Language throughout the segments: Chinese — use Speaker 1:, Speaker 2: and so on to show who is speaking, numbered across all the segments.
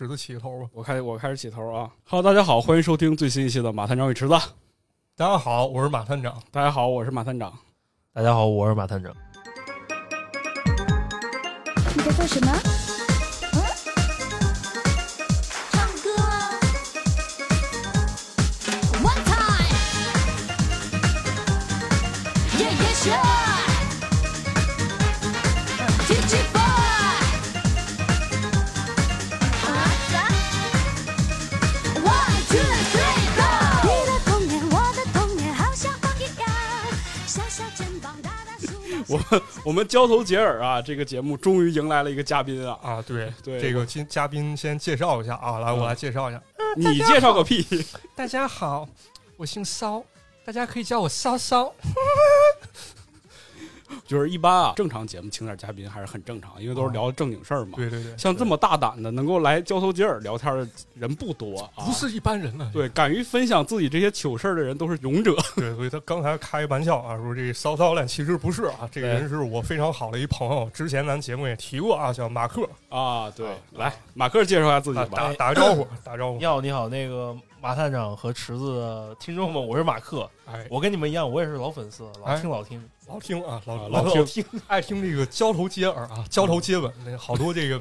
Speaker 1: 池子起头吧。
Speaker 2: 我开我开始起头啊哈喽，大家好，欢迎收听最新一期的《马探长与池子》。
Speaker 1: 大家好，我是马探长。
Speaker 2: 大家好，我是马探长。
Speaker 3: 大家好，我是马探长。
Speaker 4: 你在做什么？嗯？唱歌啊！One time。Yeah yeah sure。DJ boy。One two three go。你的童年，我的童年，好像风一样，小小肩膀，大大书包。
Speaker 2: 我我们交头接耳啊，这个节目终于迎来了一个嘉宾啊！
Speaker 1: 啊， 对
Speaker 2: 对
Speaker 1: 这个今嘉宾先介绍一下啊，来，
Speaker 2: 嗯
Speaker 1: 我来介绍一下。
Speaker 2: 你介绍个屁！
Speaker 1: 大家好，我姓骚，大家可以叫我骚骚。
Speaker 2: 就是一般啊，正常节目请点嘉宾还是很正常，因为都是聊正经事儿嘛。
Speaker 1: 对对对，
Speaker 2: 像这么大胆的能够来交头接耳聊天的人不多啊
Speaker 1: 不。是一般人了。
Speaker 2: 对，敢于分享自己这些糗事儿的人都是勇者。
Speaker 1: 对，所以他刚才开玩笑啊，说这个骚骚脸其实不是啊，这个人是我非常好的一朋友，之前咱节目也提过啊，叫马克
Speaker 2: 啊，对
Speaker 1: 啊，
Speaker 2: 来，马克介绍一下自己
Speaker 1: 啊，
Speaker 2: 吧
Speaker 1: 打。打个招 呼，打招呼
Speaker 3: 你。好，你好，那个马探长和池子的听众们，我是马克，
Speaker 1: 哎，
Speaker 3: 我跟你们一样，我也是老粉丝，老
Speaker 1: 哎
Speaker 3: 听老听，
Speaker 1: 老听啊，老
Speaker 2: 啊
Speaker 1: 老
Speaker 2: 老
Speaker 3: 老听。
Speaker 1: 爱听这个交头接耳啊，交头接吻，那好多这个，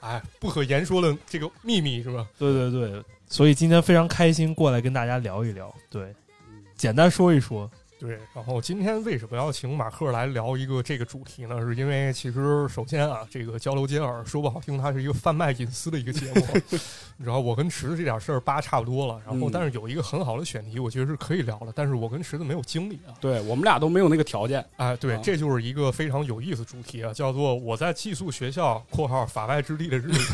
Speaker 1: 哎，不可言说的这个秘密是吧？
Speaker 3: 对对对，所以今天非常开心过来跟大家聊一聊，对，
Speaker 2: 嗯
Speaker 3: 简单说一说，
Speaker 1: 对，然后今天为什么要请马克来聊一个这个主题呢？是因为其实首先啊，这个交流接耳，说不好听，它是一个贩卖隐私的一个节 目。你知道，我跟池子这点事儿扒差不多了，然后
Speaker 2: 嗯
Speaker 1: 但是有一个很好的选题，我觉得是可以聊的，但是我跟池子没有经历啊。
Speaker 2: 对我们俩都没有那个条件。
Speaker 1: 哎，对，
Speaker 2: 啊
Speaker 1: 这就是一个非常有意思主题啊，叫做我在寄宿学校（括号法外之地的日 子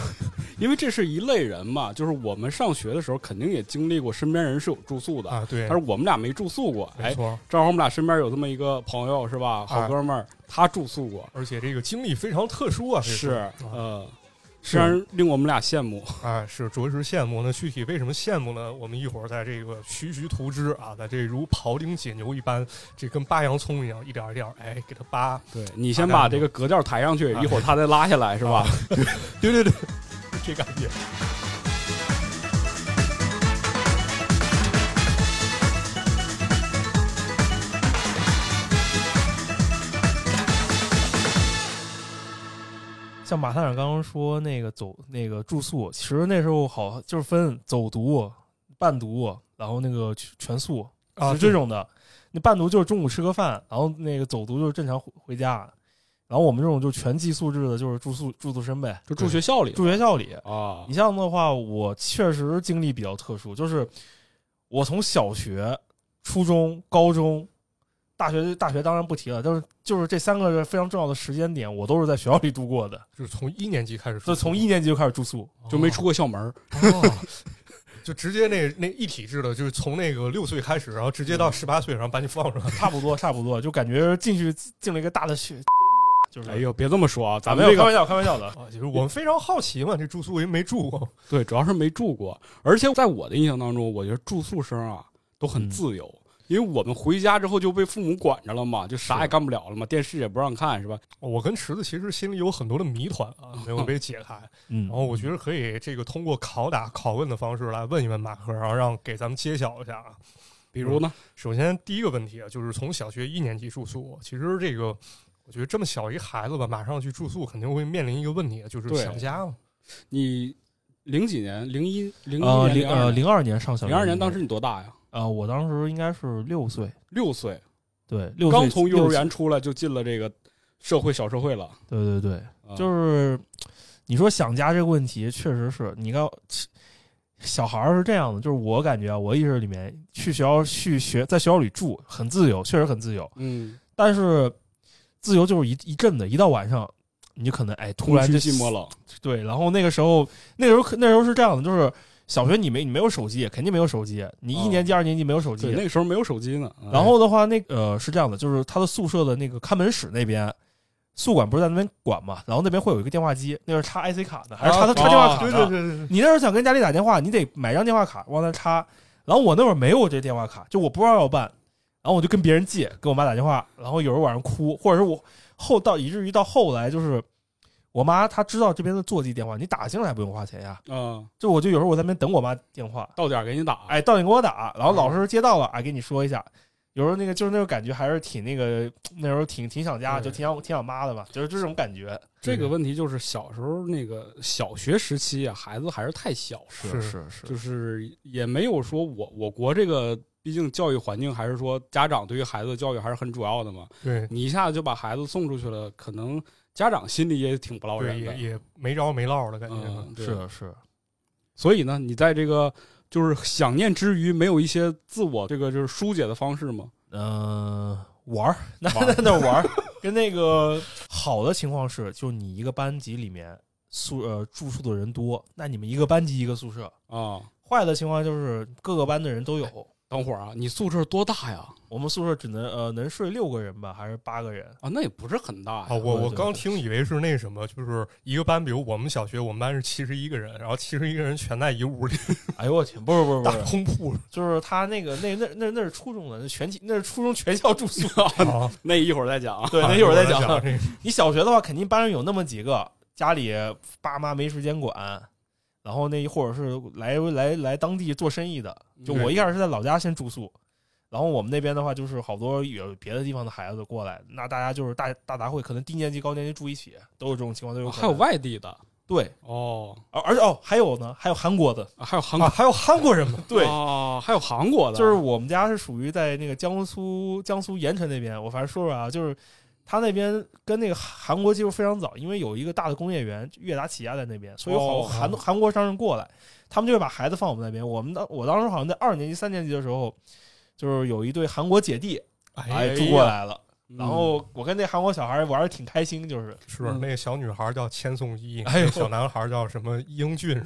Speaker 2: 因为这是一类人嘛，就是我们上学的时候肯定也经历过，身边人是有住宿）的，
Speaker 1: 啊，对
Speaker 2: 但，是我们俩没住宿过。
Speaker 1: 没
Speaker 2: 哎，
Speaker 1: 错。
Speaker 2: 正好我们俩身边有这么一个朋友是吧，好哥们儿，他住宿过，
Speaker 1: 而且这个经历非常特殊啊，这
Speaker 2: 是
Speaker 1: 啊
Speaker 2: 呃，虽然令我们俩羡慕，
Speaker 1: 哎，是着实羡慕。那具体为什么羡慕呢？我们一会儿在这个徐徐图之啊，在这如庖丁解牛一般，这跟扒洋葱一样，一点儿一点儿，哎，给它扒。
Speaker 2: 对你先把这个格调抬上去，
Speaker 1: 啊
Speaker 2: 一会儿他再拉下来是吧？
Speaker 1: 对对对，这感觉。
Speaker 3: 像马探长刚刚说那个走那个住宿，其实那时候好就是分走读、伴读，然后那个全全宿
Speaker 1: 啊
Speaker 3: 是这种的。那伴读就是中午吃个饭，然后那个走读就是正常回回家。然后我们这种就全寄宿制的，就是住宿住宿生呗，
Speaker 2: 就住学校里
Speaker 3: 住学校里。
Speaker 2: 啊
Speaker 3: 你，像的话，我确实经历比较特殊，就是我从小学、初中、高中、大学，大学当然不提了，但是就是这三个非常重要的时间点，我都是在学校里度过的，
Speaker 1: 就是从一年级开始住，
Speaker 3: 就从一年级就开始住宿。
Speaker 2: 就没出过校门儿。
Speaker 1: 哦。哦就直接那那一体制的，就是从那个六岁开始，然后直接到十八岁，然后把你放出来。
Speaker 3: 差不多，差不多，就感觉进去进了一个大的血，就是
Speaker 2: 哎，呦，别这么说啊，咱
Speaker 3: 没
Speaker 2: 们
Speaker 3: 有
Speaker 2: 这
Speaker 3: 开
Speaker 2: 个
Speaker 3: 玩笑，开 玩笑的。
Speaker 1: 啊，就是我们非常好奇嘛，这住宿因为没住过，
Speaker 2: 对，主要是没住过，而且在我的印象当中，我觉得住宿生啊都很
Speaker 3: 嗯
Speaker 2: 自由。因为我们回家之后就被父母管着了嘛，就啥也
Speaker 1: 是
Speaker 2: 干不了了嘛，电视也不让看，是吧？
Speaker 1: 我跟池子其实心里有很多的谜团啊，没有被解开。
Speaker 3: 嗯
Speaker 1: 然
Speaker 2: 哦
Speaker 1: 后我觉得可以这个通过拷打、拷问的方式来问一问马克，然后让给咱们揭晓一下啊。
Speaker 2: 比如呢，
Speaker 3: 嗯
Speaker 1: 首先第一个问题啊，就是从小学一年级住宿，其实这个我觉得这么小一孩子吧，马上去住宿肯定会面临一个问题，啊就是
Speaker 2: 对
Speaker 1: 想家嘛。你
Speaker 2: 零几年，零一零一
Speaker 3: 呃
Speaker 2: 年
Speaker 3: 零呃
Speaker 2: 零
Speaker 3: 零二年上小学，
Speaker 2: 二年当时你多大呀？
Speaker 3: 呃我当时应该是六岁，
Speaker 2: 六岁，
Speaker 3: 对，六岁
Speaker 2: 刚从幼
Speaker 3: 六
Speaker 2: 儿
Speaker 3: 岁
Speaker 2: 园出来就进了这个社会小社会了，
Speaker 3: 对对对，
Speaker 2: 啊
Speaker 3: 就是你说想家这个问题，确实是你看小孩儿是这样的，就是我感觉啊，我意识里面去学校去学，在学校里住很自由，确实很自由，
Speaker 2: 嗯，
Speaker 3: 但是自由就是一一阵子，一到晚上你就可能哎突
Speaker 2: 空
Speaker 3: 然
Speaker 2: 虚
Speaker 3: 就
Speaker 2: 寂寞了，
Speaker 3: 对，然后那个时候，那个时候可那时候是这样的，就是小学你没你没有手机，肯定没有手机，你一
Speaker 2: 哦
Speaker 3: 年级、二年级没有手
Speaker 2: 对，
Speaker 3: 机
Speaker 2: 那，个时候没有手机呢。哎
Speaker 3: 然后的话，那个呃是这样的，就是他的宿舍的那个看门室那边，宿管不是在那边管嘛，然后那边会有一个电话机，那是插 IC 卡的，还是插的
Speaker 2: 啊
Speaker 3: 插电话卡
Speaker 2: 对
Speaker 3: 的。
Speaker 1: 对对对，
Speaker 3: 你那时候想跟家里打电话，你得买张电话卡往那插。然后我那会儿没有这电话卡，就我不知道要办，然后我就跟别人借，给我妈打电话，然后有时候晚上哭，或者是我后到以至于到后来就是我妈她知道这边的座机电话，你打进来不用花钱呀。
Speaker 2: 啊，
Speaker 3: 就我就有时候我在那边等我妈电话，
Speaker 2: 到点儿给你打，
Speaker 3: 哎，到你给我打，然后老师接到了，哎，给你说一下。有时候那个就是那种感觉，还是挺那个，那时候挺挺想家，
Speaker 2: 对
Speaker 3: 就挺想挺想妈的嘛，就是这种感觉。
Speaker 2: 这个问题就是小时候那个小学时期啊，孩子还是太小了，
Speaker 1: 是
Speaker 3: 是是
Speaker 2: 就是也没有说我我国这个，毕竟教育环境还是说家长对于孩子的教育还是很主要的嘛。
Speaker 1: 对
Speaker 2: 你一下子就把孩子送出去了，可能家长心里也挺不落
Speaker 1: 对，
Speaker 2: 忍
Speaker 1: 也
Speaker 2: 的。
Speaker 1: 也没着没落的感觉。
Speaker 2: 嗯，对。
Speaker 3: 是是，
Speaker 2: 所以呢，你在这个就是想念之余，没有一些自我这个就是疏解的方式吗？
Speaker 3: 嗯，玩儿， 那那那玩儿，跟那个好的情况是，就你一个班级里面宿呃住宿的人多，那你们一个班级一个宿舍。
Speaker 2: 啊，
Speaker 3: 坏的情况就是各个班的人都有，
Speaker 2: 等会儿啊，你宿舍多大呀？
Speaker 3: 我们宿舍只能呃能睡六个人吧，还是八个人？
Speaker 2: 啊，那也不是很大呀
Speaker 1: 啊，我我
Speaker 3: 对
Speaker 1: 刚
Speaker 3: 对
Speaker 1: 听以为是那什么，就是一个班，比如我们小学，我们班是七十一个人，然后七十一个人全在一屋里
Speaker 3: 哎呦我天，不是不是不
Speaker 1: 大
Speaker 3: 是，
Speaker 1: 通 铺
Speaker 3: 就是他那个那那那那是初中的，那全体那是初中全校 住宿。
Speaker 1: 啊。
Speaker 2: 那一会儿再讲啊。
Speaker 3: 对，
Speaker 1: 啊
Speaker 3: 那一会儿再
Speaker 1: 讲
Speaker 3: 讲。
Speaker 1: 这个
Speaker 3: 你小学的话，肯定班上有那么几个，家里爸妈没时间管，然后那或者是来来来当地做生意的。就我一开始是在老家先住宿，然后我们那边的话，就是好多有别的地方的孩子过来，那大家就是大大杂烩，可能低年级、高年级住一起，都有这种情况，都有
Speaker 2: 啊
Speaker 3: 可
Speaker 2: 还有
Speaker 3: 能。
Speaker 2: 外地的
Speaker 3: 对，
Speaker 2: 哦，
Speaker 3: 而而且哦，还有呢，还有韩国的，
Speaker 2: 啊还有韩
Speaker 1: 啊，
Speaker 2: 国
Speaker 1: 还有韩国人吗？
Speaker 3: 对
Speaker 2: 哦，还有韩国的，
Speaker 3: 就是我们家是属于在那个江苏江苏盐城那边，我反正说说啊，就是他那边跟那个韩国接触非常早，因为有一个大的工业园悦达起亚在那边，所以有好
Speaker 2: 哦
Speaker 3: 韩、韩国商人过来，他们就会把孩子放我们那边。我们当我当时好像在二年级、三年级的时候，就是有一对韩国姐弟
Speaker 2: 哎呀
Speaker 3: 住过来了，
Speaker 2: 嗯，
Speaker 3: 然后我跟那韩国小孩玩的挺开心，就是
Speaker 1: 是
Speaker 2: 嗯
Speaker 1: 那个小女孩叫千颂伊，
Speaker 3: 哎呦
Speaker 1: 那小男孩叫什么英俊，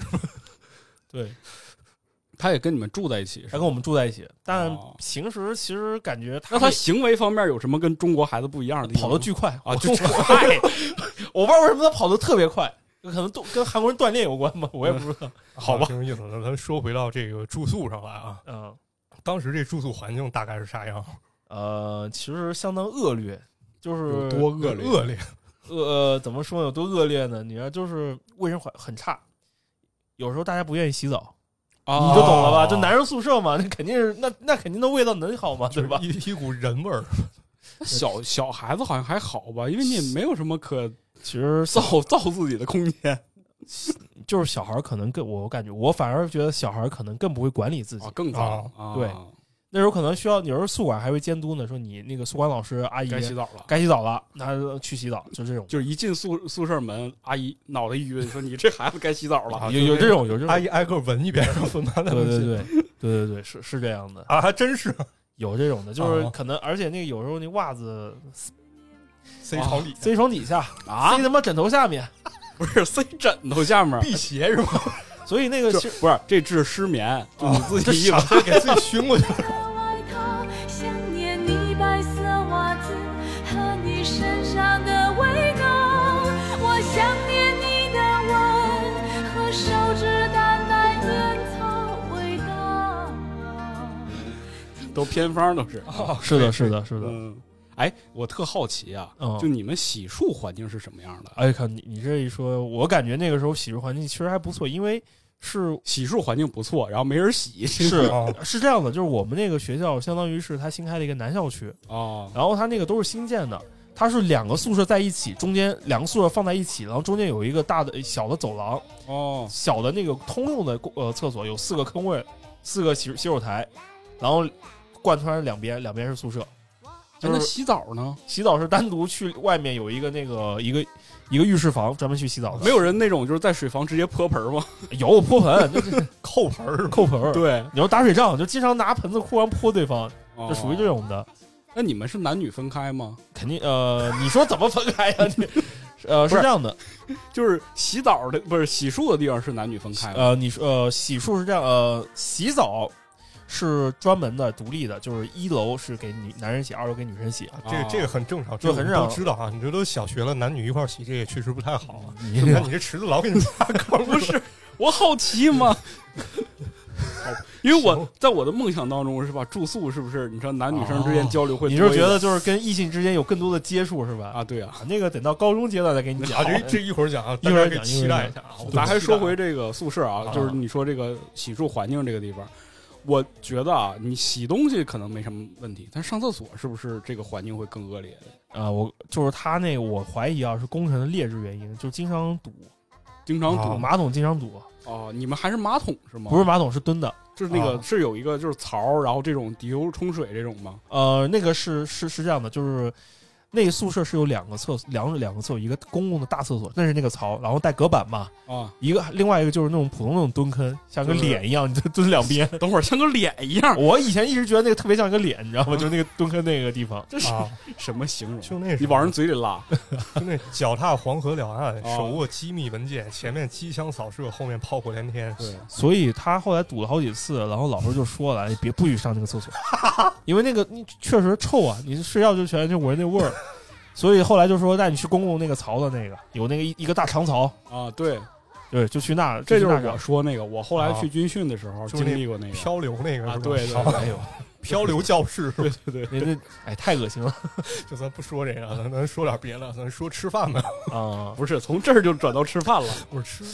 Speaker 3: 对，
Speaker 2: 他也跟你们住在一起，是
Speaker 3: 他
Speaker 2: 吧
Speaker 3: 跟我们住在一起，但
Speaker 2: 哦
Speaker 3: 平时其实感觉他
Speaker 2: 那他
Speaker 3: 也
Speaker 2: 行为方面有什么跟中国孩子不一样的地方
Speaker 3: 跑
Speaker 2: 吗？
Speaker 3: 得巨快
Speaker 2: 啊
Speaker 3: 我
Speaker 2: 就
Speaker 3: 快，我不知道为什么他跑得特别快，可能都跟韩国人锻炼有关吧，我也不知道。
Speaker 2: 好吧
Speaker 1: 挺有意思的。咱说回到这个住宿上来啊，
Speaker 3: 嗯，
Speaker 1: 当时这住宿环境大概是啥样？
Speaker 3: 呃，其实相当恶劣，就是
Speaker 2: 有多恶劣
Speaker 1: 恶劣，
Speaker 3: 呃，怎么说呢有多恶劣呢？你看，就是卫生环很差，有时候大家不愿意洗澡，
Speaker 2: 啊，
Speaker 3: 你就懂了吧？
Speaker 1: 哦
Speaker 3: 就男人宿舍嘛，那肯定是那那肯定的味道能好吗？
Speaker 1: 就
Speaker 3: 对
Speaker 1: 是
Speaker 3: 吧？
Speaker 1: 一一股人味儿。
Speaker 2: 小小孩子好像还好吧，因为你也没有什么可
Speaker 3: 其实
Speaker 2: 造造自己的空间
Speaker 3: 就是小孩儿可能更我感觉我反而觉得小孩儿可能更不会管理自己
Speaker 2: 啊，，更脏啊，
Speaker 3: 对哦那时候可能需要有时候宿管还会监督呢，说你那个宿管老师阿姨
Speaker 2: 该洗澡了。
Speaker 3: 该洗澡了，那去洗澡，就这种。
Speaker 2: 就是一进宿宿舍门，阿姨脑袋一晕，说：“你这孩子该洗澡了。
Speaker 1: 啊
Speaker 3: 有有这种有这种，
Speaker 1: 阿姨挨个闻一遍，然后分完了。
Speaker 3: 对对对对对对，是是这样的，
Speaker 1: 啊，还真是
Speaker 3: 有这种的，就是
Speaker 1: 哦
Speaker 3: 可能，而且那个有时候那袜子
Speaker 1: 塞床底
Speaker 3: 塞床底下，
Speaker 2: 啊
Speaker 3: 塞他妈枕头下面，
Speaker 2: 不是塞枕头下面，
Speaker 1: 辟邪是吗？
Speaker 3: 所以那个
Speaker 2: 就
Speaker 3: 其实
Speaker 2: 不是这治失眠，就你嗯自
Speaker 1: 这
Speaker 2: 己一闻
Speaker 1: 傻子给自己熏过去。
Speaker 4: 爱他，想念你白色袜子和你身上的味道，我想念你的吻和手指淡淡烟草味道。
Speaker 2: 都偏方都是。
Speaker 3: 是的，是的，是的，
Speaker 2: 嗯，哎，我特好奇啊，
Speaker 3: 嗯
Speaker 2: 就你们洗漱环境是什么样的？
Speaker 3: 哎靠，你你这一说，我感觉那个时候洗漱环境其实还不错，因为是
Speaker 2: 洗漱环境不错，然后没人洗，
Speaker 3: 是
Speaker 1: 啊
Speaker 3: 是这样的，就是我们那个学校相当于是它新开了一个南校区，
Speaker 2: 哦
Speaker 3: 然后它那个都是新建的。它是两个宿舍在一起，中间两个宿舍放在一起，然后中间有一个大的小的走廊，
Speaker 2: 哦
Speaker 3: 小的那个通用的公呃厕所有四个坑位，四个洗洗手台，然后贯穿两边，两边是宿舍。
Speaker 2: 哎
Speaker 3: 就
Speaker 2: 那
Speaker 3: 是
Speaker 2: 洗澡呢？
Speaker 3: 洗澡是单独去外面有一个那个一个一个浴室房专门去洗澡的，
Speaker 2: 没有人那种就是在水房直接泼盆 吗？
Speaker 3: 有泼盆，就是
Speaker 1: 扣盆儿，
Speaker 3: 扣盆儿。，
Speaker 2: 对，
Speaker 3: 你要打水仗就经常拿盆子互相泼对方，
Speaker 2: 哦
Speaker 3: 就属于这。种的。
Speaker 2: 那你们是男女分开吗？
Speaker 3: 肯定呃，你说怎么分开呀、你呃，
Speaker 2: 不
Speaker 3: 是
Speaker 2: 是
Speaker 3: 这样的，
Speaker 2: 就是洗澡的不是洗漱的地方是男女分开吗？
Speaker 3: 呃，你说呃，洗漱是这样，呃，洗澡是专门的独立的，就是一楼是给女男人洗，二楼给女生洗。啊
Speaker 1: 这个这个很正常，
Speaker 3: 就
Speaker 1: 这个我
Speaker 3: 很
Speaker 1: 们
Speaker 3: 正
Speaker 1: 都
Speaker 3: 常
Speaker 1: 知道啊。你这都小学了，男女一块儿洗，这也确实不太好啊。
Speaker 3: 你呃
Speaker 1: 你看你这池子老给你们拉坑，
Speaker 2: 不是我好奇吗？ 因为我在我的梦想当中是吧，住宿是不是？你知道男女生之间交流 会
Speaker 3: 哦你
Speaker 2: 多
Speaker 3: 是
Speaker 2: 一
Speaker 3: 觉
Speaker 2: 点
Speaker 3: 得就是跟异性之间有更多的接触是吧？
Speaker 2: 啊？对啊，
Speaker 3: 啊，那个等到高中阶段再给你讲
Speaker 1: 啊，。这这一会儿讲啊，
Speaker 3: 一会
Speaker 1: 大
Speaker 3: 儿
Speaker 1: 家可以
Speaker 3: 讲
Speaker 1: 期待一下啊。我
Speaker 2: 咱还
Speaker 1: 期待
Speaker 2: 说回这个宿舍啊，
Speaker 3: 啊
Speaker 2: 就是你说这个洗漱环境这个地方，我觉得啊，你洗东西可能没什么问题，但上厕所是不是这个环境会更恶劣？
Speaker 3: 啊，我就是他那个，我怀疑啊是工程的劣质原因，就经常堵，
Speaker 2: 经常
Speaker 1: 啊
Speaker 2: 堵
Speaker 3: 马桶经常堵，
Speaker 2: 哦，你们还是马桶是吗？
Speaker 3: 不是，马桶是蹲的。
Speaker 2: 就是那个
Speaker 3: 啊
Speaker 2: 是有一个就是槽，然后这种滴油冲水这种吗？
Speaker 3: 呃，那个是是是这样的，就是那个宿舍是有两个厕所，两两个厕所，一个公共的大厕所，那是那个槽，然后带隔板嘛，
Speaker 2: 啊，
Speaker 3: 一个另外一个就是那种普通那种蹲坑，像个
Speaker 2: 就是
Speaker 3: 脸一样，你就蹲两 边。
Speaker 2: 等会儿像个脸一样，
Speaker 3: 我以前一直觉得那个特别像一个脸，你知道吗？就是那个蹲坑那个地方。
Speaker 2: 嗯这是
Speaker 1: 啊，
Speaker 2: 什么形容？
Speaker 1: 就那
Speaker 2: 你往人嘴里拉，
Speaker 1: 就那脚踏黄河两岸，
Speaker 2: 哦
Speaker 1: 手握机密文件，前面机枪扫射，后面炮火连天。
Speaker 2: 对，
Speaker 3: 所以他后来堵了好几次，然后老师就说了：“哎，别不许上那 个厕所，因为那个你确实臭啊，你睡觉就全就闻那味儿。”所以后来就说：“那你去公共那个槽的那个，有那个一一个大长槽，
Speaker 2: 啊，对，
Speaker 3: 对，就去那，
Speaker 2: 这
Speaker 3: 去
Speaker 2: 就是
Speaker 3: 那
Speaker 2: 我
Speaker 3: 个。
Speaker 2: 说那个，我后来
Speaker 1: 啊
Speaker 2: 去军训的时候
Speaker 1: 就是
Speaker 2: 经
Speaker 1: 那
Speaker 2: 历过那个，
Speaker 1: 漂流那个
Speaker 2: 啊
Speaker 1: 是吧
Speaker 2: 对对
Speaker 1: 好
Speaker 2: 对
Speaker 3: 哎呦，
Speaker 1: 漂流教室是吧？
Speaker 2: 对对
Speaker 3: 那那哎，太恶 心了
Speaker 1: 就咱不说这个，咱咱说点别的，咱说吃饭吧。
Speaker 3: 啊！
Speaker 2: 不是从这儿就转到吃饭了。
Speaker 1: 我吃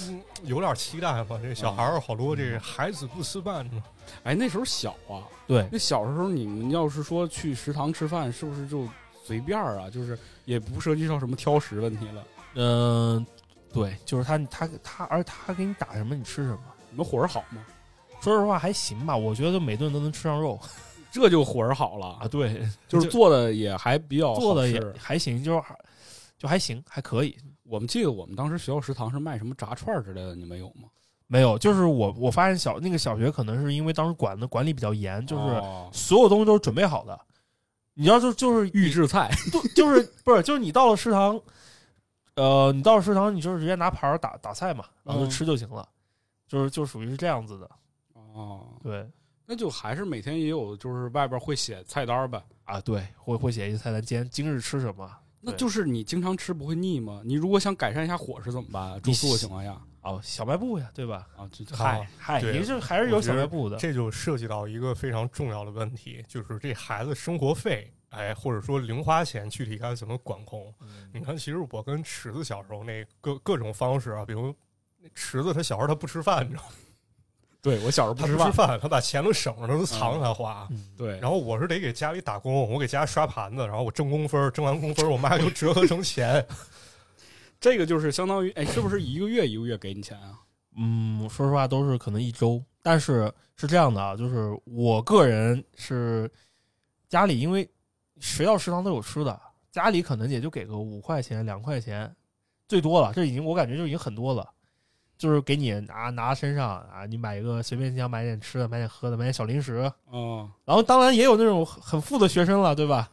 Speaker 1: 有点期待吧，这小孩儿好多
Speaker 2: 嗯
Speaker 1: 这个孩子不吃饭嘛，
Speaker 2: 哎，那时候小啊，
Speaker 3: 对，
Speaker 2: 那小时候你们要是说去食堂吃饭，是不是就随便儿啊？就是也不涉及到什么挑食问题了。
Speaker 3: 嗯、对，就是他他他，而他给你打什么，你吃什么。
Speaker 2: 你们火儿好吗？
Speaker 3: 说实话还行吧，我觉得每顿都能吃上肉
Speaker 2: 这就火儿好了，，
Speaker 3: 啊对，
Speaker 2: 就是做的也还比较好
Speaker 3: 做的也
Speaker 2: 吃
Speaker 3: 还行，就是还就还行，还可以。
Speaker 2: 我们记得我们当时学校食堂是卖什么炸串儿之类的，你们有吗？
Speaker 3: 没有，就是我我发现小那个小学可能是因为当时管的管理比较严，就是
Speaker 2: 哦
Speaker 3: 所有东西都是准备好的。你要就就是
Speaker 2: 预制菜，
Speaker 3: 就就是不是就是你到了食堂，呃，你到了食堂你就是直接拿盘儿打打菜嘛，然后就
Speaker 2: 嗯
Speaker 3: 吃就行了，就是就属于是这样子的。
Speaker 2: 哦，
Speaker 3: 对
Speaker 2: 那就还是每天也有，就是外边会写菜单儿呗。
Speaker 3: 啊，对，会会写一个菜单，今天今日吃什么
Speaker 2: 那
Speaker 3: 对
Speaker 2: 就是你经常吃不会腻吗？你如果想改善一下伙食怎么办？啊住宿的情况下
Speaker 3: 哦，小卖部呀，对吧？哦
Speaker 2: 啊，这这
Speaker 1: 嗨
Speaker 2: 啊
Speaker 3: 嗨，
Speaker 1: 对
Speaker 3: 也就还是有小卖部的。
Speaker 1: 这就涉及到一个非常重要的问题，就是这孩子生活费，哎，或者说零花钱具体该怎么管控？
Speaker 2: 嗯
Speaker 3: 嗯
Speaker 1: 你看，其实我跟池子小时候那各各种方式啊，比如池子他小时候他不吃饭，你知道吗？
Speaker 2: 对我小时候
Speaker 1: 他
Speaker 2: 不
Speaker 1: 不
Speaker 2: 吃
Speaker 1: 吃
Speaker 2: 饭，
Speaker 1: 饭，他把钱都省着，他都藏着他花。
Speaker 3: 嗯
Speaker 2: 对，
Speaker 1: 然后我是得给家里打工，我给家刷盘子，然后我挣工分儿，挣完工分儿，我妈就折合成钱。
Speaker 2: 这个就是相当于，哎，是不是一个月一个月给你钱啊？
Speaker 3: 嗯，说实话都是可能一周，但是是这样的啊，就是我个人是家里因为学校食堂都有吃的，家里可能也就给个五块钱、两块钱，最多了，这已经我感觉就已经很多了。就是给你拿拿身上啊，你买一个随便你想买点吃的、买点喝的、买点小零食，
Speaker 2: 哦，
Speaker 3: 然后当然也有那种很很富的学生了，对吧？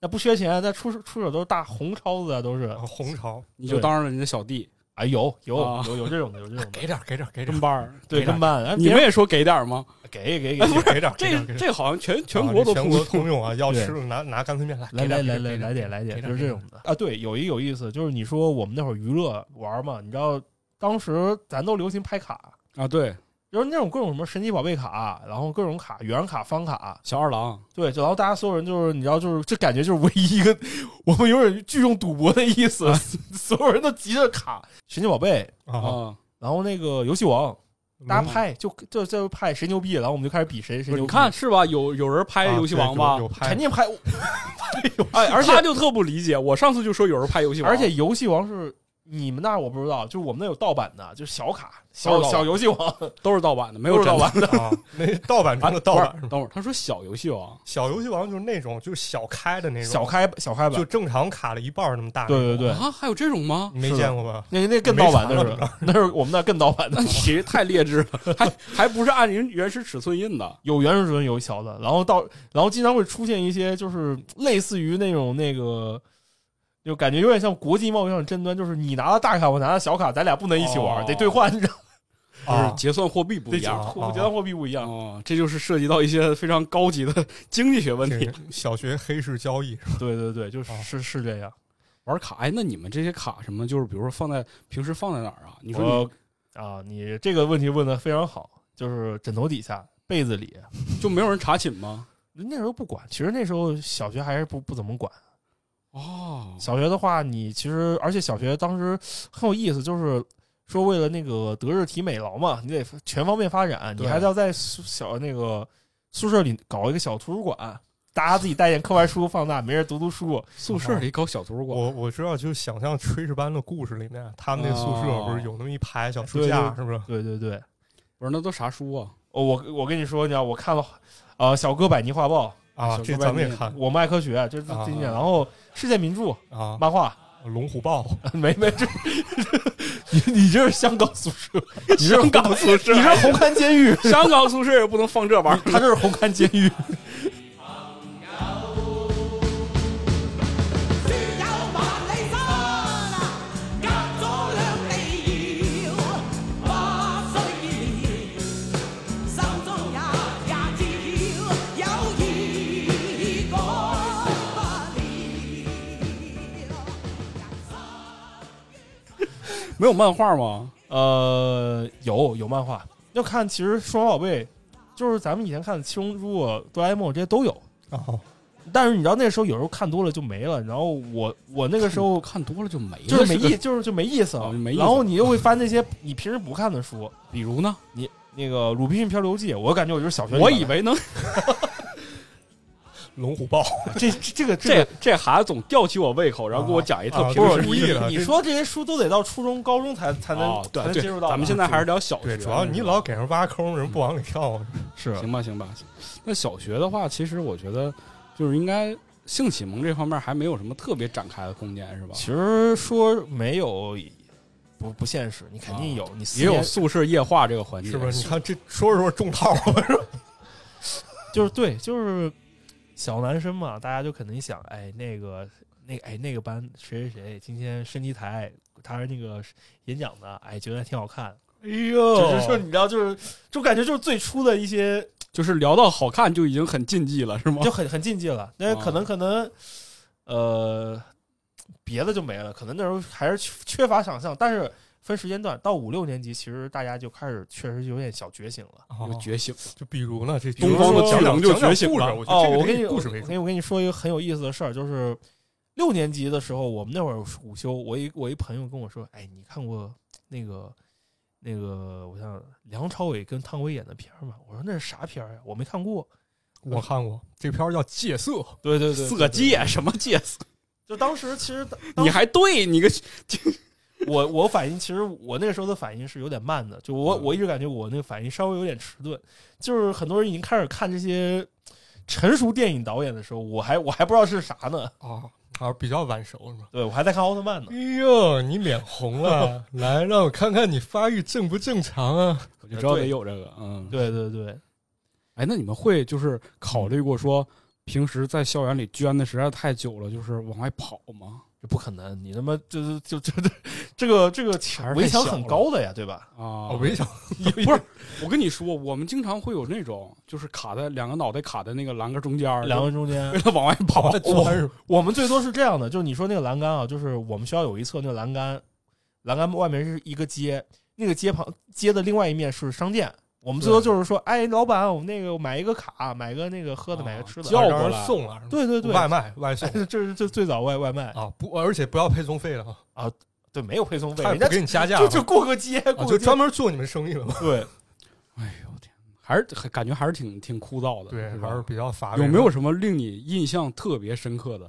Speaker 3: 那不缺钱，那出手出手都是大红超子啊，都是
Speaker 1: 然后红潮，
Speaker 2: 你就当上了你的小弟，
Speaker 3: 啊，有有
Speaker 2: 啊
Speaker 3: 有有这种的，有这 种的，
Speaker 1: 给点儿，给点儿，给点
Speaker 2: 跟
Speaker 1: 儿，
Speaker 2: 班儿，
Speaker 3: 对，跟班，哎
Speaker 2: 你
Speaker 3: 别
Speaker 2: 们也说给点儿吗？
Speaker 3: 给给给
Speaker 1: 给点儿给点儿，给点
Speaker 2: 这
Speaker 1: 儿给点儿
Speaker 2: 这好像全全
Speaker 1: 啊
Speaker 2: 国都
Speaker 1: 嗯这全
Speaker 2: 通
Speaker 1: 国
Speaker 2: 通
Speaker 1: 通用啊！要
Speaker 3: 对
Speaker 1: 吃的拿拿干脆面来，
Speaker 3: 来
Speaker 1: 给
Speaker 3: 来
Speaker 1: 点
Speaker 3: 来
Speaker 1: 儿
Speaker 3: 来来点来点，就是这。种
Speaker 1: 给
Speaker 3: 的啊。对，有一有意思，就是你说我们那会儿娱乐玩嘛，你知道当时咱都流行拍卡，
Speaker 2: 啊，对，
Speaker 3: 就是那种各种什么神奇宝贝卡，然后各种卡，圆卡、方卡，
Speaker 2: 小二郎，
Speaker 3: 对，就然后大家所有人就是你知道就是这感觉就是唯一一个我们有点聚众赌博的意思，
Speaker 2: 啊
Speaker 3: 所有人都急着卡神奇宝贝，
Speaker 1: 给点儿啊，
Speaker 2: 啊，
Speaker 3: 然后那个游戏王，大家
Speaker 1: 嗯
Speaker 3: 拍就就就拍谁牛逼，然后我们就开始比谁
Speaker 2: 不
Speaker 3: 谁
Speaker 2: 是
Speaker 3: 牛
Speaker 2: 你
Speaker 3: 逼。
Speaker 2: 看是吧？有有人拍游戏王吧
Speaker 1: 啊对有？有拍
Speaker 3: 肯定拍，
Speaker 2: 哎，而且他就特不理解，我上次就说有人拍游戏王，
Speaker 3: 而且游戏王是你们那儿我不知道，就是我们那有盗版的，就是小卡、小
Speaker 2: 都是盗版
Speaker 3: 哦小游戏王，
Speaker 2: 都是盗版的，没
Speaker 3: 没
Speaker 2: 有
Speaker 3: 盗
Speaker 2: 真的
Speaker 3: 版的。
Speaker 1: 啊，那盗版 中的盗版是吧。
Speaker 2: 等会儿，他说小游戏王，
Speaker 1: 小游戏王就是那种就是小开的那种，
Speaker 3: 小开小开版
Speaker 1: 就，正常卡了一半儿那么大。
Speaker 3: 对对，对，
Speaker 2: 啊，还有这种吗？
Speaker 1: 你没
Speaker 3: 是的
Speaker 1: 见过吧？
Speaker 3: 那那更盗版
Speaker 1: 没
Speaker 3: 那
Speaker 1: 查了
Speaker 3: 是，那是我们那更盗版
Speaker 2: 那
Speaker 3: 的
Speaker 2: 你，这太劣质了， 还还不是按人原始尺寸印的
Speaker 3: 有原始准有小的，然后到然后经常会出现一些就是类似于那种那个。就感觉有点像国际贸易上的争端，就是你拿了大卡，我拿了小卡，咱俩不能一起玩，
Speaker 2: 哦
Speaker 3: 得兑换，你知道吗？
Speaker 2: 就是
Speaker 1: 啊，
Speaker 2: 结算货币不
Speaker 3: 得
Speaker 2: 一
Speaker 3: 结
Speaker 2: 样。
Speaker 3: 货结算货币不一样。
Speaker 2: 哦，这就是涉及到一些非常高级的经济学问
Speaker 1: 这
Speaker 2: 题。
Speaker 1: 个小学黑市交易
Speaker 3: 对对对，就是
Speaker 1: 哦
Speaker 3: 是是这样。
Speaker 2: 玩卡，哎，那你们这些卡什么，就是比如说放在平时放在哪儿啊？你说你
Speaker 3: 我啊，你这个问题问的非常好，就是枕头底下，被子里，
Speaker 2: 就没有人查寝吗？
Speaker 3: 那时候不管。其实那时候小学还是不不怎么管。
Speaker 2: 哦，
Speaker 3: 小学的话，你其实而且小学当时很有意思，就是说为了那个德智体美劳嘛，你得全方面发展，你
Speaker 2: 对
Speaker 3: 还要在宿小那个宿舍里搞一个小图书馆，大家自己带点课外书放那，没人读读书。
Speaker 2: 宿舍里搞小图书馆，
Speaker 1: 我我知道，就想象炊事班的故事里面，他们那宿舍
Speaker 2: 哦
Speaker 1: 不是有那么一排小书
Speaker 3: 对
Speaker 1: 架，
Speaker 3: 对哎
Speaker 1: 是不是？
Speaker 3: 对对对，
Speaker 2: 不是那都啥书 啊？
Speaker 3: 哦我我跟你说，你知道我看了，呃，小哥百尼画报，
Speaker 1: 啊，
Speaker 2: 小
Speaker 1: 这
Speaker 2: 说
Speaker 1: 咱
Speaker 2: 班
Speaker 1: 们也
Speaker 2: 那
Speaker 1: 看
Speaker 3: 我们爱科学，这是
Speaker 1: 啊
Speaker 3: 经典。然后世界名著、
Speaker 1: 啊，
Speaker 3: 漫画，
Speaker 1: 龙虎豹，
Speaker 3: 没没这，你你这是香港宿舍，你这
Speaker 2: 香
Speaker 3: 是
Speaker 2: 港宿舍
Speaker 3: 你，这是红磡 监狱，
Speaker 2: 香港宿舍也不能放这玩意儿。
Speaker 3: 他这是红磡监狱。
Speaker 5: 書有萬里心，隔咗兩地遙，不需要心中也也知曉，有意改不了。
Speaker 2: 没有漫画吗？
Speaker 3: 呃，有有漫画，要看其实数码宝贝，就是咱们以前看的《七龙珠》啊、《哆啦 A 梦》这些都有。
Speaker 1: 啊，
Speaker 3: 但是你知道那时候有时候看多了就没了，然后我我那个时候
Speaker 2: 看多了就没了，
Speaker 3: 就是没
Speaker 2: 嗯个
Speaker 3: 意，就是就没意思了。
Speaker 2: 哦没意思
Speaker 3: 然后你又会翻那些你平时不看的书，
Speaker 2: 比如呢，
Speaker 3: 那个《鲁滨逊漂流记》，我感觉我就是小学里
Speaker 2: 我
Speaker 3: 看的。
Speaker 2: 以为能
Speaker 1: 龙虎豹，
Speaker 3: 这这这个
Speaker 2: 这
Speaker 3: 个
Speaker 2: 这孩子总吊起我胃口，然后给我讲一特
Speaker 1: 啊
Speaker 2: 平
Speaker 1: 不是
Speaker 2: 时
Speaker 1: 故意的
Speaker 3: 你
Speaker 1: 这
Speaker 3: 说这些书都得到初中、高中才才能、
Speaker 2: 哦，对
Speaker 3: 才能
Speaker 2: 对
Speaker 3: 接触，到吧。
Speaker 2: 咱们现在还是聊小学，
Speaker 1: 啊对，主要你老给人挖坑，人不往里跳，
Speaker 3: 是
Speaker 2: 行吧行吧。那小学的话，其实我觉得就是应该性启蒙这方面还没有什么特别展开的空间，是吧？
Speaker 3: 其实说没有不不现实，你肯定啊有，你四
Speaker 2: 也有
Speaker 3: 年
Speaker 2: 宿舍夜话这个环节，
Speaker 1: 是不是？你看这说着说着中套了，是吧
Speaker 3: 就是对，就是小男生嘛，大家就肯定想，哎，那个那个哎那个班谁谁谁今天升旗台他是那个演讲的，哎，觉得挺好看。
Speaker 1: 哎
Speaker 3: 就是说，
Speaker 1: 呦，
Speaker 3: 你知道，就是就感觉就是最初的一些
Speaker 2: 就是聊到好看就已经很禁忌了，是吗？
Speaker 3: 就很很禁忌了。那可
Speaker 1: 哦
Speaker 3: 能可能，呃，别的就没了。可能那时候还是缺缺乏想象，但是分时间段，到五六年级，其实大家就开始确实有点小觉醒了。
Speaker 1: 啊
Speaker 2: 有觉醒，
Speaker 1: 就比如呢，这
Speaker 2: 东
Speaker 1: 比如
Speaker 2: 方的
Speaker 1: 说
Speaker 2: 巨龙就
Speaker 1: 讲讲
Speaker 2: 觉醒
Speaker 1: 故事
Speaker 2: 了
Speaker 1: 我觉得
Speaker 3: 哦，
Speaker 1: 这个
Speaker 3: 我
Speaker 1: 得
Speaker 3: 跟
Speaker 1: 以
Speaker 3: 你
Speaker 1: 故事为
Speaker 3: 我
Speaker 1: 主
Speaker 3: 跟你我跟你说一个很有意思的事儿，就是六年级的时候，我们那会儿午休，我一我一朋友跟我说，哎，你看过那个那个，我想梁朝伟跟汤唯演的片儿吗？我说那是啥片儿呀？我没看过。
Speaker 1: 我看过这片儿叫《戒色》，
Speaker 3: 对对
Speaker 2: 色，戒什么戒色？
Speaker 3: 就当时其实
Speaker 2: 你还对你个
Speaker 3: 我我反应其实我那个时候的反应是有点慢的，就
Speaker 2: 嗯
Speaker 3: 我我一直感觉我那个反应稍微有点迟钝，就是很多人已经开始看这些成熟电影导演的时候，我还我还不知道是啥呢，
Speaker 1: 啊，还是比较晚熟是吧？
Speaker 3: 对我还在看奥特曼呢
Speaker 2: 嗯
Speaker 1: 哎。呦，你脸红了，来让我看看你发育正不正常啊！
Speaker 2: 我就知道得有这个，嗯，
Speaker 3: 呃对对对，
Speaker 2: 哎，那你们会就是考虑过说，平时在校园里捐的实在太久了，就是往外跑吗？
Speaker 3: 这不可能，你他妈这这这这这个这个
Speaker 2: 还是太
Speaker 3: 围墙
Speaker 2: 小
Speaker 3: 很
Speaker 2: 了
Speaker 3: 高的呀，对吧？
Speaker 2: 啊，
Speaker 1: 我没想
Speaker 2: 不 是，我跟你说，我们经常会有那种，就是卡在两个脑袋卡在那个栏杆中间儿，
Speaker 3: 两个人中
Speaker 2: 就
Speaker 3: 间
Speaker 2: 为，了往外跑
Speaker 1: 跑，那钻是吧
Speaker 3: 我们最多是这样的，就是你说那个栏杆啊，就是我们学校有一侧那个栏杆，栏杆外面是一个街，那个街旁街的另外一面是商店。我们最多就是说，哎，老板，我们那个买一个卡，买个那个喝的，买个吃的。
Speaker 2: 叫
Speaker 1: 让
Speaker 2: 过
Speaker 1: 人
Speaker 2: 来
Speaker 1: 送啊，是吧
Speaker 3: 对对对，
Speaker 1: 外卖外 送
Speaker 3: 这是这最早外外卖，
Speaker 1: 啊，不，而且不要配送费了啊，
Speaker 3: 对，没有配送费，
Speaker 1: 他也
Speaker 3: 人家
Speaker 1: 不给你加价
Speaker 3: 就
Speaker 1: 了，
Speaker 3: 就 过个街，
Speaker 1: 啊
Speaker 3: 过
Speaker 1: 就
Speaker 3: 个街
Speaker 1: 专门做你们生意了嘛。
Speaker 3: 对。
Speaker 2: 哎呦我天，还是还感觉还是挺挺枯燥的，
Speaker 1: 对
Speaker 2: 是，吧
Speaker 1: 还是比较乏味。
Speaker 2: 有没有什么令你印象特别深刻的？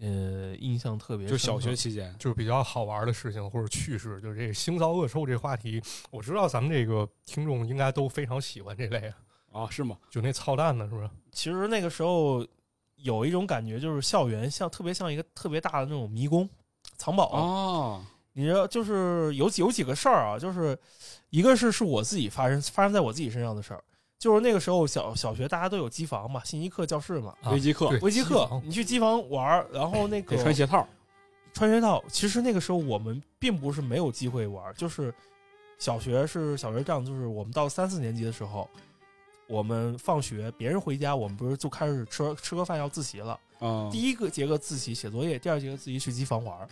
Speaker 3: 呃，印象特别
Speaker 2: 就小学
Speaker 3: 深刻
Speaker 2: 期间，
Speaker 1: 就是比较好玩的事情或者趣事？就是这个腥骚恶臭这话题，我知道咱们这个听众应该都非常喜欢这类，
Speaker 2: 啊，是吗？
Speaker 1: 就那操蛋的是不是？
Speaker 3: 其实那个时候有一种感觉，就是校园像特别像一个特别大的那种迷宫、藏宝啊
Speaker 2: 哦，
Speaker 3: 你知道，就是有几有几个事儿啊，就是一个是是我自己发生发生在我自己身上的事儿，就是那个时候小小学大家都有机房嘛，信息课教室嘛，
Speaker 1: 啊
Speaker 2: 微机课
Speaker 1: 对
Speaker 3: 微机
Speaker 1: 机
Speaker 3: 课
Speaker 1: 房
Speaker 3: 你去机房玩儿，然后那个
Speaker 2: 得穿鞋套，
Speaker 3: 穿学套，其实那个时候我们并不是没有机会玩儿，就是小学是小学这样，就是我们到三四年级的时候，我们放学别人回家，我们不是就开始吃吃个饭要自习了，
Speaker 2: 嗯，
Speaker 3: 第一个节课自习写作业，第二节课自习去机房玩儿。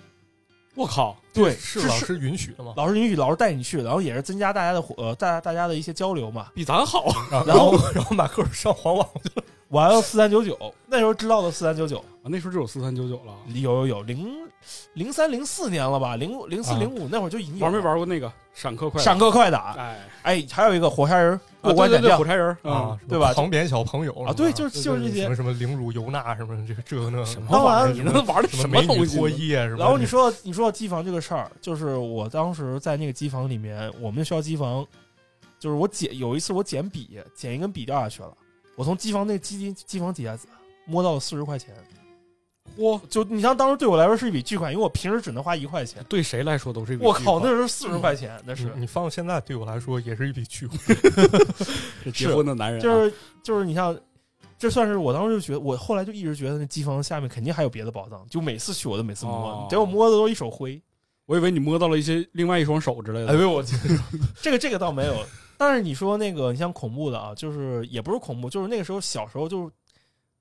Speaker 2: 我靠，
Speaker 3: 对，
Speaker 1: 是
Speaker 3: 是
Speaker 1: 老师允许的吗？
Speaker 3: 老师允许老师带你去，然后也是增加大家的伙呃大大家的一些交流嘛。
Speaker 2: 比咱好 啊！
Speaker 1: 然后然后马克上黄网去了，
Speaker 3: 完了四三九九，那时候知道的四三九九
Speaker 2: 那时候就有四三九九了。
Speaker 3: 有有有零零三零四年了吧，零零四
Speaker 2: 啊
Speaker 3: 零五那会儿就已经有
Speaker 2: 玩没
Speaker 3: 了
Speaker 2: 玩过那个闪客快？
Speaker 3: 嗯闪客快打？
Speaker 2: 哎，
Speaker 3: 哎，还有一个火柴人过关
Speaker 2: 对
Speaker 3: 斩
Speaker 2: 对对
Speaker 3: 将
Speaker 2: 火柴人儿
Speaker 1: 啊
Speaker 2: 啊，，
Speaker 1: 什么
Speaker 3: 对吧
Speaker 1: 旁边小朋友
Speaker 3: 啊，对，就是是就是这
Speaker 1: 什
Speaker 3: 些。
Speaker 1: 么什么凌辱尤娜什么这这个那
Speaker 2: 什么
Speaker 3: 当
Speaker 2: 玩意儿？啊
Speaker 3: 然
Speaker 2: 你那玩的
Speaker 1: 什
Speaker 2: 什
Speaker 1: 么
Speaker 2: 么
Speaker 1: 美
Speaker 2: 东
Speaker 1: 女
Speaker 2: 西？
Speaker 1: 脱衣啊什么的。
Speaker 3: 然后你说到你说到机房这个事儿，就是我当时在那个机房里面，我们学校机房，就是我捡有一次我捡笔，捡一根笔掉下去了，我从机房那机机机房底下摸到了四十块钱，
Speaker 2: 嚯，
Speaker 3: 就你像当时对我来说是一笔巨款，因为我平时只能花一块钱。
Speaker 2: 对谁来说都是一个
Speaker 3: 我
Speaker 2: 巨
Speaker 3: 靠，那
Speaker 2: 款嗯
Speaker 3: 时候四十块钱，那是
Speaker 1: 嗯你你放到现在对我来说也是一笔巨款，
Speaker 2: 这结婚的男人啊
Speaker 3: 就是就是你像，这算是我当时就觉得，我后来就一直觉得那机房下面肯定还有别的宝藏，就每次去我都每次
Speaker 2: 哦
Speaker 3: 摸，结果摸的都一手灰。
Speaker 2: 我以为你摸到了一些另外一双手之类
Speaker 3: 哎
Speaker 2: 的。
Speaker 3: 呦我去，这个这个倒没有，但是你说那个你像恐怖的啊，就是也不是恐怖，就是那个时候小时候就是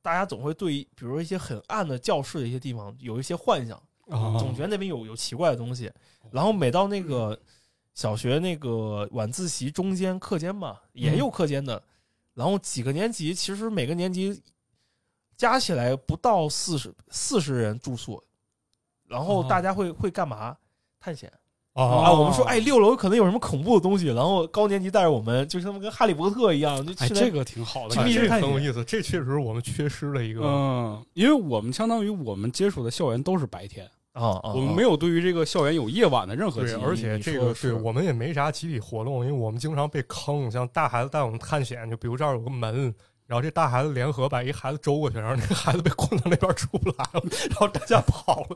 Speaker 3: 大家总会对比如说一些很暗的教室的一些地方有一些幻想，
Speaker 1: 啊
Speaker 3: 总觉得那边有有奇怪的东西。然后每到那个小学那个晚自习中间课间嘛，也有课间的。然后几个年级，其实每个年级加起来不到四十四十人住宿，然后
Speaker 2: 哦
Speaker 3: 大家会、会干嘛？探险
Speaker 1: 啊
Speaker 3: 啊！我们说，哎，六楼可能有什么恐怖的东西，然后高年级带着我们，就是他们跟哈利波特一样，就去
Speaker 2: 哎，
Speaker 3: 那、
Speaker 2: 这个挺好的
Speaker 3: 去
Speaker 2: 感
Speaker 3: 密
Speaker 2: 觉。
Speaker 3: 室探
Speaker 1: 很有
Speaker 3: 险。
Speaker 1: 意思，这确实是我们缺失了一个
Speaker 2: 嗯，因为我们相当于我们接触的校园都是白天，
Speaker 3: 啊啊！
Speaker 2: 我们没
Speaker 3: 有
Speaker 2: 有对于这个校园有夜晚的任何
Speaker 1: 对
Speaker 2: 记，忆。
Speaker 1: 而且这
Speaker 3: 你说
Speaker 1: 个
Speaker 3: 的是
Speaker 1: 对我们也没啥集体活动，因为我们经常被坑。像大孩子带我们探险，就比如这儿有个门，然后这大孩子联合把一孩子周过去，然后那个孩子被 困到那边出不来了，然后大家跑了。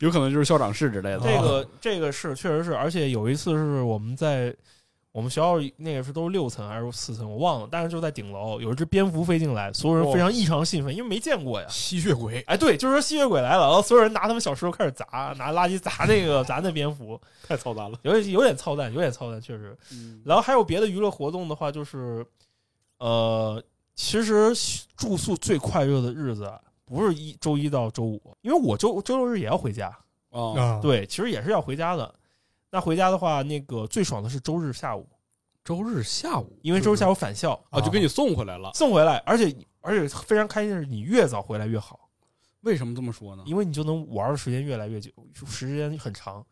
Speaker 2: 有可能就是校长室之类的。
Speaker 3: 啊
Speaker 2: 啊
Speaker 3: 这个这个是确实是，而且有一次是我们在我们学校那个是都是六层还是四层，我忘了，但是就在顶楼有一只蝙蝠飞进来，所有人非常异常兴奋，因为没见过呀。
Speaker 1: 吸血鬼
Speaker 3: 哎，对，就是说吸血鬼来了，然后所有人拿他们小石头开始砸，拿垃圾砸那个砸那蝙蝠，
Speaker 2: 太操蛋了。
Speaker 3: 有点有点操蛋，有点操蛋，确实。
Speaker 2: 嗯
Speaker 3: 然后还有别的娱乐活动的话，就是呃，其实住宿最快乐的日子啊不是一周一到周五，因为我周周六日也要回家，
Speaker 2: 啊，
Speaker 1: 啊，
Speaker 3: 哦对，其实也是要回家的。那回家的话，那个最爽的是周日下午，
Speaker 2: 周日下午，
Speaker 3: 因为周日下
Speaker 2: 午
Speaker 3: 午返校
Speaker 2: 啊，就给你送回来了。
Speaker 3: 送回来，而且而且非常开心的是，你越早回来越好，
Speaker 2: 为什么这么说呢？
Speaker 3: 因为你就能玩的时间越来越久，时间很长，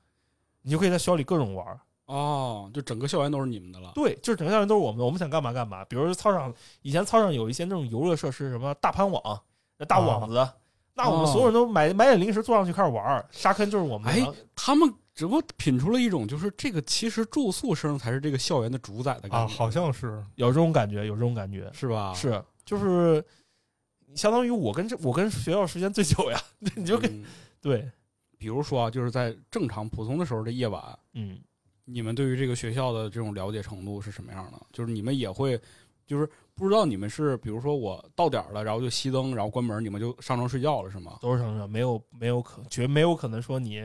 Speaker 3: 你就可以在学校里各种玩儿。
Speaker 2: 哦，就整个校园都是你们的了。
Speaker 3: 对，就是整个校园都是我们的，我们想干嘛干嘛。比如说操场，以前操场有一些那种游乐设施，什么大盘网、那
Speaker 2: 啊
Speaker 3: 大网子，那
Speaker 2: 哦
Speaker 3: 我们所有人都买买点零食坐上去开始玩儿，沙坑就是我们的。
Speaker 2: 哎，他们只不过品出了一种，就是这个其实住宿生才是这个校园的主宰的感觉，
Speaker 1: 啊，好像是
Speaker 3: 有这种感觉，有这种感觉。
Speaker 2: 是吧？
Speaker 3: 是，就是相当于我跟这我跟学校时间最久呀， 你就跟
Speaker 2: 嗯
Speaker 3: 对，
Speaker 2: 比如说啊，就是在正常普通的时候的夜晚，
Speaker 3: 嗯，
Speaker 2: 你们对于这个学校的这种了解程度是什么样的？就是你们也会，就是不知道你们是，比如说我到点儿了，然后就熄灯，然后关门，你们就上床睡觉了，是吗？
Speaker 3: 都是成长，没有没有可绝没有可能说你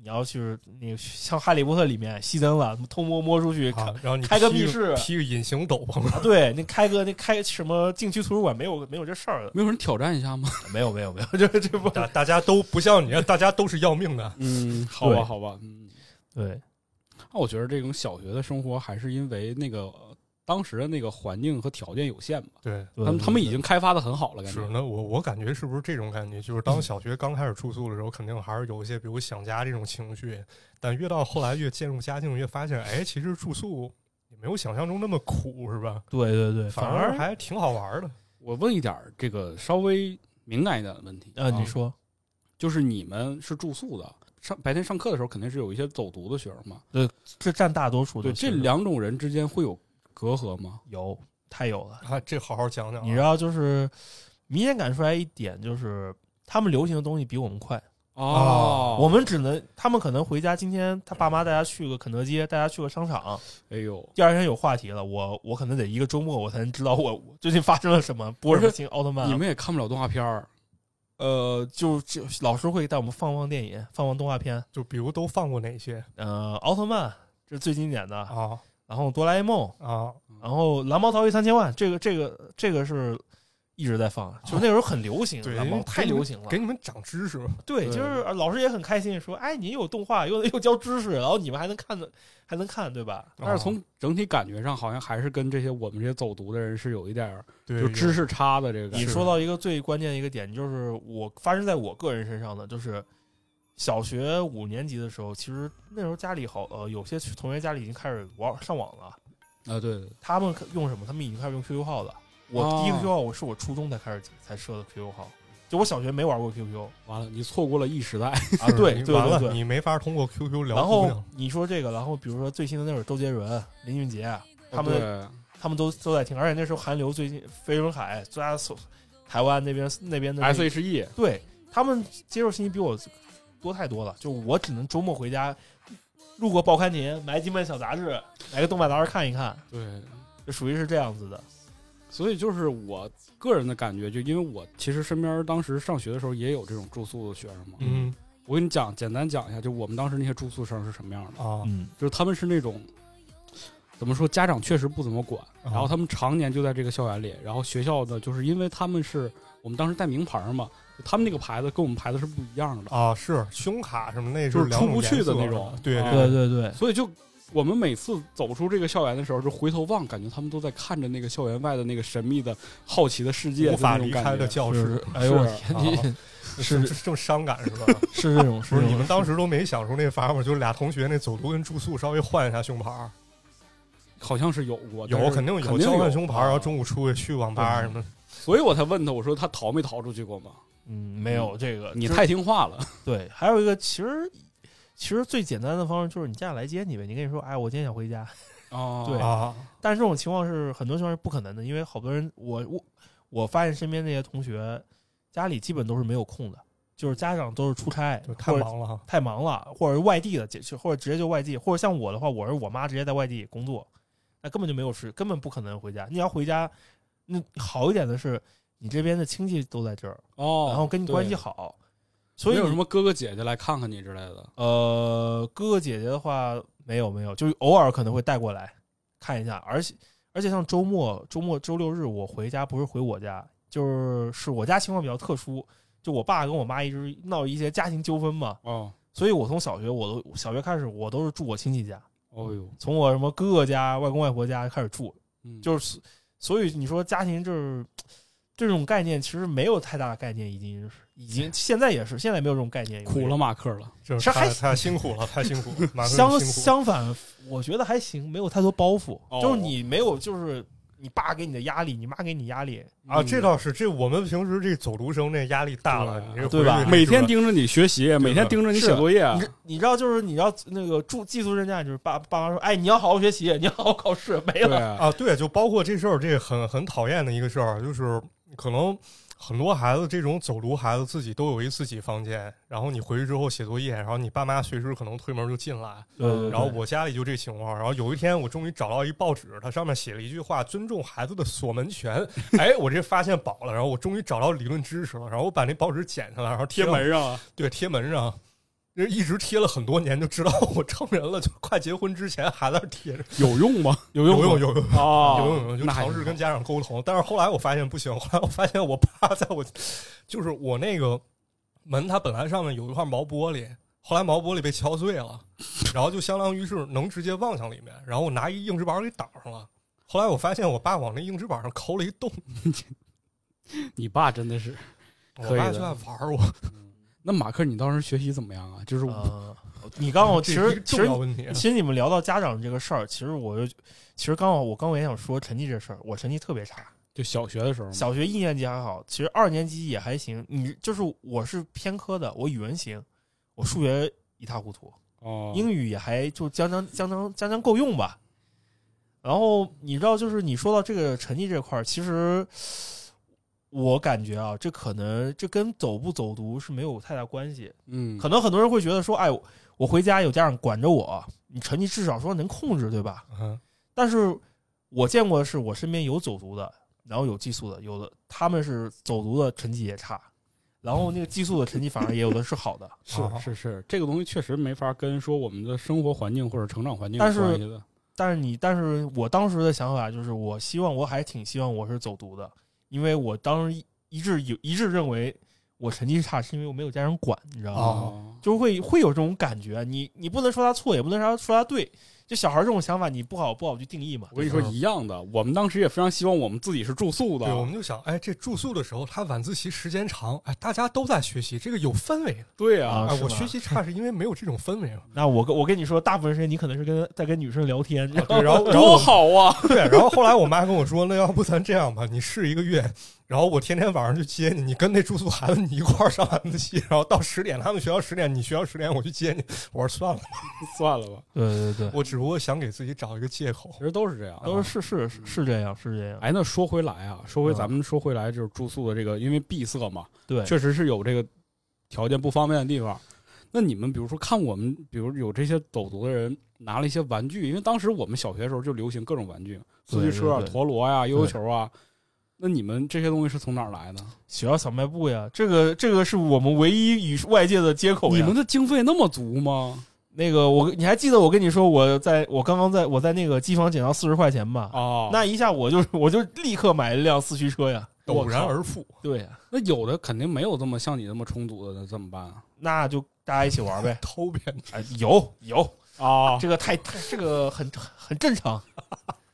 Speaker 3: 你要去你像哈利波特里面熄灯了，偷摸摸出去看
Speaker 1: 啊，然后你
Speaker 3: 开个
Speaker 1: 披
Speaker 3: 密室
Speaker 1: 披个隐形斗篷，
Speaker 3: 啊，对，那开个那开什么禁区图书馆没有没有这事儿的，
Speaker 2: 没有人挑战一下吗？
Speaker 3: 没有没有没有，这这不
Speaker 1: 大 大家都不像你，大家都是要命的。
Speaker 2: 嗯，好吧，
Speaker 3: 对
Speaker 2: 好吧，嗯，
Speaker 3: 对，
Speaker 2: 那我觉得这种小学的生活还是因为那个呃当时的那个环境和条件有限吧，
Speaker 1: 对，
Speaker 3: 对
Speaker 2: 他们他们已
Speaker 3: 对
Speaker 2: 经开发的很好了，感
Speaker 1: 是
Speaker 2: 觉。
Speaker 1: 那我我感觉是不是这种感觉？就是当小学刚开始住宿的时候，肯定还是有一些比如想家这种情绪，但越到后来越渐入佳境，越发现哎，其实住宿也没有想象中那么苦，是吧？
Speaker 3: 对对对，
Speaker 1: 反
Speaker 3: 反
Speaker 1: 而还挺好玩的。
Speaker 2: 我问一点儿这个稍微敏感一点的问题
Speaker 3: 啊，你说
Speaker 2: 就是你们是住宿的，上白天上课的时候肯定是有一些走读的学生嘛，
Speaker 3: 这占大多数的
Speaker 2: 对，
Speaker 3: 其实，
Speaker 2: 这两种人之间会有隔阂吗？
Speaker 3: 有太有了。
Speaker 1: 啊，这好好讲讲啊。
Speaker 3: 你知道，就是明显感出来一点，就是他们流行的东西比我们快。
Speaker 1: 哦
Speaker 3: 啊我们只能，他们可能回家，今天他爸妈带他去个肯德基，带他去个商场，
Speaker 2: 哎呦，
Speaker 3: 第二天有话题了，我我可能得一个周末我才能知道我我最近发生了什么，播什么新奥特曼啊。
Speaker 2: 你们也看不了动画片儿，
Speaker 3: 哦呃，就就老师会带我们放放电影，放放动画片，
Speaker 1: 就比如都放过哪些
Speaker 3: 呃，奥特曼这是最经典的，
Speaker 1: 啊
Speaker 3: 然后哆啦 A 梦，
Speaker 1: 啊？
Speaker 3: 然后蓝猫逃狱三千万，这个这个这个是一直在放，就是那时候很流行，
Speaker 1: 哦对
Speaker 3: 蓝
Speaker 1: 因
Speaker 3: 猫
Speaker 1: 为
Speaker 3: 太
Speaker 1: 给你
Speaker 3: 流
Speaker 1: 们
Speaker 3: 行了
Speaker 1: 给。你们长知识，
Speaker 3: 对，就是老师也很开心，说：“哎，您有动画，又又教知识，然后你们还能看的，还能看，对吧？”
Speaker 2: 但是从整体感觉上，好像还是跟这些我们这些走读的人是有一点儿
Speaker 1: 对
Speaker 2: 就知识差的这个感觉。
Speaker 3: 你说到一个最关键的一个点，就是我发生在我个人身上的，就是小学五年级的时候，其实那时候家里好呃，有些同学家里已经开始玩上网了，
Speaker 2: 啊，对，对
Speaker 3: 他们用什么？他们已经开始用 QQ 号了。我
Speaker 2: 哦
Speaker 3: 第一个 QQ 号我是我初中才开始才设的 QQ 号，就我小学没玩过 QQ
Speaker 2: 完了，你错过了一时代。
Speaker 3: 啊， 对对
Speaker 1: 完了
Speaker 3: 对对。
Speaker 1: 你没法通过 QQ 聊
Speaker 3: 然
Speaker 1: 姑
Speaker 3: 后
Speaker 1: 娘，
Speaker 3: 你说这个，然后比如说最新的那会儿周杰伦、林俊
Speaker 1: 哦
Speaker 3: 杰，他们
Speaker 2: 对
Speaker 3: 他们都都在听，而且那时候韩流最近飞轮海，最大搜台湾那边那边的那个
Speaker 2: SHE
Speaker 3: 对他们接受信息比我多太多了，就我只能周末回家，路过报刊亭买几本小杂志，买个动漫杂志看一看，
Speaker 2: 对，
Speaker 3: 就属于是这样子的。
Speaker 2: 所以就是我个人的感觉，就因为我其实身边当时上学的时候也有这种住宿的学生嘛。
Speaker 1: 嗯
Speaker 2: 我跟你讲，简单讲一下，就我们当时那些住宿生是什么样的，
Speaker 1: 啊
Speaker 3: 嗯，
Speaker 2: 就是他们是那种。怎么说？家长确实不怎么
Speaker 1: 哦
Speaker 2: 管，然后他们常年就在这个校园里。然后学校呢，就是因为他们是我们当时带名牌嘛，就他们那个牌子跟我们牌子是不一样的，
Speaker 1: 啊是胸卡什么那
Speaker 2: 就是
Speaker 1: 两
Speaker 2: 出
Speaker 1: 种
Speaker 2: 不去
Speaker 1: 颜色
Speaker 2: 的那种
Speaker 1: 是吧对
Speaker 2: 啊
Speaker 1: 对
Speaker 3: 对对，
Speaker 2: 所以就我们每次走出这个校园的时候，就回头望，感觉他们都在看着那个校园外的那个神秘的、好奇的世界，
Speaker 1: 无法
Speaker 2: 就那
Speaker 1: 离
Speaker 2: 种感
Speaker 1: 开的
Speaker 2: 觉
Speaker 1: 教
Speaker 3: 是
Speaker 1: 室，
Speaker 3: 哎呦我
Speaker 2: 是
Speaker 3: 天，
Speaker 1: 啊
Speaker 3: 你
Speaker 1: 是
Speaker 3: 是
Speaker 1: 这么伤感是吧？
Speaker 3: 是这种，是
Speaker 1: 不
Speaker 3: 这
Speaker 1: 是你
Speaker 3: 种
Speaker 1: 们当时都没享受那法吗？就是俩同学那走读跟住宿稍微换一下胸牌儿，
Speaker 2: 好像是有过，但
Speaker 1: 有肯
Speaker 2: 是肯
Speaker 1: 定有
Speaker 2: 有
Speaker 1: 交换胸牌儿，然后
Speaker 2: 啊
Speaker 1: 中午出去去网吧什么，
Speaker 2: 所以我才问他，我说他逃没逃出去过嘛？
Speaker 3: 嗯没有这个，
Speaker 2: 你
Speaker 3: 就是
Speaker 2: 太听话 了，
Speaker 3: 对。还有一个，其实其实最简单的方式就是你家长来接你呗，你跟你说，哎，我今天想回家。
Speaker 2: 哦
Speaker 3: 对
Speaker 1: 啊，
Speaker 3: 但是这种情况是很多情况是不可能的，因为好多人，我我我发现身边那些同学家里基本都是没有空的，就是家长都是出差
Speaker 1: 就太
Speaker 3: 或者
Speaker 1: 忙了哈。
Speaker 3: 太忙了，或者是外地的，就或者直接就外地，或者像我的话，我是我妈直接在外地工作，那根本就没有时，根本不可能回家。你要回家，那好一点的是你这边的亲戚都在这儿，
Speaker 2: 哦，
Speaker 3: 然后跟你关系
Speaker 2: 对，
Speaker 3: 好，所以
Speaker 2: 没有
Speaker 3: 你
Speaker 2: 什么哥哥姐姐来看看你之类的。
Speaker 3: 呃，哥哥姐姐的话没有没有，就是偶尔可能会带过来看一下，而且而且像周末、周末、周六日我回家不是回我家，就是是我家情况比较特殊，就我爸跟我妈一直闹一些家庭纠纷嘛，
Speaker 2: 哦，
Speaker 3: 所以我从小学我都小学开始我都是住我亲戚家，
Speaker 2: 哦呦，
Speaker 3: 从我什么哥哥家、外公外婆家开始住，
Speaker 2: 嗯，
Speaker 3: 就是所以你说家庭就是这种概念其实没有太大的概念，已经是已经现在也是现在没有这种概念，有
Speaker 2: 苦
Speaker 3: 没
Speaker 2: 了
Speaker 3: 有
Speaker 2: 马克了。
Speaker 1: 这
Speaker 3: 是
Speaker 1: 太
Speaker 3: 还
Speaker 1: 太辛苦了，太辛苦了，马克
Speaker 3: 相
Speaker 1: 辛苦
Speaker 3: 相反，我觉得还行，没有太多包袱，
Speaker 2: 哦
Speaker 3: 就是你没有就是你爸给你的压力，你妈给你压力，
Speaker 1: 啊，
Speaker 2: 嗯
Speaker 1: 这倒是，这我们平时这走读生这压力大了，
Speaker 2: 对
Speaker 1: 你这
Speaker 3: 对吧
Speaker 1: 回去
Speaker 2: 每
Speaker 1: 是
Speaker 2: 天盯着你学习，每天盯着你写作业，啊
Speaker 3: 你你知道就是你要那个住寄宿人家就是爸爸妈说，哎，你要好好学习，你要好好考试，没
Speaker 2: 对
Speaker 3: 了，
Speaker 1: 啊，对，就包括这事儿，这很很讨厌的一个事儿，就是可能很多孩子这种走读孩子自己都有一自己房间，然后你回去之后写作业，然后你爸妈随时可能推门就进来，
Speaker 3: 对对对
Speaker 1: 然后我家里就这情况，然后有一天我终于找到一报纸，它上面写了一句话：“尊重孩子的所门权。”哎，我这发现宝了，然后我终于找到理论知识了，然后我把那报纸剪下来，然后
Speaker 2: 贴
Speaker 1: 到
Speaker 2: 门上啊。
Speaker 1: 对，贴门上，这一直贴了很多年，就知道我成人了，就快结婚之前还在那儿贴着，
Speaker 2: 有用吗？有
Speaker 1: 有
Speaker 2: 吗
Speaker 1: 用有用。
Speaker 2: 哦，
Speaker 1: 有用有用，就
Speaker 2: 那还
Speaker 1: 尝试
Speaker 2: 挺
Speaker 1: 跟
Speaker 2: 好
Speaker 1: 家长沟通。但是后来我发现不行，后来我发现我爸在我，就是我那个门，它本来上面有一块毛玻璃，后来毛玻璃被敲碎了，然后就相当于是能直接望向里面，然后我拿一硬纸板给挡上了。后来我发现我爸往那硬纸板上抠了一洞，
Speaker 2: 你爸真的是。
Speaker 1: 我
Speaker 2: 可以
Speaker 1: 爸
Speaker 2: 的
Speaker 1: 就爱玩我。
Speaker 2: 那马克，你当时学习怎么样啊？就是我
Speaker 3: 啊， 你刚好其
Speaker 1: 这是一
Speaker 3: 实
Speaker 1: 个
Speaker 3: 其
Speaker 1: 重
Speaker 3: 实
Speaker 1: 要问题，啊
Speaker 3: 其实你们聊到家长这个事儿，其实我就其实刚好我刚好也想说成绩这事儿，我成绩特别差，
Speaker 2: 就小学的时候嘛，
Speaker 3: 小学一年级还好，其实二年级也还行。你就是我是偏科的，我语文行，我数学一塌糊涂，
Speaker 2: 哦，
Speaker 3: 英语也还就将将将将将将够用吧。然后你知道，就是你说到这个成绩这块儿，其实我感觉啊，这可能这跟走不走读是没有太大关系。
Speaker 2: 嗯，
Speaker 3: 可能很多人会觉得说，哎，我回家有家长管着我，啊你成绩至少说能控制，对吧？
Speaker 1: 嗯，
Speaker 3: 但是我见过的是我身边有走读的，然后有寄宿的，有的他们是走读的成绩也差，然后那个寄宿的成绩反而也有的是好的。
Speaker 2: 是
Speaker 1: 啊
Speaker 2: 是是，这个东西确实没法跟说我们的生活环境或者成长环境
Speaker 3: 但
Speaker 2: 有
Speaker 3: 是
Speaker 2: 关系的。
Speaker 3: 但是你，但是我当时的想法就是，我希望我还挺希望我是走读的，因为我当时一一致有一致认为我成绩差是因为我没有家人管，你知
Speaker 2: 啊
Speaker 3: 道吗？
Speaker 1: 哦
Speaker 3: 就会会有这种感觉。你你不能说他错，也不能说他说他对。就小孩这种想法，你不好不好去定义嘛。
Speaker 2: 我跟你说
Speaker 1: 嗯
Speaker 2: 一样的，我们当时也非常希望我们自己是住宿的
Speaker 1: 对，，我们就想，哎，这住宿的时候，他晚自习时间长，哎，大家都在学习，这个有氛围。
Speaker 2: 对啊，
Speaker 3: 啊
Speaker 1: 哎，
Speaker 3: 是
Speaker 1: 我
Speaker 3: 吗
Speaker 1: 学习差是因为没有这种氛围嘛。
Speaker 3: 那我跟我跟你说，大部分时间你可能是跟在跟女生聊
Speaker 2: 哦
Speaker 3: 天，
Speaker 1: 对，然后然后
Speaker 2: 多
Speaker 1: 我
Speaker 2: 好 啊！
Speaker 1: 对，然后后来我妈跟我说，那要不咱这样吧，你试一个月，然后我天天晚上去接你，你跟那住宿孩子你一块儿上晚自习，然后到十点，他们学校十点，你学校十点，我去接你。我说算了，
Speaker 2: 算了吧，
Speaker 3: 对对对，
Speaker 1: 我只不过想给自己找一个借口
Speaker 2: 其。实都是这样，
Speaker 3: 都是是是是这样是这
Speaker 2: 嗯
Speaker 3: 样，
Speaker 2: 哎，那说回来啊，说回咱们说回来，就是住宿的这个，因为闭塞嘛，
Speaker 3: 对，
Speaker 2: 确实是有这个条件不方便的地方。那你们比如说看我们，比如有这些走读的人拿了一些玩具，因为当时我们小学的时候就流行各种玩具，
Speaker 3: 对
Speaker 2: 四驱车啊、
Speaker 3: 对对
Speaker 2: 陀螺呀、悠悠球啊。那你们这些东西是从哪儿来的？
Speaker 3: 学校小卖部呀，这个这个是我们唯一与外界的接口呀。
Speaker 2: 你们的经费那么足吗？
Speaker 3: 那个我你还记得我跟你说我在我刚刚在我在那个机房捡到四十块钱吧？
Speaker 2: 哦，
Speaker 3: 啊那一下我就 我就立刻买了辆四驱车呀。
Speaker 1: 陡然而富，。
Speaker 3: 对呀，
Speaker 2: 那有的肯定没有这么像你那么充足的，那怎么办啊？
Speaker 3: 那就大家一起玩呗
Speaker 1: 偷别人
Speaker 3: 哎，有有，
Speaker 2: 啊，
Speaker 3: 这个太太这个很很正常。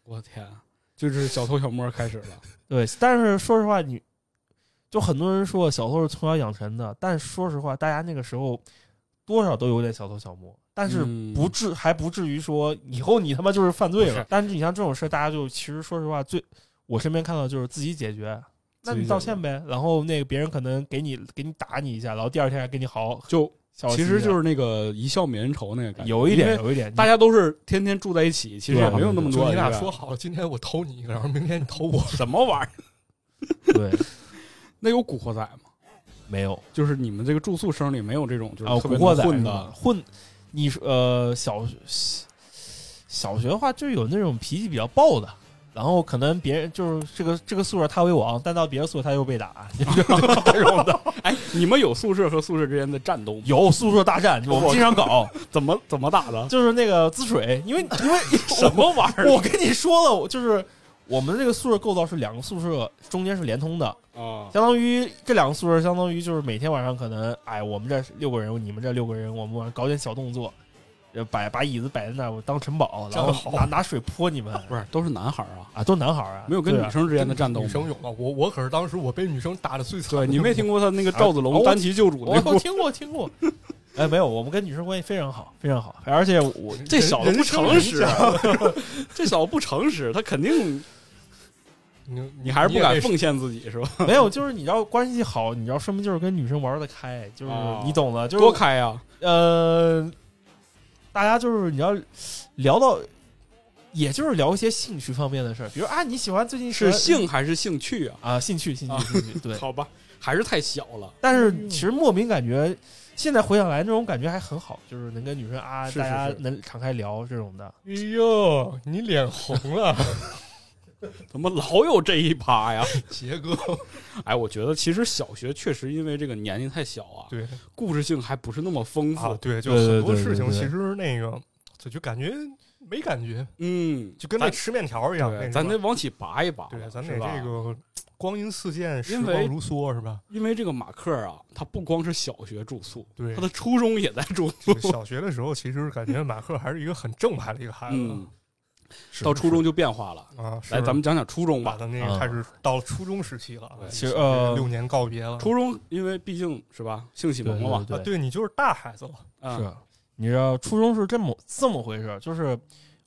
Speaker 2: 我天，就是小偷小摸开始了。
Speaker 3: 对，但是说实话，你就很多人说小偷是从小养成的，但说实话，大家那个时候多少都有点小偷小摸，但是
Speaker 2: 嗯
Speaker 3: 不至、还不至于说以后你他妈就是犯罪
Speaker 2: 不
Speaker 3: 了
Speaker 2: 是。
Speaker 3: 但是你像这种事，大家就其实说实话，最我身边看到就是自己解决。那
Speaker 2: 自己
Speaker 3: 你
Speaker 2: 解
Speaker 3: 道
Speaker 2: 决
Speaker 3: 歉呗，然后那个别人可能给你给你打你一下，然后第二天还给你好，
Speaker 2: 就
Speaker 3: 小
Speaker 2: 其实就是是那个一笑泯恩仇那个感觉，
Speaker 3: 啊有一
Speaker 2: 因
Speaker 3: 点
Speaker 2: 为
Speaker 3: 有一点，
Speaker 2: 大家都是天天住在一起，其实也没有那么
Speaker 1: 就
Speaker 2: 多。
Speaker 1: 你俩
Speaker 2: 对吧
Speaker 1: 说好了，今天我偷你一个，然后明天你偷我。
Speaker 2: 什么玩意儿？
Speaker 3: 对
Speaker 2: 那有古惑仔吗？
Speaker 3: 没有。
Speaker 2: 就是你们这个住宿生里没有这种就是
Speaker 3: 啊，
Speaker 2: 特
Speaker 3: 古
Speaker 2: 别
Speaker 3: 惑仔
Speaker 2: 能混
Speaker 3: 是吧
Speaker 2: 的，
Speaker 3: 混，你说呃小小学的话，就有那种脾气比较暴的，然后可能别人就是这个这个宿舍他为王，但到别的宿舍他又被打， 这种的。
Speaker 2: 哎，你们有宿舍和宿舍之间的战斗吗？
Speaker 3: 有宿舍大战，我们经常搞，
Speaker 2: 怎么怎么打的？
Speaker 3: 就是那个滋水，因为因为
Speaker 2: 什么玩意儿？
Speaker 3: 我跟你说了，我就是。我们这个宿舍构造是两个宿舍中间是连通的，
Speaker 2: 啊
Speaker 3: 相当于这两个宿舍相当于就是每天晚上可能，哎，我们这六个人，你们这六个人，我们晚上搞点小动作，呃，摆把椅子摆在那儿，我当城堡，
Speaker 1: 这
Speaker 3: 然
Speaker 1: 样
Speaker 3: 后
Speaker 1: 好
Speaker 3: 拿拿水泼你们，
Speaker 2: 不是，都是男孩儿啊，
Speaker 3: 啊，都是男孩儿啊，
Speaker 2: 没有跟
Speaker 3: 对啊
Speaker 2: 女生之间的战斗
Speaker 1: 女
Speaker 2: 吗。
Speaker 1: 生有吗？我我可是当时我被女生打的最惨的。
Speaker 2: 对你没听过他那个赵子
Speaker 3: 啊
Speaker 2: 龙
Speaker 3: 哦
Speaker 2: 单骑救主
Speaker 3: 我
Speaker 2: 那
Speaker 3: 我
Speaker 2: 部？
Speaker 3: 听过听过，哎，没有，我们跟女生关系非常好，非常好，而且我这小子
Speaker 2: 人
Speaker 3: 不诚实，
Speaker 2: 啊 这小子不诚实，他肯定
Speaker 1: 你
Speaker 2: 你还是不敢
Speaker 1: 你也
Speaker 2: 奉献自己是吧？
Speaker 3: 没有，就是你知道关系好，你知道说明就是跟女生玩的开，就是
Speaker 2: 哦
Speaker 3: 你懂的，就是
Speaker 2: 多开啊呀！
Speaker 3: 呃，大家就是你要聊到，也就是聊一些兴趣方面的事儿，比如啊，你喜欢最近喜
Speaker 2: 是
Speaker 3: 欢
Speaker 2: 性还是兴趣啊？
Speaker 3: 啊，兴趣，兴
Speaker 2: 啊
Speaker 3: 趣，兴趣，对。
Speaker 2: 好吧，还是太小了。
Speaker 3: 但是其实莫名感觉，现在回想来那种感觉还很好，就是能跟女生啊，
Speaker 2: 是
Speaker 3: 大
Speaker 2: 是
Speaker 3: 家
Speaker 2: 是
Speaker 3: 能敞开聊这种的。
Speaker 1: 哎呦，你脸红了，
Speaker 2: 怎么老有这一趴呀？
Speaker 1: 杰哥。
Speaker 2: 哎，我觉得其实小学确实因为这个年纪太小啊，
Speaker 1: 对，
Speaker 2: 故事性还不是那么丰富。
Speaker 1: 啊，对，就
Speaker 3: 对对
Speaker 1: 很多
Speaker 3: 对
Speaker 1: 事
Speaker 3: 对
Speaker 1: 情
Speaker 3: 对
Speaker 1: 其实那个，就就感觉没感觉，
Speaker 2: 嗯，
Speaker 1: 就跟那
Speaker 2: 咱
Speaker 1: 吃面条一样。那
Speaker 2: 对
Speaker 1: 是
Speaker 2: 咱
Speaker 1: 吧
Speaker 2: 得往起拔一拔，
Speaker 1: 对，咱得
Speaker 2: 是吧
Speaker 1: 这个光阴似箭，时
Speaker 2: 因为
Speaker 1: 光如梭，是吧？
Speaker 2: 因为这个马克啊，他不光是小学住宿，
Speaker 1: 对
Speaker 2: 他的初中也在住宿
Speaker 1: 就。小学的时候，其实感觉马克还是一个很正派的一个孩
Speaker 2: 嗯
Speaker 1: 子，，
Speaker 2: 到初中就变化了。
Speaker 1: 啊。
Speaker 2: 来，咱们讲讲初中
Speaker 1: 把
Speaker 2: 吧。
Speaker 1: 咱那个
Speaker 3: 嗯
Speaker 1: 开始到初中时期了啊，
Speaker 2: 对
Speaker 3: 其实
Speaker 1: 小学
Speaker 3: 呃
Speaker 1: 六年告别了。
Speaker 2: 初中，因为毕竟是吧，性启蒙了嘛，
Speaker 1: 啊，
Speaker 3: 对，
Speaker 1: 嗯对你就是大孩子了，
Speaker 2: 啊，
Speaker 3: 是，你知道初中是这么这么回事儿，就是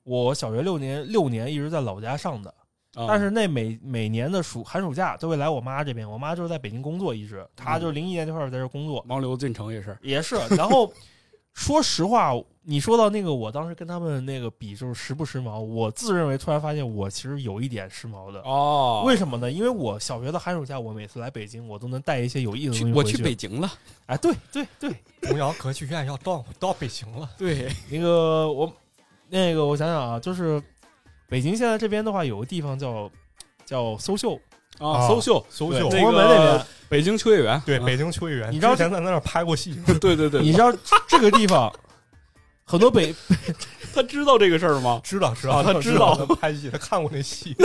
Speaker 3: 我小学六年六年一直在老家上的，
Speaker 2: 啊
Speaker 3: 但是那每每年的暑寒暑假都会来我妈这边，我妈就是在北京工作一直，她
Speaker 2: 嗯
Speaker 3: 就是零一年就开始在这儿工作，
Speaker 2: 王流进城也是，
Speaker 3: 也是。然后说实话，你说到那个，我当时跟他们那个比，就是时不时髦，我自认为突然发现我其实有一点时髦的。
Speaker 2: 哦
Speaker 3: 呃为什么呢？因为我小学的寒暑假，我每次来北京，我都能带一些有意思的
Speaker 2: 去
Speaker 3: 东西
Speaker 2: 我
Speaker 3: 回
Speaker 2: 去北京了，
Speaker 3: 哎，对对对，
Speaker 1: 童谣歌剧院要到到北京了，
Speaker 2: 对，
Speaker 3: 那个我那个我想想啊，就是北京现在这边的话，有个地方叫叫搜秀，
Speaker 2: 啊，
Speaker 1: 啊
Speaker 2: 搜秀，
Speaker 1: 搜
Speaker 3: 对
Speaker 1: 秀。
Speaker 3: 崇文门那边，
Speaker 2: 北京秋叶原，
Speaker 1: 对，
Speaker 2: 啊
Speaker 1: 北京秋叶原，
Speaker 3: 你知道
Speaker 1: 之前在那儿拍过戏，
Speaker 2: 对对对，
Speaker 3: 你知道这个地方很多北
Speaker 2: 他知道这个事儿 吗？
Speaker 1: 知道知
Speaker 2: 啊
Speaker 1: 道，
Speaker 2: 他知道
Speaker 1: 他拍戏，他看过那戏，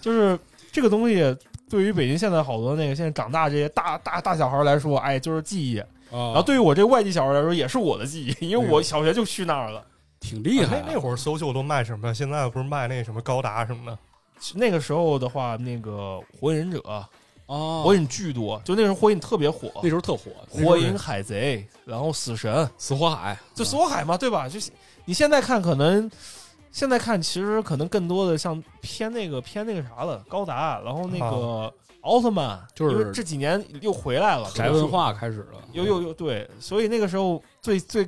Speaker 3: 就是这个东西对于北京现在好多那个现在长大这些大大大小孩来说，哎，就是记忆。然
Speaker 2: 然
Speaker 3: 啊后对于我这外地小孩来说，也是我的记忆，因为
Speaker 2: 对
Speaker 3: 我小学就去那儿了。
Speaker 2: 挺厉害啊，
Speaker 1: 那那会儿搜秀都卖什么？现在不是卖那什么高达什么的？
Speaker 3: 那个时候的话，那个火影忍者，
Speaker 2: 哦，
Speaker 3: 火影巨多，就那时候火影特别火，
Speaker 2: 那时候特火，
Speaker 3: 火影、海贼，然后死神，
Speaker 2: 死火海，嗯
Speaker 3: 就索海嘛，对吧？就是你现在看，可能现在看，其实可能更多的像偏那个偏那个啥了，高达，然后那个奥特曼，
Speaker 2: 啊就是
Speaker 3: 因为这几年又回来了，
Speaker 2: 宅文化开始了，
Speaker 3: 又又又对，所以那个时候最最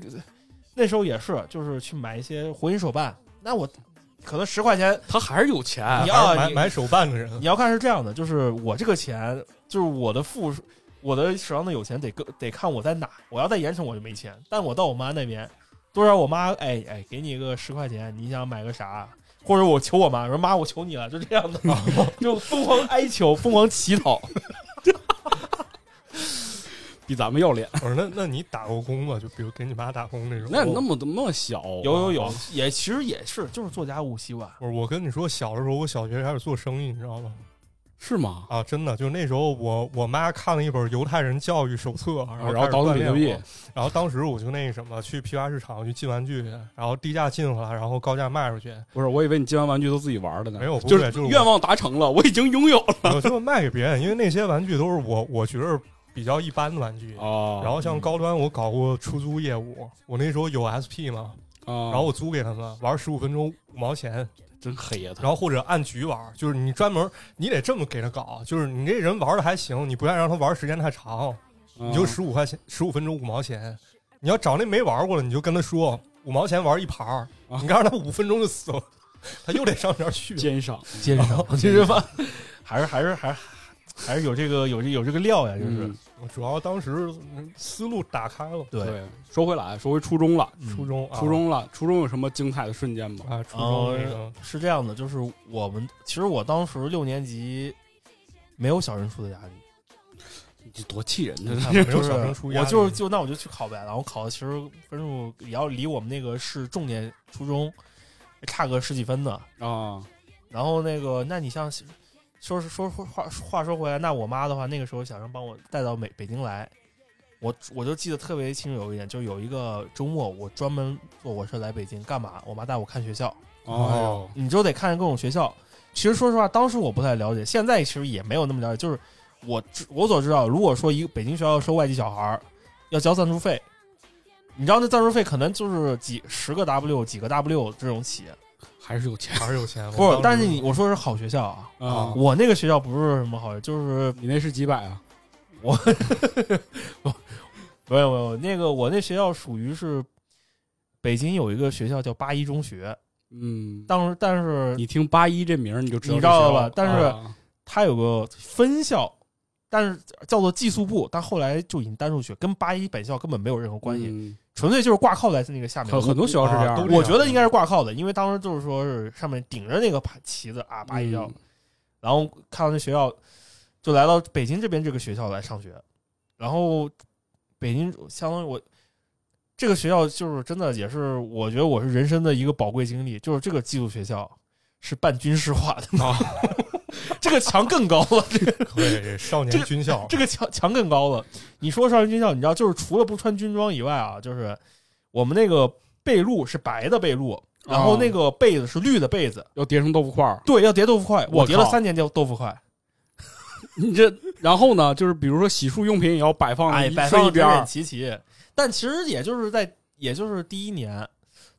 Speaker 3: 那时候也是，就是去买一些火影手办，那我可能十块钱。
Speaker 2: 他还是有钱
Speaker 3: 你，
Speaker 1: 还
Speaker 3: 要
Speaker 1: 是买
Speaker 3: 你
Speaker 1: 买手办的人
Speaker 3: 你要看是这样的，就是我这个钱，就是我的富，我的手上的有钱得跟得看我在哪。我要在盐城我就没钱，但我到我妈那边，多少我妈哎哎给你个十块钱，你想买个啥？或者我求我妈，我说妈，我求你了，就这样的，就疯狂哀求，疯狂乞讨。
Speaker 2: 比咱们要脸。
Speaker 1: 不是，那那你打过工吗？就比如给你妈打工那种？
Speaker 2: 那那么那么小，啊
Speaker 3: 有有有，也其实也是，就是做家务洗碗。
Speaker 1: 不是，我跟你说，小的时候我小学开始做生意，你知道吗？
Speaker 2: 是吗？
Speaker 1: 啊，真的，就那时候我我妈看了一本犹太人教育手册，然后
Speaker 2: 然后倒
Speaker 1: 开始锻
Speaker 2: 腾比特
Speaker 1: 炼
Speaker 2: 币
Speaker 1: 我，然后当时我就那什么去批发市场去进玩具，然后低价进回来，然后高价卖出去，
Speaker 2: 不是，我以为你今晚玩具都自己玩的呢。
Speaker 1: 没有不
Speaker 2: 就
Speaker 1: 会就是我
Speaker 2: 愿望达成了，我已经拥有 了。
Speaker 1: 我就卖给别人，因为那些玩具都是我我觉得比较一般的玩具。
Speaker 2: 哦
Speaker 1: 然后像高端，我搞过出租业务，我那时候有 SP 嘛，
Speaker 3: 哦
Speaker 2: 啊，
Speaker 1: 然后我租给他们玩十五分钟五毛钱，
Speaker 2: 真黑呀，他
Speaker 1: 然后或者按局玩，就是你专门你得这么给他搞，就是你这人玩的还行，你不愿意让他玩时间太
Speaker 3: 哦
Speaker 1: 长，你
Speaker 2: 啊
Speaker 1: 就十五块钱十五分钟五毛钱，你要找那没玩过的，你就跟他说五毛钱玩一盘儿，
Speaker 3: 哦
Speaker 2: 啊
Speaker 1: 你告诉他五分钟就死了，他又得上你那儿去。
Speaker 2: 奸商，
Speaker 3: 奸商， 其实吧，还是还是还是还是有这个有这有这个料呀，就是、
Speaker 2: 嗯
Speaker 1: 主要当时嗯思路打开了，
Speaker 3: 对。嗯
Speaker 2: 对。说回来，说回初中了，
Speaker 1: 初中啊
Speaker 2: 初中了，初中有什么精彩的瞬间吗？
Speaker 1: 啊，初中那个
Speaker 3: 是这样的，就是我们其实我当时六年级没有小升初的 压力，
Speaker 2: 你多气人
Speaker 1: 啊
Speaker 2: 呢！
Speaker 1: 没
Speaker 3: 就
Speaker 1: 有
Speaker 3: 是
Speaker 1: 小升初压
Speaker 3: 我
Speaker 1: 力，
Speaker 3: 就是就那我就去考呗，然后考的其实分数也要离我们那个市重点初中差个十几分的。
Speaker 2: 啊，
Speaker 3: 然后那个，那你像说是说说话话说回来，那我妈的话，那个时候想让帮我带到北北京来，我我就记得特别清楚有一点，就有一个周末我专门坐火车来北京干嘛？我妈带我看学校。
Speaker 2: 哦，
Speaker 3: 你就得看各种学校。其实说实话，当时我不太了解，现在其实也没有那么了解。就是我知我所知道，如果说一个北京学校收外地小孩儿，要交赞助费，你知道那赞助费可能就是几十个 W、几个 W 这种起。
Speaker 2: 还是有钱
Speaker 1: 还是有钱。
Speaker 3: 不
Speaker 1: 我
Speaker 3: 是
Speaker 1: 当，时
Speaker 3: 但是你我说是好学校啊，
Speaker 2: 啊！
Speaker 3: 我那个学校不是什么好学校，就是
Speaker 2: 你那是几百啊？
Speaker 3: 没有没有那个我那学校属于是北京有一个学校叫八一中学，
Speaker 2: 嗯，
Speaker 3: 当时但是
Speaker 2: 你听八一这名儿你就知道
Speaker 3: 你知道了吧
Speaker 2: 这学校
Speaker 3: 但是
Speaker 2: 啊
Speaker 3: 它有个分校，但是叫做寄宿部，但后来就已经单入学，跟八一本校根本没有任何关系，
Speaker 2: 嗯
Speaker 3: 纯粹就是挂靠在那个下面。
Speaker 2: 很很多学校是这样
Speaker 1: 啊
Speaker 2: 的
Speaker 1: 都，
Speaker 3: 我觉得应该是挂靠的，因为当时就是说是上面顶着那个牌旗子啊，八一要，
Speaker 2: 嗯
Speaker 3: 然后看到那学校，就来到北京这边这个学校来上学，然后北京相当于我这个学校就是真的也是我觉得我是人生的一个宝贵经历，就是这个寄宿学校是半军事化的， 这个墙更高 了。
Speaker 1: 可以少年军校，
Speaker 3: 这个墙墙更高了。你说少林军校，你知道，就是除了不穿军装以外啊，就是我们那个被褥是白的被褥，然后那个被子是绿的被子。
Speaker 2: 要叠成豆腐块儿。
Speaker 3: 哦对，要叠豆腐块，
Speaker 2: 我
Speaker 3: 我叠了
Speaker 2: 靠
Speaker 3: 三年豆豆腐块，
Speaker 2: 你这，然后呢，就是比如说洗漱用品也要摆放
Speaker 3: 哎，
Speaker 2: 一
Speaker 3: 摆
Speaker 2: 分
Speaker 3: 放
Speaker 2: 一边
Speaker 3: 整整
Speaker 2: 儿，
Speaker 3: 齐齐。但其实也就是在，也就是第一年。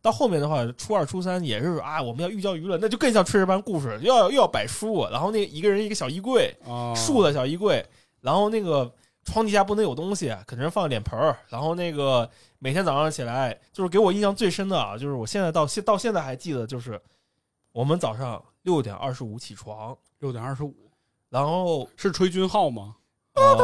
Speaker 3: 到后面的话，初二、初三也是啊，我们要寓教于乐，那就更像炊事班故事，又要又要摆书，然后那一个人一个小衣柜，
Speaker 2: 啊
Speaker 3: 竖的小衣柜，然后那个床底下不能有东西，肯定是放脸盆儿。然后那个每天早上起来，就是给我印象最深的啊，就是我现在到现到现在还记得，就是我们早上六点二十五起床，
Speaker 2: 六点二十五
Speaker 3: 然后、
Speaker 2: 是吹军号吗？
Speaker 3: 呃、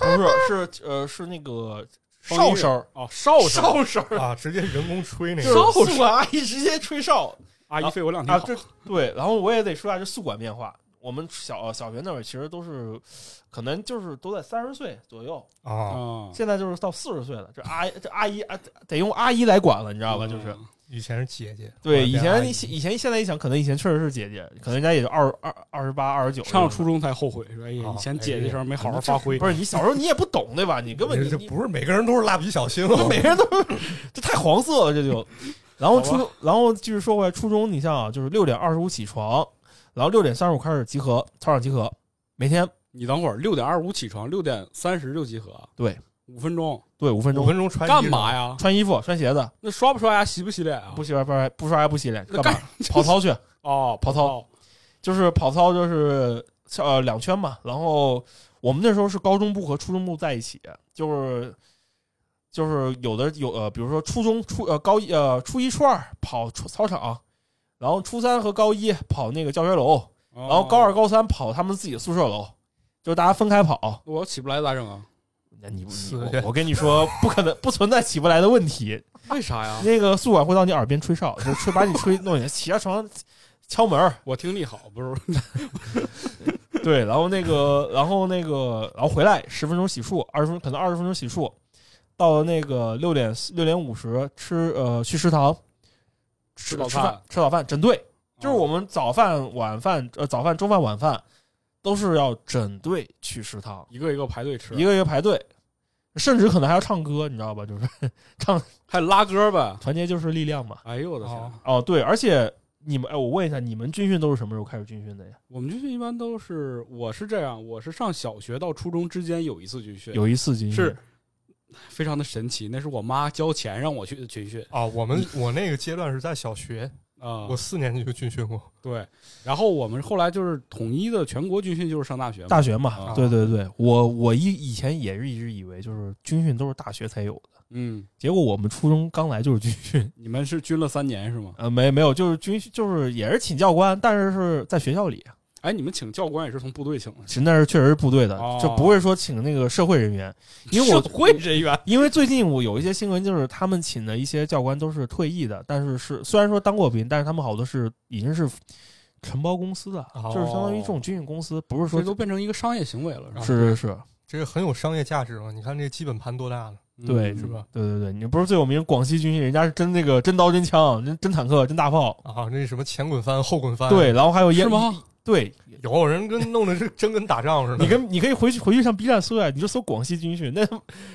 Speaker 3: 不是是呃是那个
Speaker 2: 放音
Speaker 3: 哨
Speaker 2: 乐
Speaker 3: 声儿，
Speaker 2: 哦，哨声，
Speaker 3: 哨声儿，
Speaker 1: 啊，直接员工吹那
Speaker 3: 就
Speaker 1: 个。
Speaker 3: 是宿管阿姨直接吹哨，
Speaker 2: 阿姨肺活量挺
Speaker 3: 啊，
Speaker 2: 好
Speaker 3: 这对，然后我也得说一下这宿管变化。我们小小学那会儿其实都是，可能就是都在三十岁左右，
Speaker 1: 啊，
Speaker 3: 嗯
Speaker 2: 啊，
Speaker 3: 哦现在就是到四十岁了，这阿姨这阿姨啊得用阿姨来管了，你知
Speaker 2: 知嗯
Speaker 3: 道吧？就是，
Speaker 1: 以前是姐姐，后
Speaker 3: 对，
Speaker 1: 来
Speaker 3: 以
Speaker 1: 变阿
Speaker 3: 前
Speaker 1: 姨
Speaker 3: 你以前现在一想，可能以前确实是姐姐，可能人家也就二二二十八、二十九。
Speaker 2: 上了初中才后悔说，哎
Speaker 3: 哦
Speaker 2: 呀，
Speaker 1: 啊
Speaker 2: 以前姐姐时候没好好发挥
Speaker 3: 不。是你小时候你也不懂对吧？你根本
Speaker 1: 这
Speaker 3: 就
Speaker 1: 这不是每个人都是蜡笔小新了，
Speaker 3: 每个人都这太黄色了，这就。然后初
Speaker 2: 好
Speaker 3: 中，然后继续说回来，初中你像啊，就是六点二十五起床，然后六点三十五开始集合，操场集合，每天
Speaker 2: 你等会儿六点二十五起床，六点三十就集合，
Speaker 3: 对，
Speaker 2: 五分钟
Speaker 3: 对五分
Speaker 1: 五
Speaker 3: 钟，
Speaker 1: 分钟穿
Speaker 2: 干
Speaker 1: 衣服
Speaker 2: 嘛呀？
Speaker 3: 穿衣服、穿鞋子，
Speaker 2: 那刷不刷牙，洗不洗脸啊？
Speaker 3: 不洗完不刷不刷牙不洗脸，
Speaker 2: 那
Speaker 3: 干嘛？跑操去，
Speaker 2: 哦，
Speaker 3: 跑操就是跑操，就是呃两圈嘛。然后我们那时候是高中部和初中部在一起，就是就是有的有呃，比如说初中初呃高一呃初一初二跑出操场，然后初三和高一跑那个教学楼，
Speaker 2: 跑，
Speaker 3: 然
Speaker 2: 然
Speaker 3: 后高二高三跑他们自己宿舍楼，就是大家分开跑。
Speaker 2: 我起不来咋整啊？
Speaker 3: 那你不
Speaker 1: 死
Speaker 3: 你
Speaker 1: 去
Speaker 3: 我我跟你说，不可能不存在起不来的问题。
Speaker 2: 为啥呀？
Speaker 3: 那个宿管会到你耳边吹哨，就是吹把你吹弄醒，起到床上敲门儿，
Speaker 2: 我听力好不是？
Speaker 3: 对，然后那个，然后那个，然后回来十分钟洗漱，二十分可能二十分钟洗漱，到了那个六点六点五十吃呃去食堂吃
Speaker 2: 吃早
Speaker 3: 吃饭
Speaker 2: 饭哦
Speaker 3: 吃早饭整队， 就是我们早饭晚饭呃早饭中饭晚饭都是要整队去食堂，
Speaker 2: 一个一个排队吃，
Speaker 3: 一个一个排队，甚至可能还要唱歌，你知道吧？就是 唱
Speaker 2: 还拉歌呗。
Speaker 3: 团结就是力量嘛。
Speaker 2: 哎呦我的天
Speaker 1: 哦！
Speaker 3: 哦，对，而且你们哎，我问一下，你们军训都是什么时候开始军训的呀？
Speaker 2: 我们军训一般都是，我是这样，我是上小学到初中之间有一次军训，
Speaker 3: 有一次军训
Speaker 2: 是非常的神奇，那是我妈交钱让我去的军训
Speaker 1: 啊！我们我那个阶段是在小学，
Speaker 2: 啊、
Speaker 1: 我四年级就军训过，
Speaker 2: 对，然后我们后来就是统一的全国军训就是上大学嘛，
Speaker 3: 大学嘛，
Speaker 2: 啊
Speaker 3: 对对对，我我一以前也是一直以为就是军训都是大学才有的，
Speaker 2: 嗯，
Speaker 3: 结果我们初中刚来就是军训，
Speaker 2: 你们是军了三年是吗？
Speaker 3: 呃，没没有，就是军训就是也是请教官，但是是在学校里，
Speaker 2: 哎，你们请教官也是从部队请的，
Speaker 3: 其实那是确实是部队的，
Speaker 2: 哦
Speaker 3: 就不会说请那个社会人员，因为我
Speaker 2: 社会人员
Speaker 3: 因为最近我有一些新闻，就是他们请的一些教官都是退役的，但是是虽然说当过兵，但是他们好多是已经是承包公司的，
Speaker 1: 哦
Speaker 3: 就是相当于这种军训公司，不是说
Speaker 2: 这都变成一个商业行为了，吧
Speaker 3: 是是是，
Speaker 1: 这个很有商业价值嘛。你看这基本盘多大呢，
Speaker 2: 嗯
Speaker 3: 对
Speaker 1: 是？吧？
Speaker 3: 对对对，你不是最有名广西军训，人家是真那个真刀真枪，真真坦克真大炮，
Speaker 1: 啊，那什么前滚翻、后滚翻，
Speaker 3: 对，，然后还有
Speaker 2: 嗯
Speaker 3: 烟
Speaker 2: 是？吗？
Speaker 3: 对，
Speaker 1: 有人跟弄的是真跟打仗似的。
Speaker 3: 你跟你可以回去回去上 B 站搜呀，你就搜广西军训，那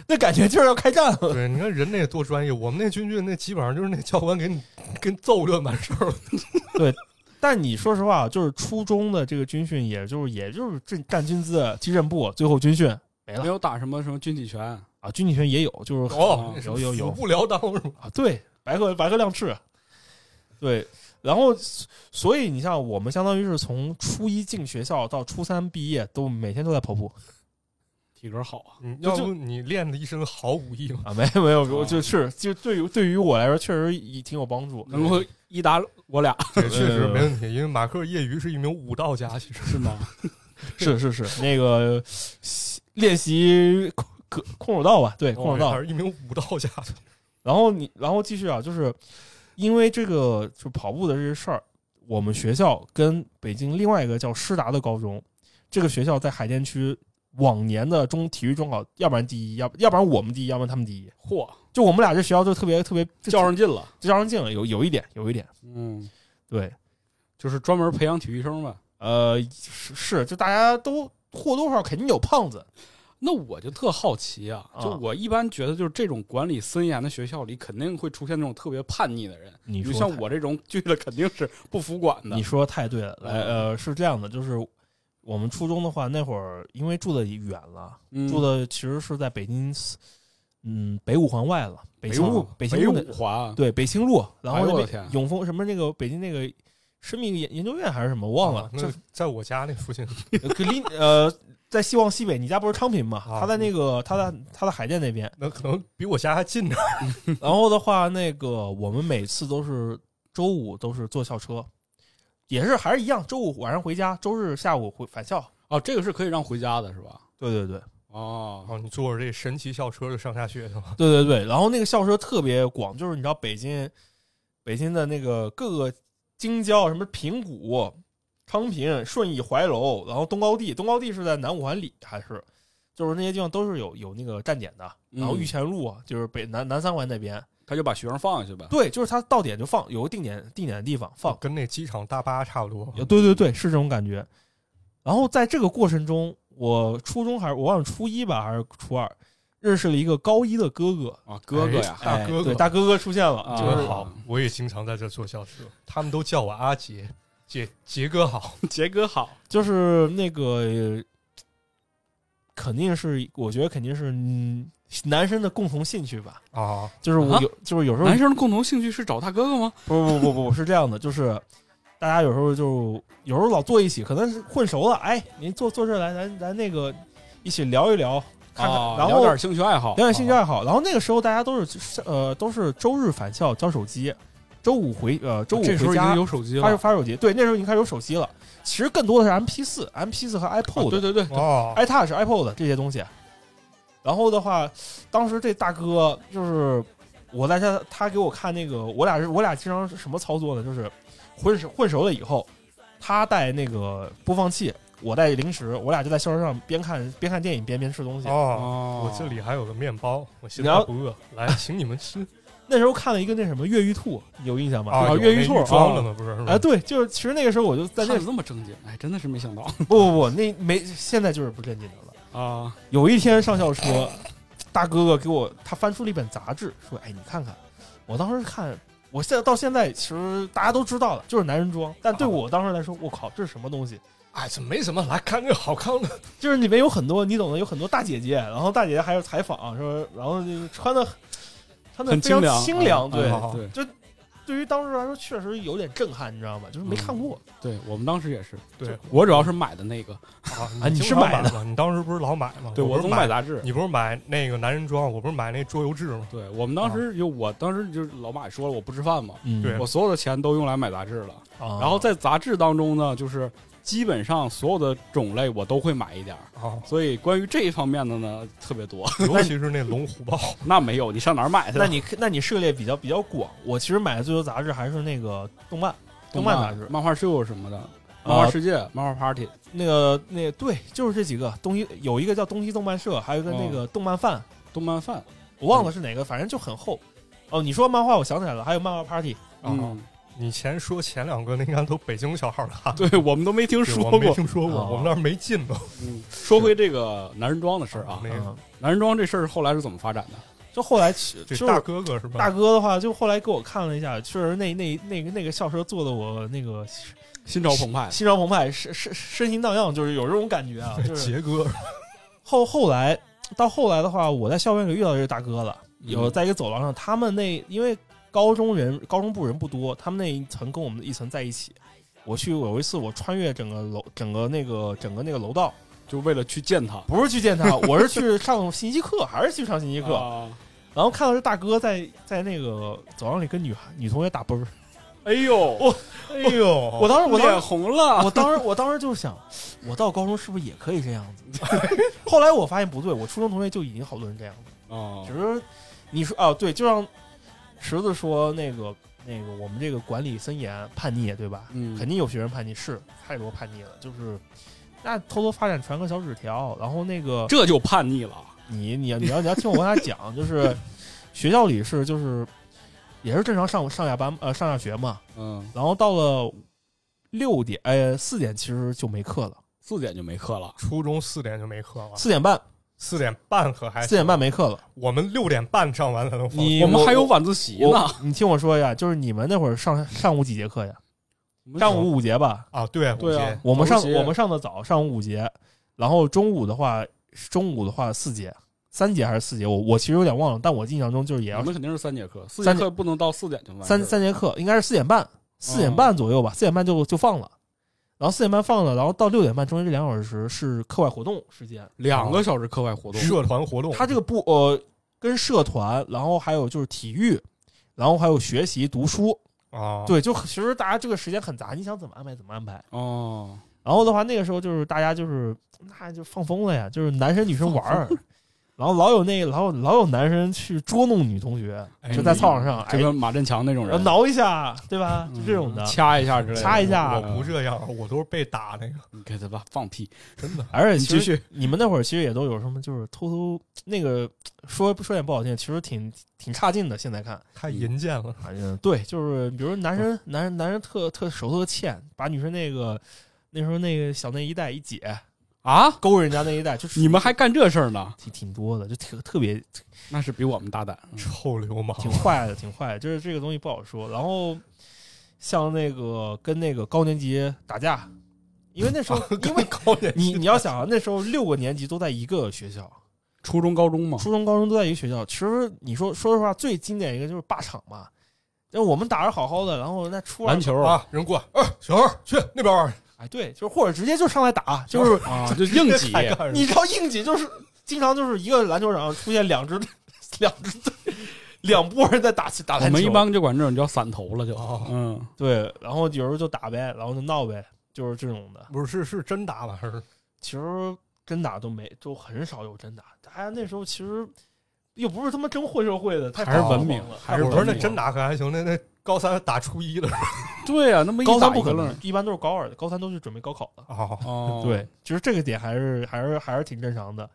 Speaker 3: 那感觉就是要开战了。
Speaker 1: 对，你看人那多专业，我们那军训那基本上就是那教官给你跟揍就完事儿了。
Speaker 3: 但你说实话，啊就是初中的这个军训，也就是也就是这站军姿、基政部，最后军训没
Speaker 2: 没
Speaker 3: 了
Speaker 2: 有打什么什么军体拳，
Speaker 3: 啊，军体拳也有，就是
Speaker 1: 哦，
Speaker 2: 有
Speaker 1: 那什么
Speaker 3: 啊有有
Speaker 1: 死不聊当是吗？
Speaker 3: 啊，对，白鹤白鹤亮翅，对，然后所所以你像我们相当于是从初一进学校到初三毕业，都每天都在跑步。
Speaker 2: 体格好啊，
Speaker 1: 嗯
Speaker 3: 就
Speaker 1: 要不你练的一身好武艺嘛？
Speaker 3: 啊，没 有没有，我
Speaker 2: 啊
Speaker 3: 就是就对于对于我来说，确实也挺有帮助。
Speaker 2: 能够一打我俩
Speaker 1: 这确实没问题，因为马克业余是一名武道家，其实
Speaker 2: 是 吗？
Speaker 3: 是是是，那个练习空空空手道吧，
Speaker 2: 哦
Speaker 3: 对空手
Speaker 1: 还
Speaker 3: 道。
Speaker 1: 是一名武道家。
Speaker 3: 然后你然后继续啊，就是因为这个就跑步的这些事儿，我们学校跟北京另外一个叫师达的高中，这个学校在海淀区往年的中体育中考，要不然第一，要要不然我们第一，要不然他们第一。
Speaker 2: 嚯，
Speaker 3: 就我们俩这学校就特别特别
Speaker 2: 较上劲了，
Speaker 3: 较上劲了，有有一点有一点
Speaker 2: 嗯，
Speaker 3: 对。
Speaker 2: 就是专门培养体育生呗。
Speaker 3: 呃，是是，就大家都或多或少肯定有胖子，
Speaker 2: 那我就特好奇啊，
Speaker 3: 啊
Speaker 2: 就我一般觉得，就是这种管理森严的学校里，肯定会出现那种特别叛逆的人。
Speaker 3: 你
Speaker 2: 就
Speaker 3: 说
Speaker 2: 像
Speaker 3: 太
Speaker 2: 我这种去了，肯定是不服管的
Speaker 3: 你。说得太对了。来，呃，是这样的，就是我们初中的话，那会儿因为住的远了，
Speaker 2: 你
Speaker 3: 住的其实是在北京，嗯，北五环外了，北
Speaker 2: 北
Speaker 3: 京路
Speaker 2: 五，
Speaker 3: 北京
Speaker 2: 北
Speaker 3: 路
Speaker 2: 五
Speaker 3: 那
Speaker 2: 环，啊
Speaker 3: 对北京路，然
Speaker 2: 哎
Speaker 3: 后
Speaker 2: 呦我
Speaker 3: 那
Speaker 2: 的
Speaker 3: 边
Speaker 2: 天
Speaker 3: 永丰什么那个北京那个生命研研究院还是什么忘了
Speaker 1: 啊，那在我家那附近
Speaker 3: 这可离呃。在希望西北，你家不是昌平吗？
Speaker 1: 啊
Speaker 3: 他在
Speaker 2: 嗯
Speaker 3: 那个，他在他在海淀那边。
Speaker 1: 那可能比我家还近点儿。
Speaker 3: 然后的话，那个我们每次都是周五都是坐校车，也是还是一样，周五晚上回家，周日下午回返校。
Speaker 2: 哦，这个是可以让回家的，是吧？
Speaker 3: 对对对，
Speaker 2: 哦，
Speaker 1: 哦，你坐着这神奇校车就上下学去了。
Speaker 3: 对对对。然后那个校车特别广，就是你知道北京，北京的那个各个京郊，什么平谷、昌平、顺义、怀柔，然后东高地，东高地是在南五环里还是？就是那些地方都是有有那个站点的，然后
Speaker 2: 嗯
Speaker 3: 玉泉路啊，就是北南南三环那边，
Speaker 2: 他就把学生放下去呗。
Speaker 3: 对，就是他到点就放，有个定点定点的地方放。
Speaker 1: 跟那机场大巴差不多。
Speaker 3: 对对对，是这种感觉。然后在这个过程中，我初中还是我忘了初一吧，还是初二，认识了一个高一的哥哥。
Speaker 2: 啊，哥哥呀，
Speaker 1: 大哥
Speaker 3: 哎
Speaker 1: 哥
Speaker 3: 对大哥哥出现了，
Speaker 2: 啊
Speaker 3: 就是
Speaker 1: 好，我也经常在这做校车，他们都叫我阿杰，杰杰哥好。
Speaker 2: 杰哥好，
Speaker 3: 就是那个，呃肯定是我觉得肯定是嗯男生的共同兴趣吧。
Speaker 1: 啊，
Speaker 3: 就是 我
Speaker 2: 啊
Speaker 3: 有，就是有时候
Speaker 2: 男生的共同兴趣是找大哥哥吗？
Speaker 3: 不不不不不是这样的，就是大家有时候就有时候老坐一起，可能是混熟了，哎，您坐坐这儿来，咱咱那个一起聊一聊，看看，
Speaker 2: 啊
Speaker 3: 然
Speaker 2: 聊
Speaker 3: 后
Speaker 2: 点兴趣爱好，
Speaker 3: 聊点兴趣爱好。然后那个时候大家都是呃都是周日返校交手机，周五回呃周五
Speaker 2: 哦这时候
Speaker 3: 回
Speaker 2: 已经
Speaker 3: 家
Speaker 2: 有手机了
Speaker 3: 发，发手机，对，那时候已经开始有手机了。其实更多的是 MP 四、MP 四和
Speaker 2: 啊
Speaker 3: iPod，、
Speaker 2: 对对对，
Speaker 1: 哦，
Speaker 3: iTouch、iPod 这些东西。然后的话，当时这大哥就是我在家，他给我看那个，我俩是我俩经常是什么操作呢？就是混熟混熟了以后，他带那个播放器，我带零食，我俩就在校车上边看边看电影边边吃东西。
Speaker 1: 哦，
Speaker 2: 哦
Speaker 1: 我这里还有个面包，我现
Speaker 3: 你要
Speaker 1: 在不饿，来，请你们吃。
Speaker 3: 那时候看了一个那什么越狱兔，你有印象吗？
Speaker 2: 啊
Speaker 1: 有
Speaker 2: 越狱
Speaker 1: 那
Speaker 2: 兔
Speaker 1: 玉装
Speaker 2: 啊
Speaker 1: 了吗？不是，是吧
Speaker 3: 哎，对，就是其实那个时候我就在
Speaker 2: 看
Speaker 3: 那
Speaker 2: 着这么正经，哎，真的是没想到
Speaker 3: 不不不，那没现在就是不正经的了。
Speaker 2: 啊！
Speaker 3: 有一天上校
Speaker 2: 哎
Speaker 3: 车，大哥哥给我他翻出了一本杂志，说：“哎，你看看。”我当时看，我现在到现在其实大家都知道了，就是男人装。但
Speaker 2: 啊
Speaker 3: 对我当时来说，我靠，这是什么东西？
Speaker 1: 哎，这没什么，来看这好看的。
Speaker 3: 就是里面有很多你懂的，有很多大姐姐，然后大姐姐还有采访说，然后就是穿的穿的
Speaker 2: 很
Speaker 3: 非
Speaker 2: 清
Speaker 3: 常
Speaker 2: 凉，
Speaker 3: 清凉，
Speaker 2: 嗯
Speaker 3: 对。
Speaker 1: 好好
Speaker 2: 对
Speaker 3: 对于当时来说，确实有点震撼，你知道吗？就是没看过，
Speaker 2: 对，我们当时也是，
Speaker 1: 对
Speaker 2: 我主要是买的那个，
Speaker 1: 啊，
Speaker 3: 啊你
Speaker 1: 经
Speaker 3: 是
Speaker 1: 常
Speaker 3: 买的
Speaker 1: 吗？你当时不是老买吗？
Speaker 2: 对
Speaker 1: 我不是
Speaker 2: 总买
Speaker 1: 买，
Speaker 2: 杂志。
Speaker 1: 你不是买那个男人装，我不是买那桌游志吗？
Speaker 2: 对我们当时就，我当时就是老马也说了，我不吃饭嘛，
Speaker 1: 啊
Speaker 3: 嗯
Speaker 1: 对
Speaker 2: 我所有的钱都用来买杂志了。
Speaker 3: 啊
Speaker 2: 然后在杂志当中呢，就是基本上所有的种类我都会买一点儿，
Speaker 1: 啊，
Speaker 2: 所以关于这一方面的呢特别多。
Speaker 1: 尤其是那龙虎 豹，
Speaker 2: 那没有，你上哪儿买去？
Speaker 3: 那你那你涉猎比较比较广，我其实买的最多杂志还是那个动漫，动漫杂
Speaker 1: 啊
Speaker 3: 志，
Speaker 2: 漫画秀什么的，漫画世界、漫画 party，
Speaker 3: 那个那个对，就是这几个东西，有一个叫东西动漫社，还有一个
Speaker 1: 哦
Speaker 3: 那个动漫饭，
Speaker 2: 动漫饭，
Speaker 1: 嗯
Speaker 3: 我忘了是哪个，反正就很厚。哦，你说漫画，我想起来了，还有漫画 party，
Speaker 1: 啊，
Speaker 2: 嗯，
Speaker 1: 你前说前两个那应该都北京小孩儿 看，
Speaker 2: 对我们都没听
Speaker 1: 对
Speaker 2: 说
Speaker 1: 我
Speaker 2: 过
Speaker 1: 没。听说过，
Speaker 3: 啊
Speaker 1: 我们那儿没进呢。
Speaker 2: 嗯说回这个男人装的事儿啊
Speaker 1: 那，个
Speaker 3: 嗯，
Speaker 2: 男人装这事儿后来是怎么发展的？
Speaker 3: 就后来其就
Speaker 1: 这
Speaker 3: 是
Speaker 1: 大哥哥是吧？
Speaker 3: 大哥的话，就后来给我看了一下，确实那那那个那个校车做的我那个
Speaker 2: 心潮澎
Speaker 1: 哎
Speaker 2: 湃，
Speaker 3: 心潮澎湃，身身身心荡漾，就是有这种感觉啊。就 是
Speaker 1: 杰哥，
Speaker 3: 后后来到后来的话，我在校园里遇到这个大哥了，
Speaker 2: 嗯
Speaker 3: 有在一个走廊上，他们那因为高中人高中部人不多，他们那一层跟我们一层在一起。我去有一次我穿越整个楼整个那个整个那个楼道，
Speaker 2: 就为了去见他。
Speaker 3: 不是去见他，我是去上信息课，还是去上信息课？
Speaker 2: 啊
Speaker 3: 然后看到这大哥在在那个走廊里跟女孩女同学打啵儿，
Speaker 2: 哎呦，我
Speaker 1: 哎 呦，
Speaker 3: 我当时我当时
Speaker 2: 脸红了。
Speaker 3: 我当时我当时就想，我到高中是不是也可以这样子？ 后来我发现不对，我初中同学就已经好多人这样了。
Speaker 2: 哦
Speaker 3: 只是你说啊，对，就像池子说那个那个，我们这个管理森严，叛逆对吧？
Speaker 2: 嗯
Speaker 3: 肯定有学生叛逆，是太多叛逆了，就是那偷偷发展传个小纸条，然后那个
Speaker 2: 这就叛逆了。
Speaker 3: 你你你要你要听我跟他讲，就是 学校里是就是也是正常上上下班呃上下学嘛，
Speaker 2: 嗯，
Speaker 3: 然后到了六点呃四点其实就没课了，
Speaker 2: 四点就没课了。
Speaker 1: 初中四点就没课
Speaker 2: 啊
Speaker 1: 了，
Speaker 3: 四点半
Speaker 1: 四点半可还
Speaker 3: 四点半没课了，
Speaker 1: 我们六点半上完才能放
Speaker 3: 你
Speaker 2: 我们还有晚自习呢，
Speaker 3: 我你听我说一下，就是你们那会儿上上午几节课呀？上午五节吧？
Speaker 1: 啊，对，五
Speaker 2: 对啊
Speaker 1: 节，
Speaker 3: 我们上
Speaker 2: 早自习
Speaker 3: 我们上的早，上午五节，然后中午的话，中午的话四节，三节还是四节？我我其实有点忘了，但我印象中就是也
Speaker 2: 我
Speaker 3: 要
Speaker 2: 们肯定是三节课，四节
Speaker 3: 三节
Speaker 2: 课不能到四点就完事儿
Speaker 3: 三
Speaker 2: 了。
Speaker 3: 三节课，应该是四点半，四点半左右吧，四点半就就放了，然后四点半放了，然后到六点半中间这两小时是课外活动时间。
Speaker 2: 两个小时课外活动，
Speaker 1: 社团活动，
Speaker 3: 它这个不呃，跟社团，然后还有就是体育，然后还有学习读书，
Speaker 1: 啊，，
Speaker 3: 对，就其实大家这个时间很杂，你想怎么安排怎么安排。
Speaker 2: 哦，
Speaker 3: 然后的话，那个时候就是大家就是那就放风了呀，就是男生女生玩儿，然后老有那老有老有男生去捉弄女同学，
Speaker 2: 哎
Speaker 3: 就在操场上，
Speaker 2: 就
Speaker 3: 哎，
Speaker 2: 跟马振强那种
Speaker 3: 然后
Speaker 2: 人，嗯
Speaker 3: 挠一下，对吧？就这种的。
Speaker 2: 掐一下之类的，
Speaker 3: 掐一下
Speaker 1: 我不这样，我都是被打那个，
Speaker 2: 你给他吧，放屁，
Speaker 1: 真的。
Speaker 3: 而且
Speaker 2: 你
Speaker 3: 其
Speaker 2: 继
Speaker 3: 实
Speaker 2: 续，
Speaker 3: 你们那会儿其实也都有什么，就是偷偷那个说说点不好听，其实挺挺差劲的。现在看，
Speaker 1: 太淫贱了，
Speaker 3: 反
Speaker 2: 嗯
Speaker 3: 正对，就是比如男生男生男生特特手特欠，把女生那个那时候那个小内衣带一解，
Speaker 2: 啊！
Speaker 3: 勾人家内衣带，就是
Speaker 2: 你们还干这事儿呢？
Speaker 3: 挺挺多的，就特特别
Speaker 2: 那是比我们大胆。
Speaker 1: 臭流氓！
Speaker 3: 挺坏的，挺坏的，就是这个东西不好说。然后像那个跟那个高年级打架，因为那时候
Speaker 2: 哦
Speaker 3: 因为
Speaker 1: 高年
Speaker 3: 你你要想啊，那时候六个年级都在一个学校，
Speaker 2: 哦初中、高中嘛，
Speaker 3: 初中、高中都在一个学校。其实你说说实话，最经典一个就是霸场嘛。就我们打着好好的，然后那初二
Speaker 2: 篮球
Speaker 1: 啊，人过来，哎，小孩儿去那边玩，
Speaker 3: 哎，对，就是或者直接就上来打，就是
Speaker 2: 啊，就硬 挤，
Speaker 1: 太干了
Speaker 3: 你知道硬挤就是经常就是一个篮球场上出现两支两支两拨人在打打
Speaker 2: 我
Speaker 3: 篮球。
Speaker 2: 们一般就管这种叫散头了，就
Speaker 1: 哦
Speaker 2: 嗯，
Speaker 3: 对，然后有时候就打呗，然后就闹呗，就是这种的。
Speaker 1: 不是是是真打吧？还是
Speaker 3: 其实真打都没，都很少有真打。大家那时候其实又不是他妈真混社会的，太
Speaker 2: 还是
Speaker 3: 疯狂
Speaker 2: 文明
Speaker 3: 了。
Speaker 2: 还是
Speaker 1: 我说
Speaker 2: 文
Speaker 1: 那
Speaker 2: 明
Speaker 1: 真打可还行，那那高三打初一 的
Speaker 2: 对啊，那么一
Speaker 3: 高
Speaker 2: 打
Speaker 3: 三不
Speaker 2: 一
Speaker 3: 可
Speaker 2: 个
Speaker 3: 能
Speaker 2: 愣，
Speaker 3: 一般都是高二的，高三都是准备高考了。
Speaker 1: 啊，
Speaker 2: 哦，
Speaker 3: 对，，其实这个点还是还是还是挺正常的。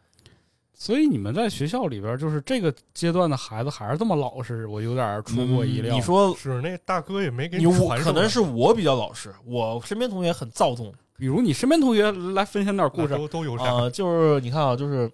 Speaker 2: 所以你们在学校里边，就是这个阶段的孩子还是这么老实，我有点出乎我意料。
Speaker 3: 嗯你说
Speaker 1: 是那大哥也没给
Speaker 3: 你我
Speaker 1: 传授啊
Speaker 3: 可能是我比较老实，我身边同学很躁动
Speaker 2: 比如你身边同学来分享点故事，
Speaker 1: 都都有啥
Speaker 3: 啊、就是你看啊，就是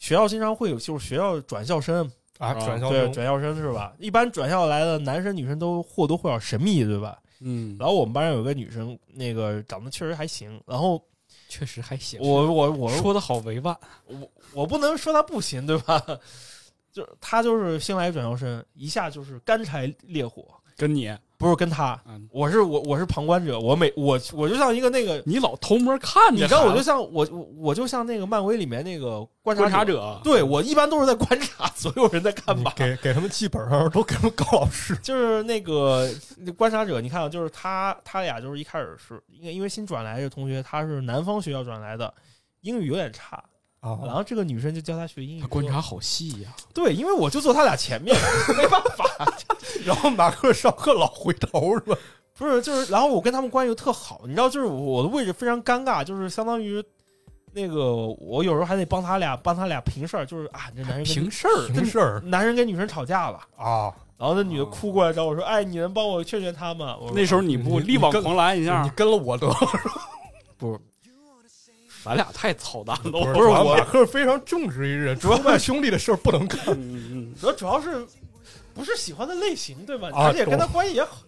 Speaker 3: 学校经常会有，就是学校转校生，
Speaker 1: 啊？转校
Speaker 3: 对
Speaker 1: 生
Speaker 3: 转校生是吧？一般转校来的男生女生都或多或少神秘，对吧？
Speaker 2: 嗯，
Speaker 3: 然后我们班上有个女生，那个长得确实还行。然后
Speaker 2: 确实还行。
Speaker 3: 我我我
Speaker 2: 说的好委婉，
Speaker 3: 我我不能说她不行，对吧？ 就是她就是新来转校生，一下就是干柴烈火，
Speaker 2: 跟你，
Speaker 3: 不是跟她，
Speaker 2: 嗯，
Speaker 3: 我是我我是旁观者，我每我我就像一个 那个，
Speaker 2: 你老偷摸看
Speaker 3: 你
Speaker 2: 着孩子，
Speaker 3: 知道，我就像我我我就像那个漫威里面那个观察
Speaker 2: 观察
Speaker 3: 者，
Speaker 2: 者，
Speaker 3: 对我一般都是在观察所有人在干
Speaker 1: 你
Speaker 3: 嘛。
Speaker 1: 给给他们记本上都给他们高老师
Speaker 3: 就是那个那观察者，你看啊，就是他他俩就是一开始是因为因为新转来的同学，他是南方学校转来的，英语有点差，然
Speaker 1: 啊，
Speaker 3: 后这个女生就教他学英语。
Speaker 2: 哦他观察好细呀、
Speaker 3: 对，因为我就坐他俩前面，没办法，
Speaker 1: 然后马克上课老回头是吧？
Speaker 3: 不是就是，然后我跟他们关系又特好，你知道，就是我我的位置非常尴尬，就是相当于那个我有时候还得帮他俩帮他俩平事儿，就是啊，这男人
Speaker 2: 平事儿，
Speaker 1: 什么事儿
Speaker 3: 跟男人跟女生吵架了，
Speaker 1: 啊？
Speaker 3: 然后那女的哭过来找我说，哎，你能帮我劝劝他吗？我说
Speaker 2: 那时候你不
Speaker 1: 你
Speaker 2: 力挽
Speaker 1: 你跟
Speaker 2: 狂澜一
Speaker 1: 你
Speaker 2: 下，
Speaker 1: 跟了我得了，
Speaker 2: 咱俩太操蛋了。
Speaker 1: 不
Speaker 3: 不是
Speaker 1: 马
Speaker 3: 我
Speaker 1: 马克非常正直一人，
Speaker 3: 主要
Speaker 1: 出卖兄弟的事儿不能 干。
Speaker 2: 嗯嗯
Speaker 3: 主要主要是不是喜欢的类型，对吧？
Speaker 1: 啊
Speaker 3: 而且跟他关系也好，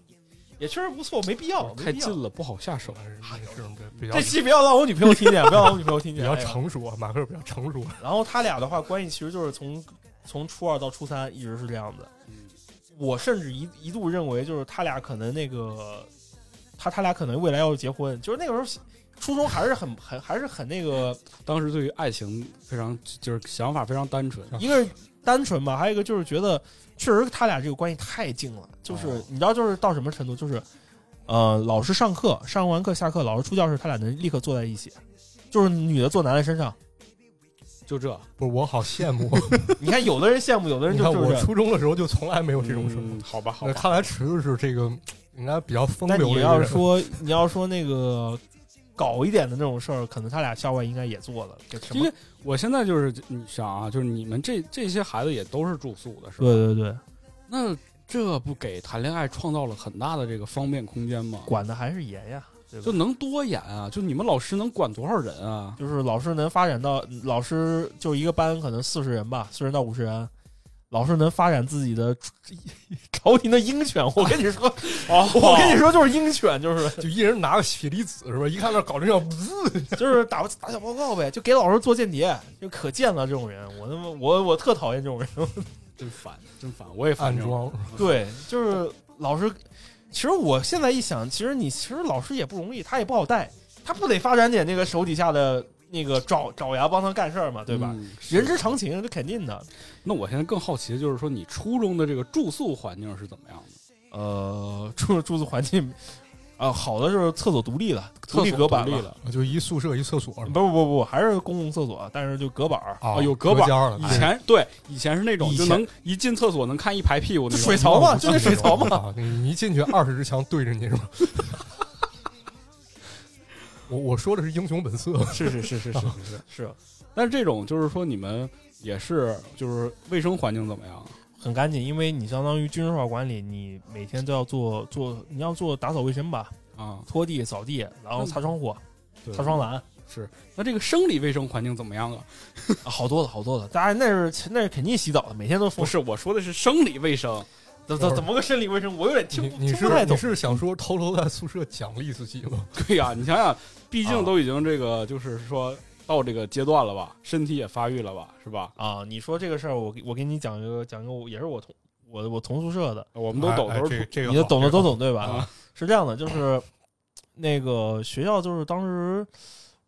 Speaker 3: 也确实不错，没必要，
Speaker 2: 嗯，太
Speaker 3: 没必要。
Speaker 2: 近了，不好下手。
Speaker 1: 是比较
Speaker 3: 这期不要让我女朋友听见，不要让我女朋友听
Speaker 1: 比
Speaker 3: 见。
Speaker 1: 较
Speaker 3: 哎呀
Speaker 1: 成熟啊，马克比较成熟。
Speaker 3: 然后他俩的话关系其实就是从从初二到初三一直是这样子。
Speaker 1: 嗯
Speaker 3: 我甚至一一度认为，就是他俩可能那个，他他俩可能未来要结婚，就是那个时候。初中还是很很还是很那个，
Speaker 2: 当时对于爱情非常就是想法非常单
Speaker 1: 啊
Speaker 2: 纯，
Speaker 3: 一个是单纯吧，还有一个就是觉得确实他俩这个关系太近了，就是
Speaker 2: 哦
Speaker 3: 你知道就是到什么程度，就是呃，老师上课上完课下课，老师出教室，他俩能立刻坐在一起，就是女的坐男的身上。
Speaker 2: 就这。
Speaker 1: 不是我好羡慕，啊
Speaker 3: 你看有的人羡慕，有的人
Speaker 1: 你
Speaker 3: 就
Speaker 1: 看
Speaker 3: 就是
Speaker 1: 我
Speaker 3: 这样。
Speaker 1: 初中的时候就从来没有这种事儿。
Speaker 2: 嗯好吧，好
Speaker 1: 那
Speaker 2: 吧，
Speaker 1: 看来池子是这个应该比较风
Speaker 3: 那
Speaker 1: 流的一
Speaker 3: 你
Speaker 1: 个
Speaker 3: 要
Speaker 1: 人
Speaker 3: 说你要说那个搞一点的那种事儿，可能他俩校外应该也做了，就什
Speaker 2: 因
Speaker 3: 么
Speaker 2: 为我现在就是你想啊，就是你们这这些孩子也都是住宿的，是吧？
Speaker 3: 对对对，
Speaker 2: 那这不给谈恋爱创造了很大的这个方便空间吗？
Speaker 3: 管的还是严呀，对
Speaker 2: 就
Speaker 3: 吧？
Speaker 2: 能多严啊！就你们老师能管多少人啊？
Speaker 3: 就是老师能发展到老师就一个班可能四十人吧，四十到五十人，老师能发展自己的 朝廷的鹰犬。我跟你说， 我跟你说就是鹰 犬，就是
Speaker 1: 就一人拿个铁离子是吧？一看那搞这样，滋
Speaker 3: 就是打打小报告呗，就给老师做间谍，就可贱了这种人。我他妈我我特讨厌这种人。
Speaker 2: 真烦，真烦，我也烦
Speaker 1: 暗
Speaker 2: 这种。
Speaker 1: 装
Speaker 3: 对，就是老师。其实我现在一想，其实你其实老师也不容易，他也不好带，他不得发展点那个手底下的那个爪爪牙帮他干事儿嘛，对吧？
Speaker 2: 嗯
Speaker 3: 人之常情，这肯定的。
Speaker 2: 那我现在更好奇的就是说，你初中的这个住宿环境是怎么样的？
Speaker 3: 呃，住住宿环境，啊，好的是厕所独立的，
Speaker 2: 厕
Speaker 3: 独立
Speaker 2: 所
Speaker 3: 隔板
Speaker 2: 独立
Speaker 3: 了
Speaker 2: 了。
Speaker 1: 就一宿舍一厕所
Speaker 3: 不不不不，还是公共厕所，但是就隔板儿。哎
Speaker 1: 啊
Speaker 2: 哦有隔板
Speaker 1: 间了，
Speaker 2: 以前对，以前是那种
Speaker 3: 以
Speaker 2: 就
Speaker 3: 前
Speaker 2: 能一进厕所能看一排屁股那
Speaker 3: 就
Speaker 2: 种
Speaker 3: 水 槽嘛，就那水槽嘛。
Speaker 1: 嘛，啊你你一进去二十支枪对着你是吧？ 我我说的是英雄本色，
Speaker 2: 是是是是是是是。
Speaker 3: 是
Speaker 2: 但是这种就是说你们也是就是卫生环境怎么样？啊
Speaker 3: 很干净，因为你相当于军事化管理，你每天都要做做，你要做打扫卫生吧，
Speaker 2: 啊，
Speaker 3: 拖地、扫地，然后擦窗户、
Speaker 2: 对
Speaker 3: 擦窗栏，啊
Speaker 2: 那这个生理卫生环境怎么样啊？
Speaker 3: 好多了，好多了。当然那是那是肯定洗澡的，每天都
Speaker 2: 不
Speaker 3: 风
Speaker 2: 是，我说的是生理卫生。
Speaker 3: 怎怎怎么个生理卫生？我有点听
Speaker 1: 你
Speaker 3: 不
Speaker 1: 你
Speaker 3: 听
Speaker 1: 是
Speaker 3: 不太
Speaker 1: 你
Speaker 3: 懂。
Speaker 1: 是想说偷偷在宿舍奖励自己吗？
Speaker 2: 对呀、你想想，毕竟
Speaker 3: 啊
Speaker 2: 都已经这个就是说到这个阶段了吧，身体也发育了吧，是吧？
Speaker 3: 啊，你说这个事儿，我给我给你讲一个讲一个，也是我同我我同宿舍的，
Speaker 2: 我
Speaker 1: 我
Speaker 2: 们都懂，都
Speaker 1: 哎这
Speaker 2: 是
Speaker 1: 个这个
Speaker 3: 你都
Speaker 1: 好
Speaker 3: 懂的
Speaker 1: 这个
Speaker 3: 都
Speaker 1: 好
Speaker 3: 懂对吧？
Speaker 2: 啊
Speaker 3: 是这样的，就是那个学校就是当时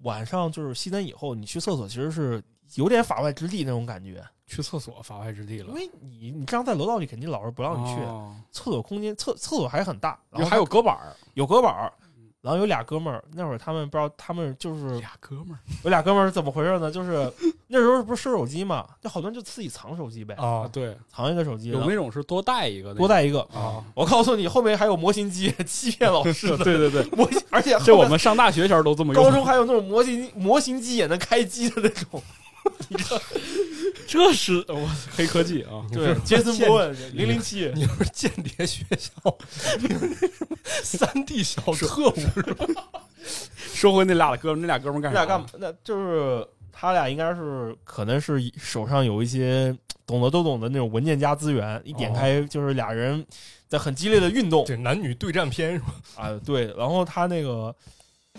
Speaker 3: 晚上就是熄灯以后，你去厕所其实是有点法外之地那种感觉，
Speaker 2: 去厕所法外之地了
Speaker 3: 因。为你你这样在楼道里肯定老师不让你去，
Speaker 2: 哦
Speaker 3: 厕所空间厕厕所还很大，然后
Speaker 2: 还有嗯隔板儿，
Speaker 3: 有隔板儿。然后有俩哥们儿，那会儿他们不知道，他们就是
Speaker 2: 俩哥们儿
Speaker 3: 有俩哥们儿是怎么回事呢？就是 那时候不是收手机嘛，就好多人就自己藏手机呗，
Speaker 2: 啊，
Speaker 1: 啊，
Speaker 2: 对，
Speaker 3: 藏一个手机，
Speaker 2: 有那种是多带一个，
Speaker 3: 多带一个。
Speaker 2: 啊，
Speaker 3: 我告诉你，后面还有模型机 欺骗老师的，
Speaker 2: 对对对，
Speaker 3: 模型，而且
Speaker 2: 这
Speaker 3: 后
Speaker 2: 我
Speaker 3: 面
Speaker 2: 们上大学前儿都这么用。
Speaker 3: 高中还有那种模型模型机也能开机的那种，
Speaker 2: 这是 我黑科技啊！
Speaker 1: 你
Speaker 3: 对
Speaker 1: 是，
Speaker 3: 杰森
Speaker 1: 间
Speaker 3: 伯恩零零七，
Speaker 1: 你是间谍学校，三 D 小特务
Speaker 2: 说回那俩哥们儿，那俩哥们儿干
Speaker 3: 你
Speaker 2: 啥？啊
Speaker 3: 俩干嘛？那就是他俩应该是可能是手上有一些懂的都懂的那种文件夹资源，一点开就是俩人在很激烈的运动
Speaker 1: 这男女对战片是吧？
Speaker 3: 啊，对，然后他那个。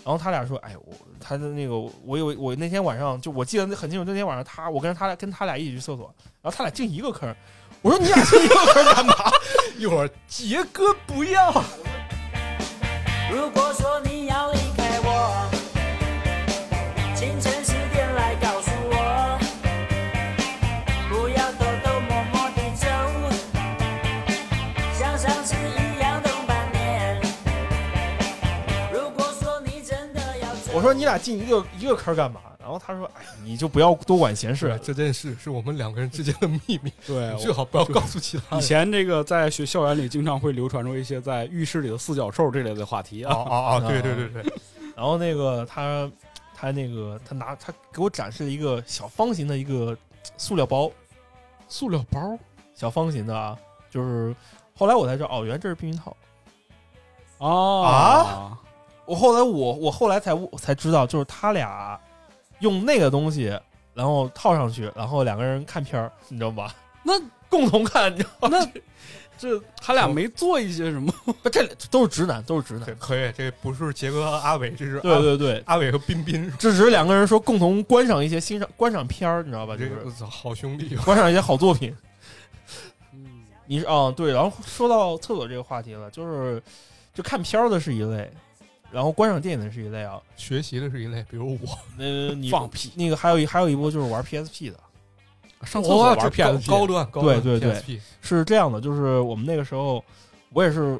Speaker 3: 然后他俩说：“哎，我他的那个，我有我那天晚上就我记得很清楚，那天晚上他我跟着他俩跟他俩一起去厕所，然后他俩进一个坑，我说你俩进一个坑干嘛？
Speaker 1: 一会儿杰哥不要，
Speaker 6: 如果说你要离开我，清晨十点来告诉我，不要偷偷摸摸地走，像上次一样等半年。如果说你真的要走，
Speaker 3: 我说你俩进一个一个坑干嘛？然后他说：“哎，你就不要多管闲事。
Speaker 1: 这件事是我们两个人之间的秘密，
Speaker 2: 对，
Speaker 1: 最
Speaker 2: 我
Speaker 1: 好不要告诉其他
Speaker 2: 以
Speaker 1: 人。
Speaker 2: 前这个在学校园里经常会流传出一些在浴室里的四脚兽这类的话题
Speaker 1: 啊
Speaker 2: 啊。
Speaker 1: 啊啊！对对对对，”
Speaker 3: 然后那个他，他那个他拿他给我展示了一个小方形的一个塑料包，
Speaker 2: 塑料包
Speaker 3: 小方形的啊，就是后来我才知道，哦，原来这是避孕套。
Speaker 2: 哦啊
Speaker 3: 我后来我我后来才我才知道，就是他俩用那个东西，然后套上去，然后两个人看片儿，你知道吧？
Speaker 2: 那
Speaker 3: 共同看，你知道吗？
Speaker 2: 这他俩没做一些什么？
Speaker 3: 不，这都是直男，都是直男
Speaker 1: 这。可以，这不是杰哥和阿伟，这是
Speaker 3: 对
Speaker 1: 阿
Speaker 3: 对对，
Speaker 1: 阿伟和彬彬，
Speaker 3: 这只是两个人说共同观赏一些欣赏观赏片儿，你知道啊吧？就
Speaker 1: 这
Speaker 3: 是
Speaker 1: 个操好兄弟啊！
Speaker 3: 观赏一些好作品。
Speaker 2: 嗯
Speaker 3: 你是啊、对。然后说到厕所这个话题了，就是就看片儿的是一类，然后观赏电影的是一类啊。
Speaker 1: 学习的是一类，比如我，
Speaker 3: 那你
Speaker 2: 放屁！
Speaker 3: 那个还有一还有一波就是玩 PSP 的，
Speaker 2: 上厕所玩
Speaker 1: 这高
Speaker 2: PSP
Speaker 1: 高端，高端
Speaker 3: 对对对
Speaker 1: PSP
Speaker 3: 是这样的，就是我们那个时候，我也是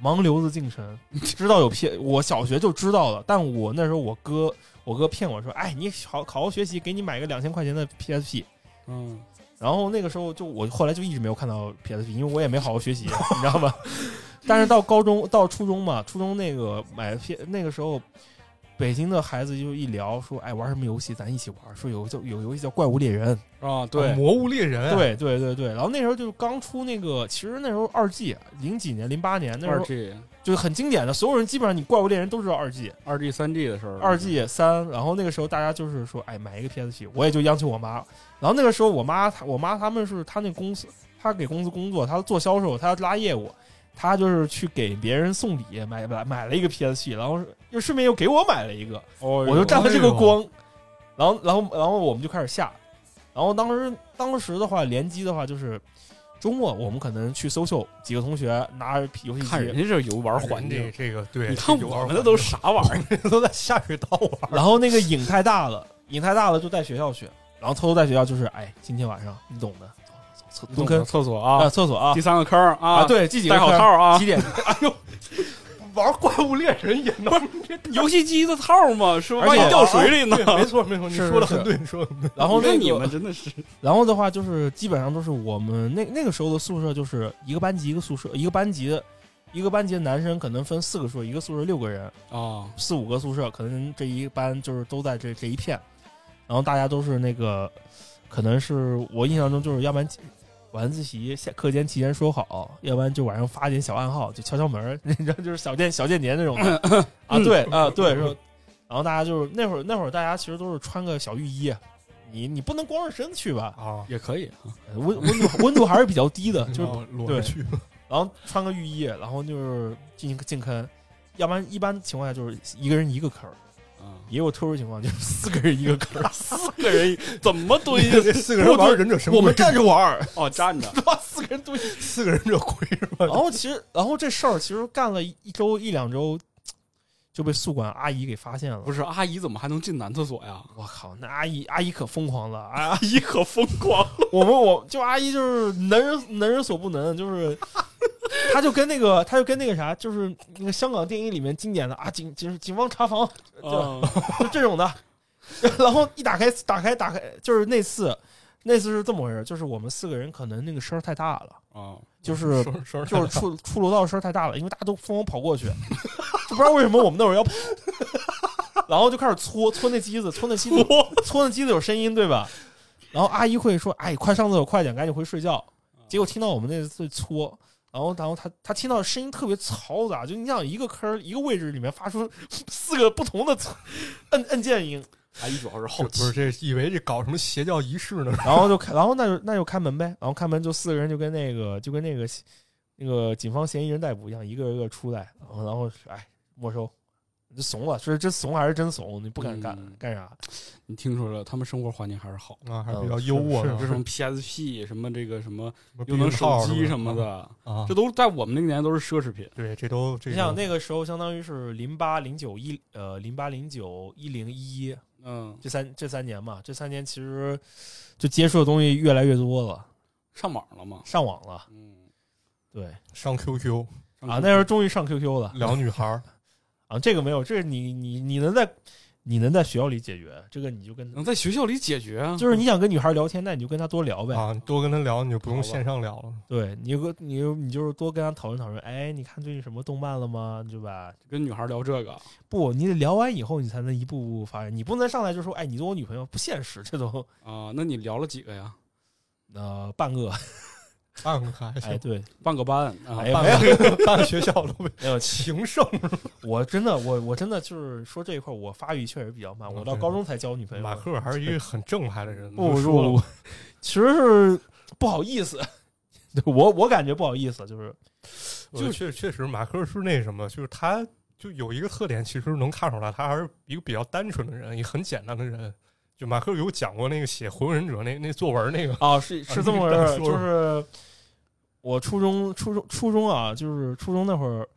Speaker 3: 盲流子进城， 知道有 P，我小学就知道了，但我那时候我哥我哥骗我说，哎，你好好好学习，给你买个两千块钱的 PSP。
Speaker 2: 嗯，
Speaker 3: 然后那个时候就我后来就一直没有看到 PSP，因为我也没好好学习， 你知道吧？但是到高中到初中嘛，初中那个买 P 那个时候，北京的孩子就一聊说，哎，玩什么游戏，咱一起玩。说有个叫有游戏叫《怪物猎人》，
Speaker 2: 啊，
Speaker 1: 啊
Speaker 2: 对，
Speaker 1: 魔物猎人，，
Speaker 3: 对对对对。然后那时候就刚出那个，其实那时候二 G，零几年零八年那时
Speaker 2: 二
Speaker 3: 候
Speaker 2: G、
Speaker 3: 就很经典的，所有人基本上你《怪物猎人》都知道二 G，
Speaker 2: 二 G、三 G 的时候，
Speaker 3: 二 G 三，然后那个时候大家就是说，哎，买一个 PSP，我也就央求我妈。然后那个时候我妈，她我妈他们是她那公司，她给公司工作，她做销售，她拉业务，她就是去给别人送礼，买买买了一个 PSP，然后又顺便又给我买了一个，
Speaker 2: 哦呦，
Speaker 3: 我就
Speaker 1: 这
Speaker 3: 沾了这
Speaker 1: 哎
Speaker 3: 个
Speaker 1: 呦
Speaker 3: 光。然后然后然后我们就开始下，然后当时当时的话联机的话就是。周末我们可能去搜秀，几个同学拿着游戏机，
Speaker 2: 看人家这游玩环
Speaker 1: 环
Speaker 2: 境
Speaker 1: 这，这个对，
Speaker 2: 你看
Speaker 1: 这游
Speaker 2: 我
Speaker 1: 玩
Speaker 2: 们的
Speaker 1: 环
Speaker 2: 都
Speaker 1: 境
Speaker 2: 啥哎玩意儿？
Speaker 1: 都在下水道 玩，
Speaker 3: 然后那个瘾太大了，瘾太大了就带学校去，然后偷偷带学校就是，哎，今天晚上你懂的，走走走
Speaker 2: 蹲
Speaker 3: 蹲
Speaker 2: 坑
Speaker 3: 坑
Speaker 2: 厕所
Speaker 3: 啊，
Speaker 2: 啊，
Speaker 3: 厕所啊
Speaker 2: 第三个坑儿啊，
Speaker 3: 啊，对，系几个
Speaker 2: 戴好
Speaker 3: 坑
Speaker 2: 套啊
Speaker 3: 几点？哎呦，
Speaker 1: 玩怪物猎人也能，
Speaker 2: 游戏机的套嘛，是吧？
Speaker 3: 而
Speaker 2: 万
Speaker 3: 且
Speaker 2: 一掉水里呢？
Speaker 1: 对，没错没错，你
Speaker 3: 是
Speaker 1: 说的
Speaker 3: 是
Speaker 1: 很对，你说的很对。
Speaker 3: 然后
Speaker 2: 那
Speaker 3: 那
Speaker 2: 你
Speaker 3: 个
Speaker 2: 们真的是
Speaker 3: 然后的话就是基本上都是我们那那个时候的宿舍就是一个班级一个宿舍，一个班级一个班级的男生可能分四个宿舍，一个宿舍六个人，
Speaker 2: 啊，
Speaker 3: 四五个宿舍，可能这一班就是都在这这一片，然后大家都是那个，可能是我印象中就是要不然晚自习下课间提前说好，要不然就晚上发点小暗号，就敲敲门儿，你 知道就是小间小间谍那种的啊，对啊对是吧，然后大家就是那会儿那会儿大家其实都是穿个小浴衣。啊你你不能光着身子去吧？
Speaker 1: 啊，
Speaker 2: 也可以。
Speaker 3: 温温度温度还是比 较低的，
Speaker 1: 就
Speaker 3: 就是是
Speaker 1: 裸
Speaker 3: 对
Speaker 1: 着 去，
Speaker 3: 然后穿个浴衣，然后就是进进坑，要不然一般情况下就是一个人一个坑儿，
Speaker 2: 啊，
Speaker 3: 也有特殊情况就是 四个人一个坑儿，
Speaker 2: 四个人怎么蹲下去？
Speaker 1: 四个人玩忍者神龟，
Speaker 3: 我们站着玩儿，
Speaker 2: 哦，站着。
Speaker 3: 哇，四个人 对。
Speaker 1: 四个忍者龟是
Speaker 3: 然
Speaker 1: 吧？
Speaker 3: 后其实，然后这事儿其实干了一一周一两周，就被宿管阿姨给发现了。
Speaker 2: 不
Speaker 3: 是，
Speaker 2: 是阿姨怎么还能进男厕所呀？
Speaker 3: 我靠，那阿姨阿姨可疯狂了，阿
Speaker 2: 阿姨可疯狂了，
Speaker 3: 我们我就阿姨就是能人能人所不能，就是 她就跟那个她就跟那个啥，就是那个香港电影里面经典的啊警警警方查房
Speaker 2: 啊
Speaker 3: 就这种的， 然后一打开打开打开，就是那次那次是这么回事，就是我们四个人可能那个声儿太大了，
Speaker 2: 啊！
Speaker 3: 就是
Speaker 1: 说说
Speaker 3: 就是触触楼道声儿太大了，因为大家都疯狂 跑过去，就不知道为什么我们那会儿要跑，然后就开始搓搓那机子，搓那机子，搓那机子有声音对吧？然后阿姨会说：“哎，快上厕所，快点，赶紧回去睡觉。”
Speaker 1: 啊
Speaker 3: 结果听到我们那次搓，然后然后她她听到声音特别嘈杂，就你想一个坑儿一个位置里面发出四个不同的 搓按按键音，
Speaker 2: 阿姨主要是好
Speaker 1: 不
Speaker 2: 奇
Speaker 1: 是这以为这搞什么邪教仪式呢？
Speaker 3: 然后就开，然后那就那就开门呗，然后开门就四个人就跟那个就跟那个那个警方嫌疑人逮捕一样，一个一个出来，然后然后哎没收，就怂了，这是真怂还是真怂？你不敢干、
Speaker 2: 嗯
Speaker 3: 干啥？
Speaker 2: 你听出来了，他们生活环境还是好，
Speaker 1: 啊，还是比较优渥
Speaker 3: 嗯
Speaker 1: 的，
Speaker 2: 这什
Speaker 1: 什
Speaker 2: 么 PSP 什么这个什么
Speaker 1: 么
Speaker 2: 又能手机什么
Speaker 1: 的
Speaker 2: 的，
Speaker 1: 啊
Speaker 2: 这，都在我们那个年代都是奢侈品。
Speaker 1: 对，这都这
Speaker 3: 你
Speaker 1: 个
Speaker 3: 想那个时候相当于是零八零九一呃零八零九一零一一
Speaker 2: 嗯，
Speaker 3: 这三这三年嘛，这三年其实就接触的东西越来越多了，
Speaker 2: 上网了嘛？
Speaker 3: 上网了，
Speaker 2: 嗯，
Speaker 3: 对
Speaker 1: 上 QQ
Speaker 3: 啊，那时候终于上 QQ 了
Speaker 1: 聊女孩儿，
Speaker 3: 啊，这个没有，这是你你你能在你能在学校里解决，这个你就跟
Speaker 2: 能在学校里解决啊？
Speaker 3: 就是你想跟女孩聊天，那你就跟她多聊呗。
Speaker 1: 啊，你多跟他聊，你就不用线上聊了。
Speaker 3: 对你有个你有你就是多跟她讨论讨论。哎，你看最近什么动漫了吗？对吧？
Speaker 2: 跟女孩聊这个，
Speaker 3: 不，你得聊完以后，你才能一步步发展。你不能上来就说，哎，你做我女朋友，不现实，这都
Speaker 2: 啊，那你聊了几个呀？
Speaker 3: 呃半个。
Speaker 1: 半个还
Speaker 3: 哎，
Speaker 1: 行，
Speaker 3: 对，
Speaker 2: 半个班啊
Speaker 3: 哎，呀，
Speaker 1: 半
Speaker 3: 没有
Speaker 1: 个半个学校都被
Speaker 3: 没有，
Speaker 1: 情圣
Speaker 3: 我真的我我真的就是说这一块，我发育确实比较慢，我到高中才交女朋友。
Speaker 1: 啊马克还是一个很正派的人，
Speaker 3: 不
Speaker 1: 都
Speaker 3: 不
Speaker 1: 说了
Speaker 3: 不，其实是不好意思， 对我我感觉不好意思，就是
Speaker 1: 我觉得呃确确实马克是那什么，就是他就有一个特点，其实能看出来他还是一个比较单纯的人，也很简单的人。就马克给我讲过那个写《火影忍者》那那作文那个
Speaker 3: 啊，是
Speaker 1: 啊
Speaker 3: 是这么回
Speaker 1: 你这么
Speaker 3: 事儿，
Speaker 1: 说
Speaker 3: 就是我初中初中初中啊，就是初中那会儿，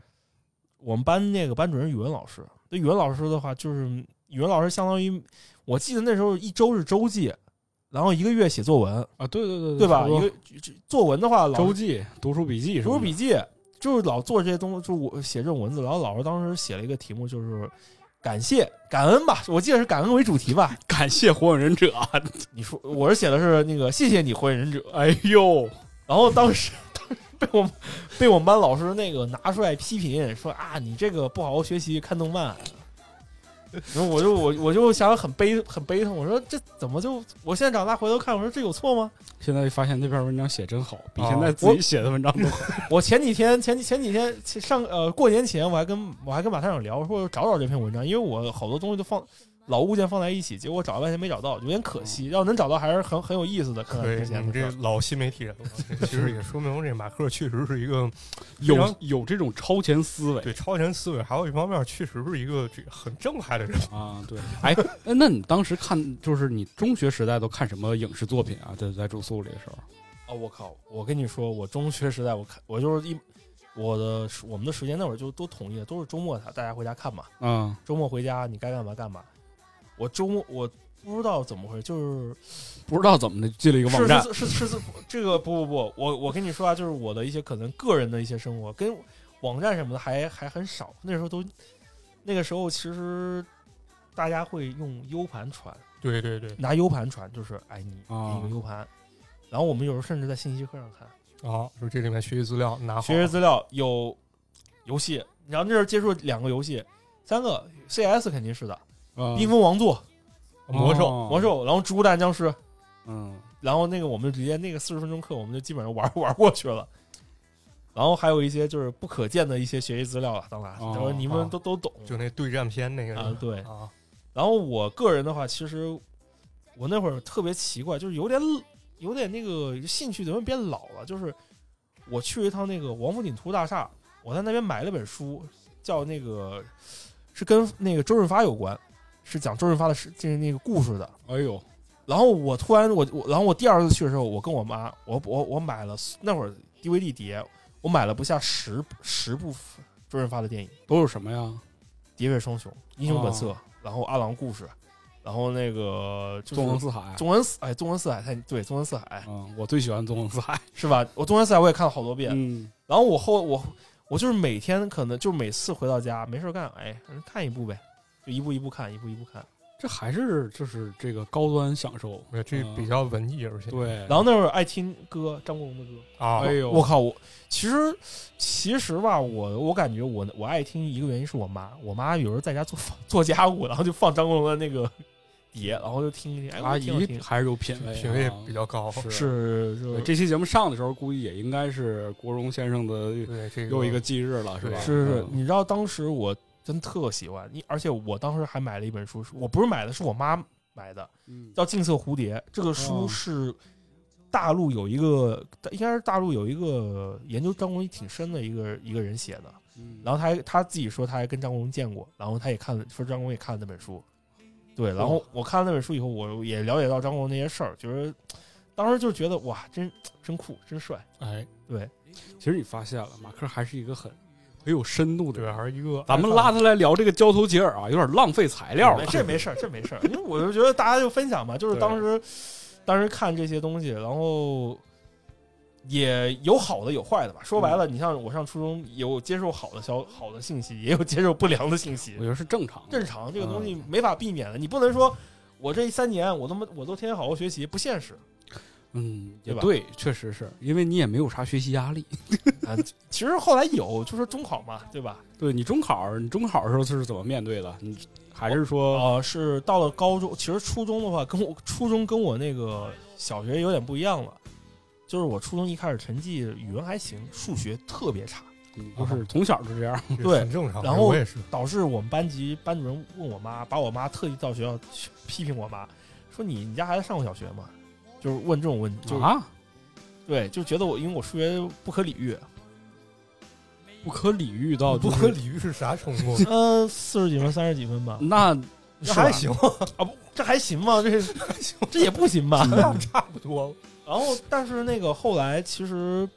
Speaker 3: 我们班那个班主任语文老师，对语文老师的话，就是语文老师相当于，我记得那时候一周是周记，然后一个月写作文，
Speaker 2: 啊，对对对
Speaker 3: 对吧？
Speaker 2: 差
Speaker 3: 一
Speaker 2: 不多
Speaker 3: 个这作文的话，老
Speaker 2: 周
Speaker 3: 师
Speaker 2: 记、读书笔记什么的、
Speaker 3: 读书笔记就是老做这些东西，就我写这种文字，然后老师当时写了一个题目，就是感谢感恩吧，我记得是感恩为主题吧。
Speaker 2: 感谢火影忍者。啊
Speaker 3: 你说我是写的是那个谢谢你火影忍者。
Speaker 2: 哎呦，
Speaker 3: 然后当时 当时被我们被我们班老师那个拿出来批评，说啊，你这个不好好学习，看动漫。然后我就我我就想很悲很悲痛，我说这怎么就我现在长大回头看，我说这有错吗？
Speaker 2: 现在发现那篇文章写真好，比
Speaker 1: 啊
Speaker 2: 现在自己写的文章都好。
Speaker 3: 我前几天前几前几天前上呃过年前我还跟我还跟马探长聊，我说我找找这篇文章，因为我好多东西都放老物件放在一起，结果找了半天没找到，有点可惜。要能找到还是很很有意思的。看看
Speaker 1: 哦对，
Speaker 3: 之
Speaker 1: 你
Speaker 3: 前
Speaker 1: 们
Speaker 3: 的事
Speaker 1: 这
Speaker 3: 儿
Speaker 1: 老新媒体人了，这其实也说明这马克确实是一个非
Speaker 2: 有
Speaker 1: 常
Speaker 2: 有这种超前思维
Speaker 1: 对超前思维，还有一方面确实是一个这个很正派的人。
Speaker 2: 啊， 对。哎，那那你当时看，就是你中学时代都看什么影视作品啊？在在住宿里的时候，
Speaker 3: 哦，我靠！我跟你说，我中学时代，我看我就是一我的时我们的时间那会儿就都统一了，都是周末大家回家看嘛。
Speaker 2: 嗯，
Speaker 3: 周末回家你该干嘛干嘛。我周末我不知道怎么回事，就是
Speaker 2: 不知道怎么的进了一个网站
Speaker 3: 是是是是是这个不不不，我我跟你说啊，就是我的一些可能个人的一些生活，跟网站什么的还还很少，那时候都那个时候其实大家会用 U 盘传，
Speaker 1: 对对对，
Speaker 3: 拿 U 盘传就是哎你
Speaker 2: 啊
Speaker 3: 给一个 U 盘，然后我们有时候甚至在信息课上看
Speaker 1: 啊，说这里面学习资料拿好，
Speaker 3: 学习资料有游戏，然后那时候接触两个游戏，三个 CS 肯定是的，
Speaker 1: 嗯
Speaker 2: 啊
Speaker 3: 冰封王座、
Speaker 1: 魔兽
Speaker 2: 哦
Speaker 3: 魔兽，然后植物大战僵尸，
Speaker 2: 嗯，
Speaker 3: 然后那个我们直接那个四十分钟课，我们就基本上玩 玩过去了。然后还有一些就是不可见的一些学习资料了，当然，
Speaker 2: 哦
Speaker 3: 然后你们都都懂，
Speaker 1: 就那对战片那个
Speaker 3: 啊
Speaker 1: 人
Speaker 3: 对。
Speaker 1: 啊，
Speaker 3: 然后我个人的话，其实我那会儿特别奇怪，就是有点有点那个兴趣怎么变老了？就是我去一趟那个王府井图大厦，我在那边买了本书，叫那个是跟那个周润发有关，是讲周润发的事，就是那个故事的。
Speaker 2: 哎呦，
Speaker 3: 然后我突然我我，然后我第二次去的时候，我跟我妈，我我我买了那会儿 DVD 碟，我买了不下十十部周润发的电影，《
Speaker 2: 都有什么呀？
Speaker 3: 喋血双雄》《英雄本色》
Speaker 2: 哦
Speaker 3: 然后《阿郎故事》，然后那个就是
Speaker 2: 纵横四海。啊
Speaker 3: 纵横四哎，纵横四海太对，纵横四海
Speaker 2: 嗯，我最喜欢纵横四海。
Speaker 3: 是吧？我纵横四海我也看了好多遍，
Speaker 2: 嗯，
Speaker 3: 然后我后我我就是每天可能就是每次回到家没事儿干，哎，反正看一部呗，就一步一步看，一步一步看。
Speaker 2: 这还是就是这个高端享受。
Speaker 1: 没有这
Speaker 2: 嗯
Speaker 1: 比较文艺，而且
Speaker 2: 对，
Speaker 3: 然后那会儿爱听歌，张国荣的歌，
Speaker 1: 啊
Speaker 2: 哎，呦，
Speaker 3: 我靠，我其实其实吧，我我感觉我我爱听一个原因是我妈，我妈有时候在家做饭做家务，然后就放张国荣的那个碟，然后就听一听。哎，我
Speaker 2: 阿
Speaker 3: 听了
Speaker 2: 姨
Speaker 3: 听了
Speaker 2: 还是有品味啊，
Speaker 1: 品味比较高，
Speaker 2: 是
Speaker 3: 是就
Speaker 2: 对这期节目上的时候，估计也应该是国荣先生的
Speaker 1: 对这个
Speaker 2: 又一个忌日了，是吧？
Speaker 1: 对
Speaker 3: 是是，
Speaker 2: 嗯
Speaker 3: 你知道当时我真特喜欢你，而且我当时还买了一本书，是我不是买的，是我妈买的，
Speaker 2: 嗯
Speaker 3: 叫《近色蝴蝶》。这个书
Speaker 2: 哦
Speaker 3: 是大陆有一个，应该是大陆有一个研究张国荣挺深的一个一个人写的。
Speaker 2: 嗯
Speaker 3: 然后他还他自己说他还跟张国荣见过，然后他也看了，说张国荣也看了那本书，对，然
Speaker 2: 哦
Speaker 3: 后我看了那本书以后，我也了解到张国荣那些事儿，觉得当时就觉得哇，真真酷，真帅，
Speaker 1: 哎，
Speaker 3: 对，
Speaker 2: 其实你发现了，马克还是一个很很有深度的
Speaker 1: 对，
Speaker 2: 人。
Speaker 1: 还是一个
Speaker 2: 咱们拉他来聊这个交头接耳啊，有点浪费材料
Speaker 3: 哎
Speaker 2: 了。
Speaker 3: 这没事儿，这没事儿，因为我就觉得大家就分享嘛，就是
Speaker 1: 对
Speaker 3: 当时当时看这些东西，然后。也有好的，有坏的吧。说白了，你像我上初中，有接受好的消好的信息，也有接受不良的信息
Speaker 2: 我。觉得是正常的，
Speaker 3: 正常，这个东西没法避免的。你不能说我这三年我他妈我都天天好好学习，不现实
Speaker 2: 嗯，也
Speaker 3: 对吧
Speaker 2: 对，确实是因为你也没有啥学习压力。
Speaker 3: 啊。其实后来有，就说中考嘛，对吧？
Speaker 2: 对你中考，你中考的时候是怎么面对的？你还是说，
Speaker 3: 啊，是到了高中，其实初中的话，跟我初中跟我那个小学有点不一样了。就是我初中一开始成绩语文还行，数学特别差，
Speaker 2: 你嗯就是从小就这样？
Speaker 1: 这
Speaker 3: 对
Speaker 1: 很正常。
Speaker 3: 然后
Speaker 1: 我也是，
Speaker 3: 导致我们班级班主任问我妈，把我妈特意到学校去批评我妈，说你你家孩子上过小学吗？就是问这种问题，就是、
Speaker 2: 啊，
Speaker 3: 对，就觉得我因为我数学不可理喻，
Speaker 2: 不可理喻到
Speaker 1: 不
Speaker 2: 就是
Speaker 1: 可理喻 是啥程度？
Speaker 3: 嗯，四十几分、三十几分吧，
Speaker 2: 那
Speaker 1: 那
Speaker 3: 是吧
Speaker 1: 还行，
Speaker 3: 啊，不，这 还行吗？这这也不行吧？
Speaker 1: 那差不多。
Speaker 3: 然后，但是那个后来其实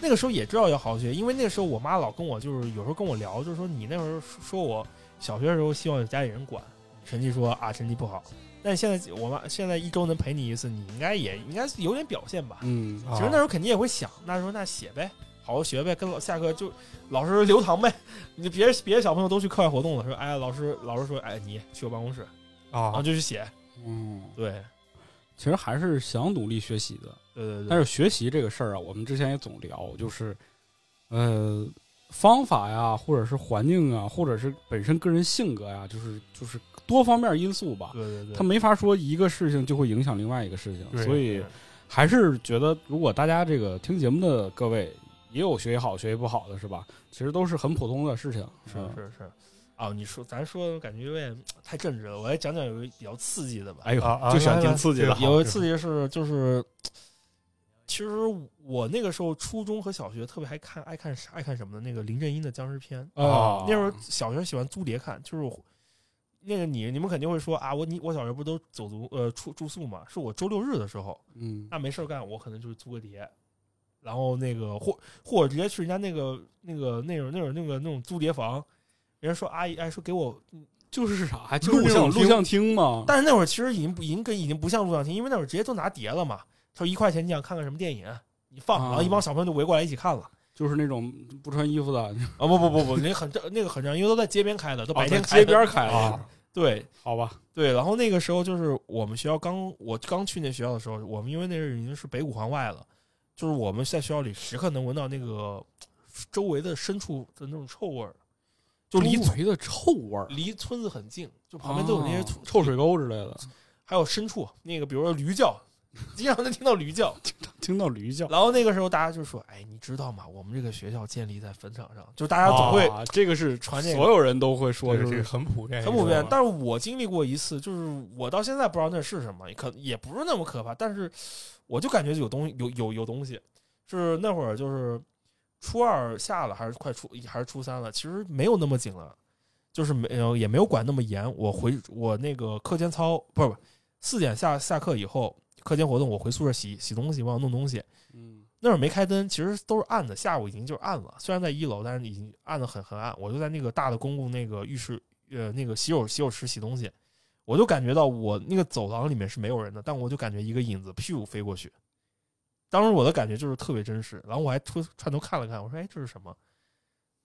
Speaker 3: 那个时候也知道要好好学，因为那个时候我妈老跟我就是有时候跟我聊，就是说你那会儿说我小学的时候希望有家里人管，成绩说啊成绩不好，但现在我妈现在一周能陪你一次，你应该也应该有点表现吧？
Speaker 2: 嗯，
Speaker 1: 啊
Speaker 3: 其实那时候肯定也会想，那时候那写呗，好好学呗，跟老下课就老师留堂呗，你别别的小朋友都去课外活动了，说哎老师老师说哎你去我办公室，然后
Speaker 1: 啊，
Speaker 3: 就去写，
Speaker 2: 嗯，
Speaker 3: 对。
Speaker 2: 其实还是想努力学习的，
Speaker 3: 对对对，
Speaker 2: 但是学习这个事儿啊，我们之前也总聊，就是呃方法呀，或者是环境啊，或者是本身个人性格呀，就是就是多方面因素吧，
Speaker 3: 对对对，
Speaker 2: 他没法说一个事情就会影响另外一个事情，
Speaker 1: 对
Speaker 2: 所以
Speaker 3: 对
Speaker 2: 还是觉得，如果大家这个听节目的各位也有学习好、学习不好的是吧？其实都是很普通的事情，
Speaker 3: 是
Speaker 2: 嗯
Speaker 3: 是是。哦，你说咱说的感觉有点太正直了，我来讲讲有一个比较刺激的吧。
Speaker 2: 哎呦，
Speaker 1: 啊啊
Speaker 2: 就喜欢
Speaker 1: 来
Speaker 2: 听
Speaker 1: 来
Speaker 2: 刺激的
Speaker 1: 这，个
Speaker 3: 有一刺激是就是，其实我那个时候初中和小学特别还看爱看爱看什么的，那个林正英的僵尸片。
Speaker 2: 啊
Speaker 3: 那时候小学喜欢租碟看，就是我那个你你们肯定会说啊，我你我小学不都走读呃住住宿嘛？是我周六日的时候，
Speaker 2: 嗯
Speaker 3: 那没事儿干，我可能就是租个碟，然后那个或或者直接去人家那个那个那种那种那个那种租碟房，人家说阿姨哎说给我，
Speaker 2: 就是
Speaker 3: 啊
Speaker 2: 啥，就
Speaker 1: 就是是
Speaker 2: 那
Speaker 1: 那
Speaker 2: 种
Speaker 1: 种
Speaker 2: 录像厅嘛，
Speaker 3: 但是那会儿其实已经不已经跟已经不像录像厅，因为那会儿直接都拿碟了嘛，他说一块钱你想看看什么电影，你放，
Speaker 2: 啊
Speaker 3: 然后一帮小朋友就围过来一起看了，
Speaker 2: 就是那种不穿衣服的，
Speaker 3: 啊不不不不，那很正那个很正，因为都在街边开的，都白天
Speaker 2: 哦在
Speaker 3: 开的
Speaker 2: 街边开的
Speaker 3: 啊。对
Speaker 2: 好吧？
Speaker 3: 对，然后那个时候就是我们学校刚我刚去那学校的时候，我们因为那是已经是北五环外了，就是我们在学校里时刻能闻到那个周围的深处的那种臭味儿，就离
Speaker 2: 周围的臭味儿，
Speaker 3: 离村子很近，就旁边都有那些
Speaker 2: 啊
Speaker 3: 土
Speaker 2: 臭水，沟之类的，
Speaker 3: 还有深处那个比如说驴叫， 经常能听到驴叫。
Speaker 2: 听到驴叫。
Speaker 3: 然后那个时候大家就说：“哎，你知道吗？我们这个学校建立在坟场上，就大家总会
Speaker 2: 啊这个是
Speaker 3: 传这个
Speaker 2: 所有人都会说，
Speaker 1: 对
Speaker 2: 就
Speaker 1: 这个
Speaker 2: 是
Speaker 1: 很普遍，
Speaker 3: 很普
Speaker 1: 你。
Speaker 3: 遍
Speaker 1: 知道吗
Speaker 3: 但是我经历过一次，就是我到现在不知道那是什么，可也不是那么可怕，但是我就感觉有东西，有有有东西。是那会儿就是初二下了，还是快初还是初三了，其实没有那么紧了，就是没有也没有管那么严。我回我那个课间操不是不是四点下下课以后，课间活动我回宿舍洗洗东西，忘了弄东西。
Speaker 2: 嗯
Speaker 3: 那会儿没开灯，其实都是暗的，下午已经就是暗了。虽然在一楼，但是已经暗的很很暗。我就在那个大的公共那个浴室，呃，那个洗手洗手池洗东西，我就感觉到我那个走廊里面是没有人的，但我就感觉一个影子咻飞过去。当时我的感觉就是特别真实，然后我还出探头看了看，我说：“哎，这是什么？”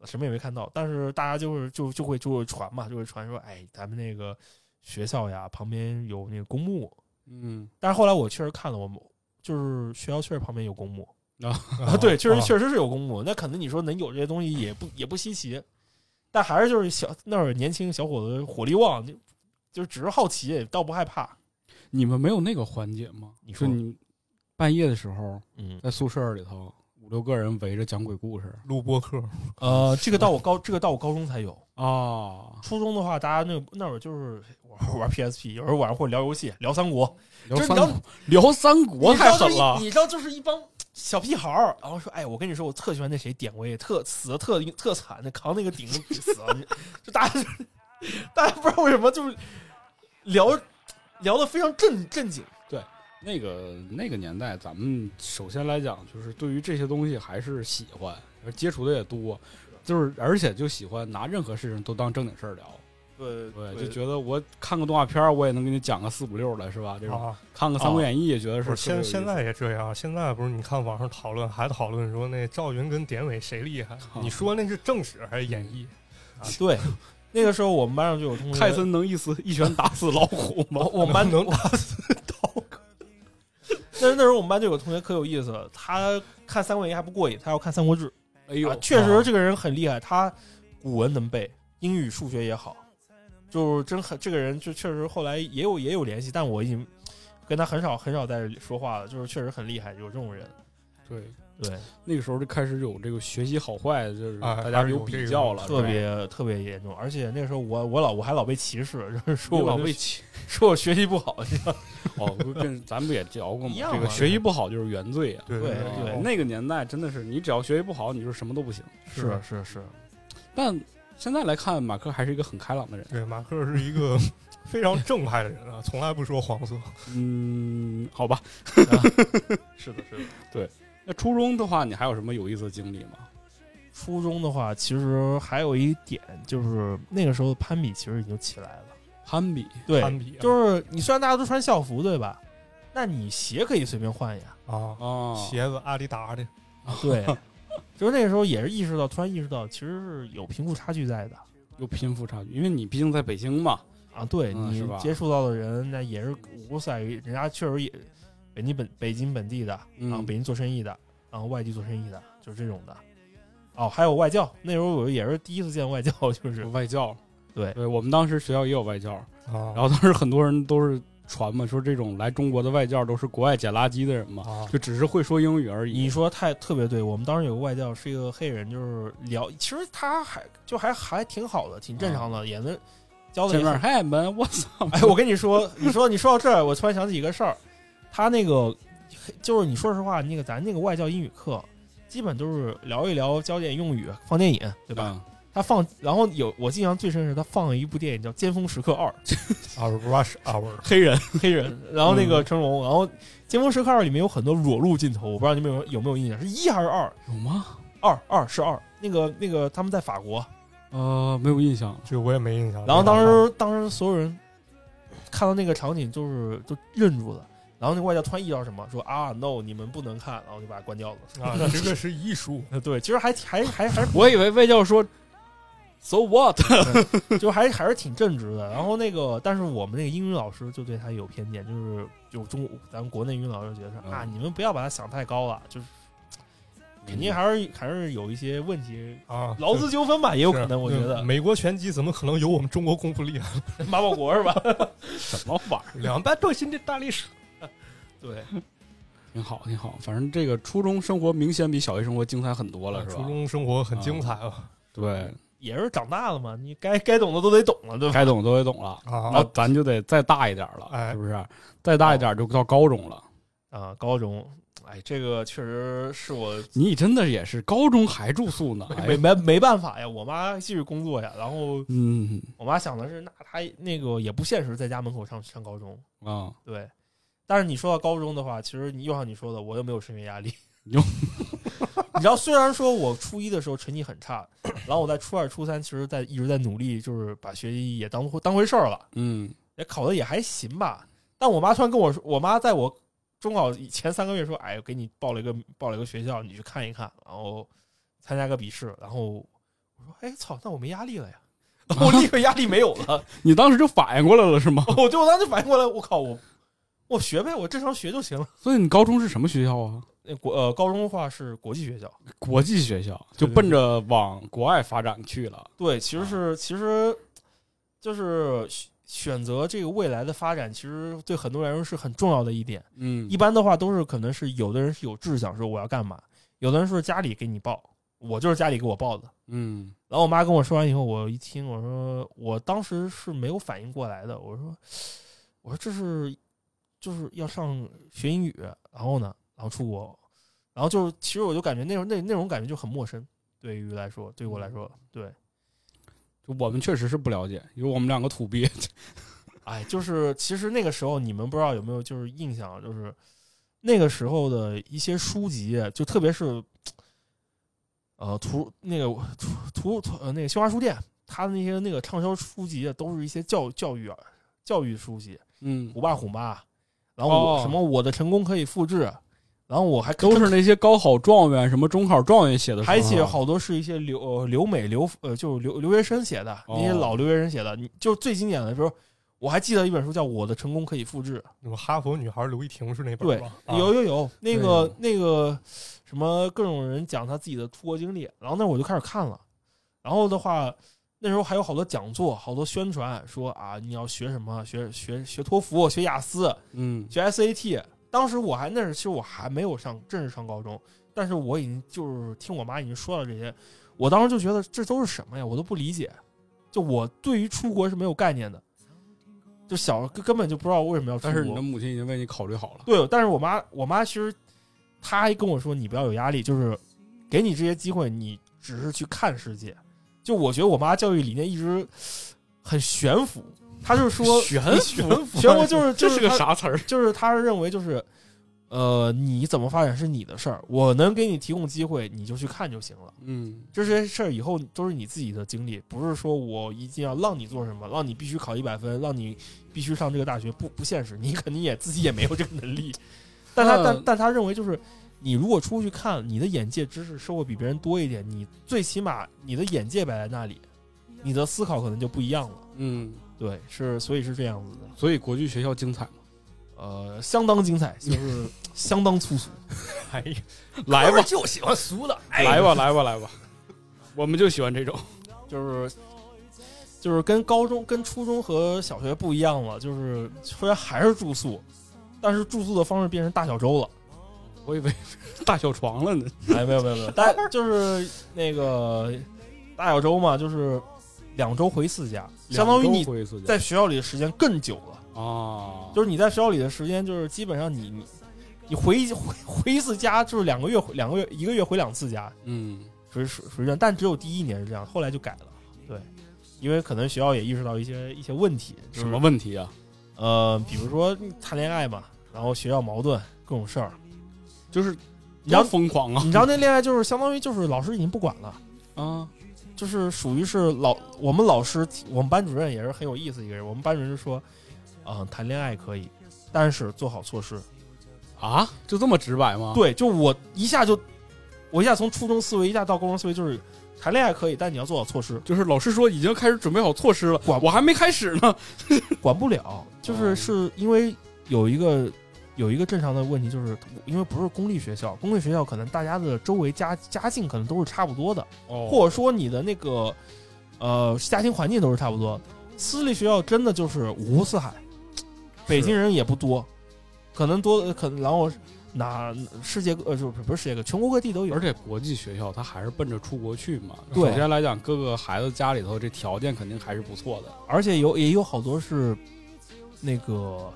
Speaker 3: 什么也没看到，但是大家就是就就会就会传嘛，就会传说：“哎，咱们那个学校呀，旁边有那个公墓。
Speaker 2: 嗯”
Speaker 3: 但是后来我确实看了，我们就是学校确实旁边有公墓，
Speaker 1: 啊
Speaker 3: 啊，对，确实
Speaker 1: 啊
Speaker 3: 确实是有公墓。那可能你说能有这些东西也不也不稀奇，但还是就是小那会儿年轻小伙子火力旺，就就只是好奇，倒不害怕。
Speaker 2: 你们没有那个环节吗？
Speaker 3: 你
Speaker 2: 就
Speaker 3: 说
Speaker 2: 你半夜的时候
Speaker 3: 嗯，
Speaker 2: 在宿舍里头五六个人围着讲鬼故事
Speaker 1: 录播课，
Speaker 3: 呃，这个到我高这个到我高中才有，
Speaker 2: 啊，
Speaker 3: 初中的话，大家那那会儿就是玩玩 PSP，有时候晚上会聊游戏，聊三国，
Speaker 2: 聊
Speaker 3: 就是
Speaker 2: 三
Speaker 3: 聊
Speaker 2: 国 聊三国
Speaker 3: 你知
Speaker 2: 太
Speaker 3: 道就
Speaker 2: 狠
Speaker 3: 是一
Speaker 2: 了
Speaker 3: 你知道，就是一帮小屁孩儿，然后说：“哎，我跟你说，我特喜欢那谁典韦，特死的特特惨，那扛那个顶子死了。”就大家就大家不知道为什么就是聊聊的非常正正经。
Speaker 2: 那个那个年代，咱们首先来讲，就是对于这些东西还是喜欢，而接触的也多，就是而且就喜欢拿任何事情都当正经事儿聊。
Speaker 3: 对
Speaker 2: 对，就觉得我看个动画片儿，我也能给你讲个四五六的，是吧？这种、
Speaker 1: 啊，
Speaker 2: 看个《三国演义》，也觉得
Speaker 1: 不
Speaker 2: 是
Speaker 1: 是
Speaker 2: 特别
Speaker 1: 现
Speaker 2: 有意思
Speaker 1: 现在也这样，现在不是你看网上讨论还讨论说那赵云跟典韦谁厉害？你说那是正史还是演义？
Speaker 3: 啊，对，那个时哦候我们班上就有同学，
Speaker 2: 泰森能一死一拳打死老虎 吗？
Speaker 3: 我我们班
Speaker 1: 能
Speaker 3: 打死刀。那那时候我们班就有同学可有意思了，他看《三国演义》还不过瘾，他要看《三国志》。
Speaker 2: 哎呦
Speaker 3: 啊，确实这个人很厉害，他古文能背，英语、数学也好，就是真很这个人就确实后来也有也有联系，但我已经跟他很少很少在说话了，就是确实很厉害，有这种人。
Speaker 2: 对，
Speaker 3: 对，
Speaker 2: 那个时候就开始有这个学习好坏，就是
Speaker 1: 啊
Speaker 2: 大家有
Speaker 1: 还是有这
Speaker 2: 比
Speaker 1: 个
Speaker 2: 较了，
Speaker 3: 特
Speaker 2: 对
Speaker 3: 别特别严重，而且那个时候我我老我还老被歧视， 就是说
Speaker 2: 你
Speaker 3: 我
Speaker 2: 老
Speaker 3: 就
Speaker 2: 被欺
Speaker 3: 说我学习不好，你知道吗
Speaker 2: 哦，不跟咱们也聊过嘛，
Speaker 3: 一样嘛
Speaker 2: 这个学习不好就是原罪啊。
Speaker 1: 对
Speaker 3: 对
Speaker 2: 啊
Speaker 1: 哦
Speaker 2: 那个年代真的是，你只要学习不好，你就是什么都不行。
Speaker 3: 是是是，
Speaker 2: 但现在来看，马克还是一个很开朗的人。
Speaker 1: 对，马克是一个 非常正派的人啊，从来不说黄色。
Speaker 2: 嗯，好 吧。
Speaker 3: 是的，是的。
Speaker 2: 那初中的话，你还有什么有意思的经历吗？
Speaker 3: 初中的话，其实还有一点就是那个时候攀比其实已经起来了，
Speaker 2: 攀比
Speaker 3: 对，
Speaker 1: 攀比啊
Speaker 3: 就是你虽然大家都穿校服，对吧？那你鞋可以随便换呀。
Speaker 1: 啊，
Speaker 2: 啊，
Speaker 3: 哦
Speaker 1: 鞋子阿迪达的，
Speaker 3: 对，就是那个时候也是意识到，突然意识到其实是有贫富差距在的
Speaker 2: 有贫富差距，因为你毕竟在北京嘛。
Speaker 3: 啊。对
Speaker 2: 嗯
Speaker 3: 你
Speaker 2: 是吧
Speaker 3: 接触到的人，那也是无所于，人家确实也北京本北京本地的啊，
Speaker 2: 嗯
Speaker 3: 北京做生意的，然后外地做生意的，就是这种的。哦，还有外教，那时候我也是第一次见外教，就是
Speaker 2: 外教，
Speaker 3: 对
Speaker 2: 对，我们当时学校也有外教，
Speaker 1: 啊，
Speaker 2: 然后当时很多人都是传嘛，说这种来中国的外教都是国外捡垃圾的人嘛，
Speaker 1: 啊
Speaker 2: 就只是会说英语而
Speaker 3: 哦你
Speaker 2: 已。
Speaker 3: 说太特别对，我们当时有个外教是一个黑人，就是聊，其实他还就还还挺好的，挺正常的，也能教的
Speaker 2: 见面，嗨们，我操！
Speaker 3: 哎，我跟你说，你说你说到这儿，我突然想起一个事儿，他那个就是你说实话，那个咱那个外教英语课，基本都是聊一聊教点用语，放电影，对吧？
Speaker 2: 吧？
Speaker 3: 他放，然后有我印象最深是他放了一部电影叫《尖峰时刻二
Speaker 1: ，our 啊 rush hour，
Speaker 2: 黑人，》，嗯
Speaker 3: 黑人，然后那个成龙，然后《尖峰时刻二》里面有很多裸露镜头，我不知道你们有有没有印象，是一还是二？
Speaker 2: 有吗？
Speaker 3: 二二是二，那个那个他们在法国，
Speaker 2: 呃，没有印象。
Speaker 1: 这个我也没印象。
Speaker 3: 然后当时当时所有人看到那个场景就是都愣住了，然后那外教突然意识到什么，说啊，no，你们不能看，然后就把它关掉了。
Speaker 1: 啊，这个是艺术，
Speaker 3: 对，其实还还还还
Speaker 2: 我以为魏教说，so what？
Speaker 3: 就还还是挺正直的。然后那个，但是我们那个英语老师就对他有偏见，就是就中咱们国内英语老师觉得说
Speaker 2: 嗯
Speaker 3: 啊，你们不要把他想太高了，就是肯定还
Speaker 1: 嗯
Speaker 3: 是还是有一些问题，
Speaker 1: 啊，
Speaker 3: 劳资纠纷吧，也有可
Speaker 1: 是
Speaker 3: 能。我觉
Speaker 1: 嗯
Speaker 3: 得
Speaker 1: 美国拳击怎么可能有我们中国功夫啊 厉害？
Speaker 3: 马保国 是吧？
Speaker 2: 什么玩意儿？
Speaker 1: 两百多新的大历史，
Speaker 3: 对，
Speaker 2: 挺好，挺好。反正这个初中生活明显比小学生活精彩很多了，
Speaker 3: 啊
Speaker 2: 是吧？
Speaker 1: 初中生活很精彩啊
Speaker 2: 对，
Speaker 3: 也是长大了嘛，你该该懂的都得懂了，对吧？
Speaker 2: 该懂都得懂 了。那
Speaker 1: 啊！
Speaker 2: 咱就得再大一点了，
Speaker 1: 哎
Speaker 2: 是不是？再大一点就到高中了。
Speaker 3: 啊，高中，哎，这个确实是我
Speaker 2: 你真的也是高中还住宿呢？ 哎
Speaker 3: 没没没办法呀，我妈继续工作呀，然后
Speaker 2: 嗯
Speaker 3: 我妈想的是，那她那个也不现实，在家门口上上高中，
Speaker 2: 啊，
Speaker 3: 对。但是你说到高中的话，其实你就像你说的，我又没有升学压力。
Speaker 2: 哟
Speaker 3: 你知道，虽然说我初一的时候成绩很差，然后我在初二、初三，其实在一直在努力，就是把学习也当回当回事儿了，
Speaker 2: 嗯，
Speaker 3: 也考的也还行吧。但我妈突然跟我说，我妈在我中考前三个月说：“哎，我给你报了一个报了一个学校，你去看一看，然后参加个笔试。”然后我说：“哎，操，那我没压力了呀！” 我立刻压力没有了，
Speaker 2: 你当时就反应过来了是吗？
Speaker 3: 我就当时反应过来，我靠，我我学呗，我正常学就行了。
Speaker 2: 所以你高中是什么学校啊？
Speaker 3: 那国呃，高中的话是国际学校，
Speaker 2: 国际学校，就
Speaker 3: 对对
Speaker 2: 奔着往国外发展去了。
Speaker 3: 对，其实是其实就是选选择这个未来的发展，其实对很多人来说是很重要的一点。
Speaker 2: 嗯
Speaker 3: 一，般的话都是可能是有的人是有志向，说我要干嘛，有的人是家里给你报，我就是家里给我报的。
Speaker 2: 嗯，
Speaker 3: 然后我妈跟我说完以后，我一听，我说我当时是没有反应过来的，我说我说这是就是要上学英语，然后呢，然后出国，然后就是其实我就感觉那种那那种感觉就很陌生，对于来说，对于我来说，对，
Speaker 2: 就我们确实是不了解，因为我们两个土 鳖。
Speaker 3: 哎，就是其实那个时候你们不知道有没有就是印象，就是那个时候的一些书籍，就特别是呃图那个图图图呃那个新华书店，它的那些那个畅销书籍啊，都是一些教教育啊教育书籍，
Speaker 2: 嗯，
Speaker 3: 虎爸虎妈，然后我、
Speaker 2: 哦
Speaker 3: 什么我的成功可以复制，然后我还
Speaker 2: 都是那些高考状元、什么中考状元写的书啊，
Speaker 3: 还写好多是一些留呃留美留呃就是留留学生写的，那些
Speaker 2: 哦
Speaker 3: 老留学生写的，你就最经典的时候。我还记得一本书叫《我的成功可以复制》，
Speaker 1: 什么哈佛女孩刘亦婷是那
Speaker 3: 对
Speaker 1: 本吗？，啊
Speaker 3: 有有有，那个那个什么各种人讲他自己的出国经历，然后那我就开始看了，然后的话那时候还有好多讲座，好多宣传说啊你要学什么，学学学托福，学雅思，
Speaker 2: 嗯，
Speaker 3: 学 SAT。当时我还那时其实我还没有上正式上高中，但是我已经就是听我妈已经说了这些，我当时就觉得这都是什么呀，我都不理解，就我对于出国是没有概念的，就小根根本就不知道为什么要出国。
Speaker 2: 但是你的母亲已经为你考虑好了。
Speaker 3: 对，但是我妈，我妈其实她还跟我说，你不要有压力，就是给你这些机会，你只是去看世界。就我觉得我妈教育理念一直很悬浮，她就是说
Speaker 2: 悬
Speaker 3: 悬浮，悬 浮就是就
Speaker 2: 这是
Speaker 3: 是
Speaker 2: 个
Speaker 3: 她
Speaker 2: 啥词儿？
Speaker 3: 就是她认为就是，呃，你怎么发展是你的事儿，我能给你提供机会，你就去看就行了。
Speaker 2: 嗯
Speaker 3: 这些事儿以后都是你自己的经历，不是说我一定要让你做什么，让你必须考一百分，让你必须上这个大学，不不现实，你肯定也自己也没有这个能力。但他
Speaker 2: 那
Speaker 3: 但但他认为就是，你如果出去看，你的眼界知识收获比别人多一点，你最起码你的眼界摆在那里，你的思考可能就不一样了。
Speaker 2: 嗯，
Speaker 3: 对，是所以是这样子的，
Speaker 2: 所以国际学校精彩吗？
Speaker 3: 呃，相当精彩，就是 相当 粗俗。
Speaker 1: 哎呀，
Speaker 2: 来 吧，
Speaker 1: 就喜欢俗的，
Speaker 2: 来吧，来吧，来吧，我们就喜欢这种。
Speaker 3: 就是就是跟高中、跟初中和小学不一样了，就是虽然还是住宿，但是住宿的方式变成大小周了。
Speaker 2: 我以为 大小床了呢。
Speaker 3: 哎，没有没有没 有，但就是那个大小周嘛，就是两周回一次家，相当于
Speaker 2: 两周
Speaker 3: 你
Speaker 2: 回一次家
Speaker 3: 在学校里的时间更久了。
Speaker 2: 啊，
Speaker 3: 就是你在学校里的时间，就是基本上你你你回一回回一次家，就是两个月回两个月一个月回两次家，
Speaker 2: 嗯，
Speaker 3: 属于属于这样，但只有第一年是这样，后来就改了。对，因为可能学校也意识到一些一些问题，就是
Speaker 2: 什么问题啊？
Speaker 3: 呃，比如说谈恋爱嘛，然后学校矛盾各种事儿，
Speaker 2: 就是
Speaker 3: 你知道
Speaker 2: 多疯狂啊
Speaker 3: 你知道那恋爱就是相当于就是老师已经不管了，
Speaker 2: 啊！
Speaker 3: 就是属于是老我们老师我们班主任也是很有意思一个人，我们班主任就说。啊、谈恋爱可以，但是做好措施。
Speaker 2: 啊，就这么直白吗？，
Speaker 3: 对，就我一下就，我一下从初中思维一下到高中思维，就是谈恋爱可以，但你要做好措施，
Speaker 2: 就是老师说已经开始准备好措施了，
Speaker 3: 管
Speaker 2: 我还没开始呢。
Speaker 3: 管不了。就是
Speaker 2: 哦
Speaker 3: 是因为有一个有一个正常的问题，就是因为不是公立学校，公立学校可能大家的周围家家境可能都是差不多的，
Speaker 2: 哦，
Speaker 3: 或者说你的那个呃家庭环境都是差不多。私立学校真的就是五湖四海，北京人也不多，可能多可能然后哪世界各呃就是不是世界各全国各地都有
Speaker 2: 而。且国际学校他还是奔着出国去嘛。
Speaker 3: 对
Speaker 2: 首先来讲，各个孩子家里头这条件肯定还是不错的。
Speaker 3: 而且有也有好多是那个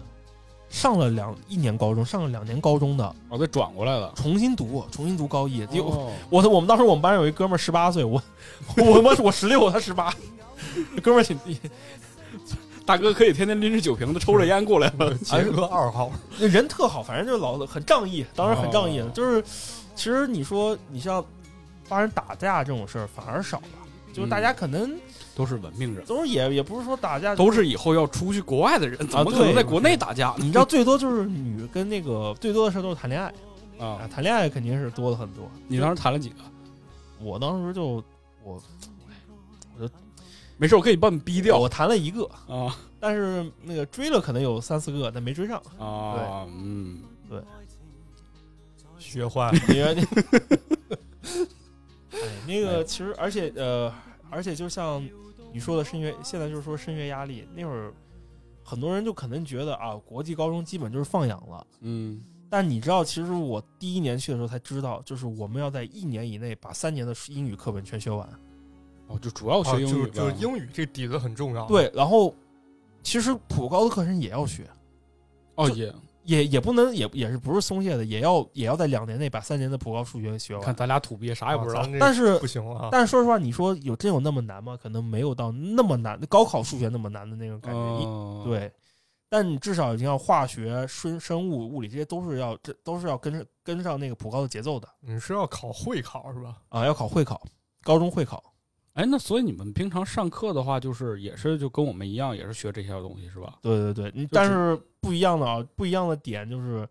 Speaker 3: 上了两一年高中，上了两年高中的，
Speaker 2: 哦，再转过来了。
Speaker 3: 重新读，重新读高一。有、
Speaker 2: 哦
Speaker 3: 我我们当时我们班有一哥们儿十八岁，我 我他妈我十六，他十八，哥们儿挺
Speaker 2: 大哥可以天天拎着酒瓶子抽着烟过来了。
Speaker 1: 杰哥二 号，
Speaker 3: 人特好，反正就是老很仗义，当时很仗义。
Speaker 2: 哦
Speaker 3: 就是其实你说你像发生打架这种事儿反而少了，就是
Speaker 2: 嗯
Speaker 3: 大家可能
Speaker 2: 都是文明人，
Speaker 3: 都是也也不是说打架，
Speaker 2: 都是以后要出去国外的人，怎么可能
Speaker 3: 对
Speaker 2: 在国内打架呢？
Speaker 3: 你知道最多就是女跟那个最多的事儿都是谈恋爱 啊
Speaker 2: 啊，？
Speaker 3: 谈恋爱肯定是多了很多。
Speaker 2: 你当时谈了几个？
Speaker 3: 我当时就我
Speaker 2: 没事，我可以帮你逼掉
Speaker 3: 我谈了一个，
Speaker 2: 啊
Speaker 3: 但是那个追了可能有三四个，但没追上。
Speaker 2: 啊，嗯，
Speaker 1: 学坏了，
Speaker 3: 你说你，哎，那个其实而且呃，而且就像你说的升学，现在就是说升学压力，那会儿很多人就可能觉得啊，国际高中基本就是放养了。
Speaker 2: 嗯，
Speaker 3: 但你知道，其实我第一年去的时候才知道，就是我们要在一年以内把三年的英语课本全学完。
Speaker 2: 哦，就主要
Speaker 1: 啊
Speaker 2: 学英
Speaker 1: 就
Speaker 2: 语
Speaker 1: 是就是
Speaker 2: 呗，
Speaker 1: 英语这底子很重要。，
Speaker 3: 对，然后其实普高的课程也要学，
Speaker 2: 哦
Speaker 3: 就
Speaker 2: 也，
Speaker 3: 也也不能也也是不是松懈的，也要也要在两年内把三年的普高数学学
Speaker 2: 看
Speaker 3: 完。
Speaker 2: 咱俩土鳖啥也不知道
Speaker 1: 啊咱，这
Speaker 3: 但是
Speaker 1: 不行了啊。
Speaker 3: 但是说实话，你说有真有那么难吗？可能没有到那么难，高考数学那么难的那种感觉。
Speaker 2: 嗯
Speaker 3: 一，对，但你至少已经要化学、生生物、物理这些都是要这都是要跟上跟上那个普高的节奏的
Speaker 1: 你是要考会考是吧？
Speaker 3: 啊，要考会考，高中会考。
Speaker 2: 哎，那所以你们平常上课的话，就是也是就跟我们一样，也是学这些东西是吧？
Speaker 3: 对对对，你
Speaker 2: 就
Speaker 3: 但
Speaker 2: 只
Speaker 3: 是不一样的啊，不一样的点就是，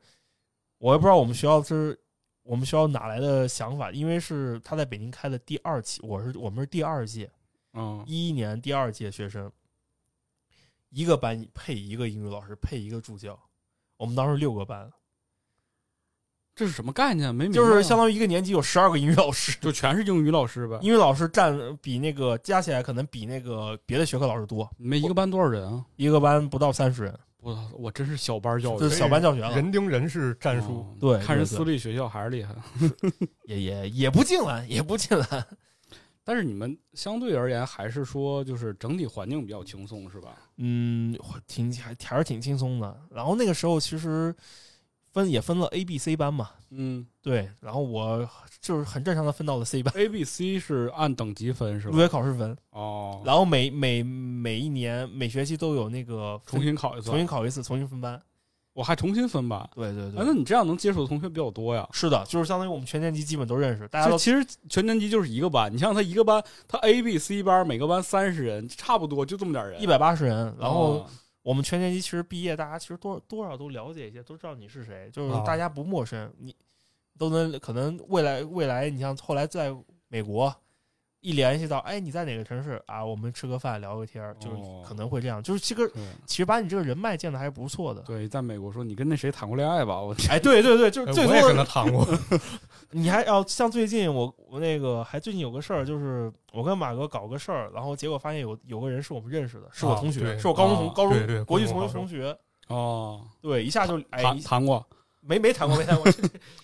Speaker 3: 我也不知道我们学校是我们学校哪来的想法，因为是他在北京开的第二期，我是我们是第二届，
Speaker 2: 嗯，
Speaker 3: 一一年第二届学生，一个班配一个英语老师，配一个助教。我们当时六个班，
Speaker 2: 这是什么概念？没明白啊
Speaker 3: 就是相当于一个年级有十二个英语老师，
Speaker 2: 就全是英语老师呗。
Speaker 3: 英语老师占比那个加起来可能比那个别的学科老师多，
Speaker 2: 你们一个班多少人啊？
Speaker 3: 一个班不到三十人，
Speaker 2: 我操，我真是小班教
Speaker 3: 这
Speaker 2: 育
Speaker 3: 是小班教学了，
Speaker 1: 人盯人是战术，
Speaker 2: 哦
Speaker 3: 对
Speaker 2: 看人
Speaker 3: 对对
Speaker 2: 私立学校还是厉害。
Speaker 3: 也也也不进来，也不进来。
Speaker 2: 但是你们相对而言还是说，就是整体环境比较轻松，是吧？
Speaker 3: 嗯，挺还还是挺轻松的。然后那个时候其实分也分了 A、B、C 班嘛，
Speaker 2: 嗯
Speaker 3: 对。然后我就是很正常的分到了 C 班，
Speaker 2: ，A、B、C 是按等级分是
Speaker 3: 入
Speaker 2: 吧？
Speaker 3: 学考试分。
Speaker 2: 哦，
Speaker 3: 然后每每每一年每学期都有那个分
Speaker 2: 重新考一次
Speaker 3: 重，新考一次，重新分班。
Speaker 2: 我还重新分班。
Speaker 3: 对对
Speaker 2: 哎，那你这样能接触的同学比较多呀。
Speaker 3: 是的，就是相当于我们全年级基本都认识，大家
Speaker 2: 就
Speaker 3: 都
Speaker 2: 其实全年级就是一个班，你像他一个班，他 A、B、C 班每个班三十人，差不多就这么点人。
Speaker 3: 一百八十人。然后
Speaker 2: 哦
Speaker 3: 我们全年级其实毕业，大家其实多多少都了解一些，都知道你是谁，就是
Speaker 1: 啊
Speaker 3: 大家不陌生，你都能可能未来未来，你像后来在美国。一联系到，哎，你在哪个城市啊？我们吃个饭，聊个天儿，就是
Speaker 2: 哦
Speaker 3: 可能会这样，就是这个，
Speaker 2: 对
Speaker 3: 其实把你这个人脉建的还是不错的。
Speaker 2: 对，在美国说你跟那谁谈过恋爱吧？我
Speaker 3: 哎，对对对，就
Speaker 1: 哎
Speaker 3: 是最
Speaker 1: 我
Speaker 3: 多
Speaker 1: 也
Speaker 3: 的
Speaker 1: 跟他谈过，
Speaker 3: 你还要、像最近我我那个还最近有个事儿，就是我跟马哥搞个事儿，然后结果发现有有个人是我们认识的，是我
Speaker 1: 啊
Speaker 3: 同学，
Speaker 1: 对
Speaker 3: 是我高中同、
Speaker 2: 啊
Speaker 3: 高中
Speaker 1: 对对
Speaker 3: 国际
Speaker 1: 共同
Speaker 3: 同学
Speaker 1: 好
Speaker 3: 同学，
Speaker 2: 哦，
Speaker 3: 对，一下就哎
Speaker 2: 谈
Speaker 3: 一下
Speaker 2: 谈过，
Speaker 3: 没没谈过没谈过，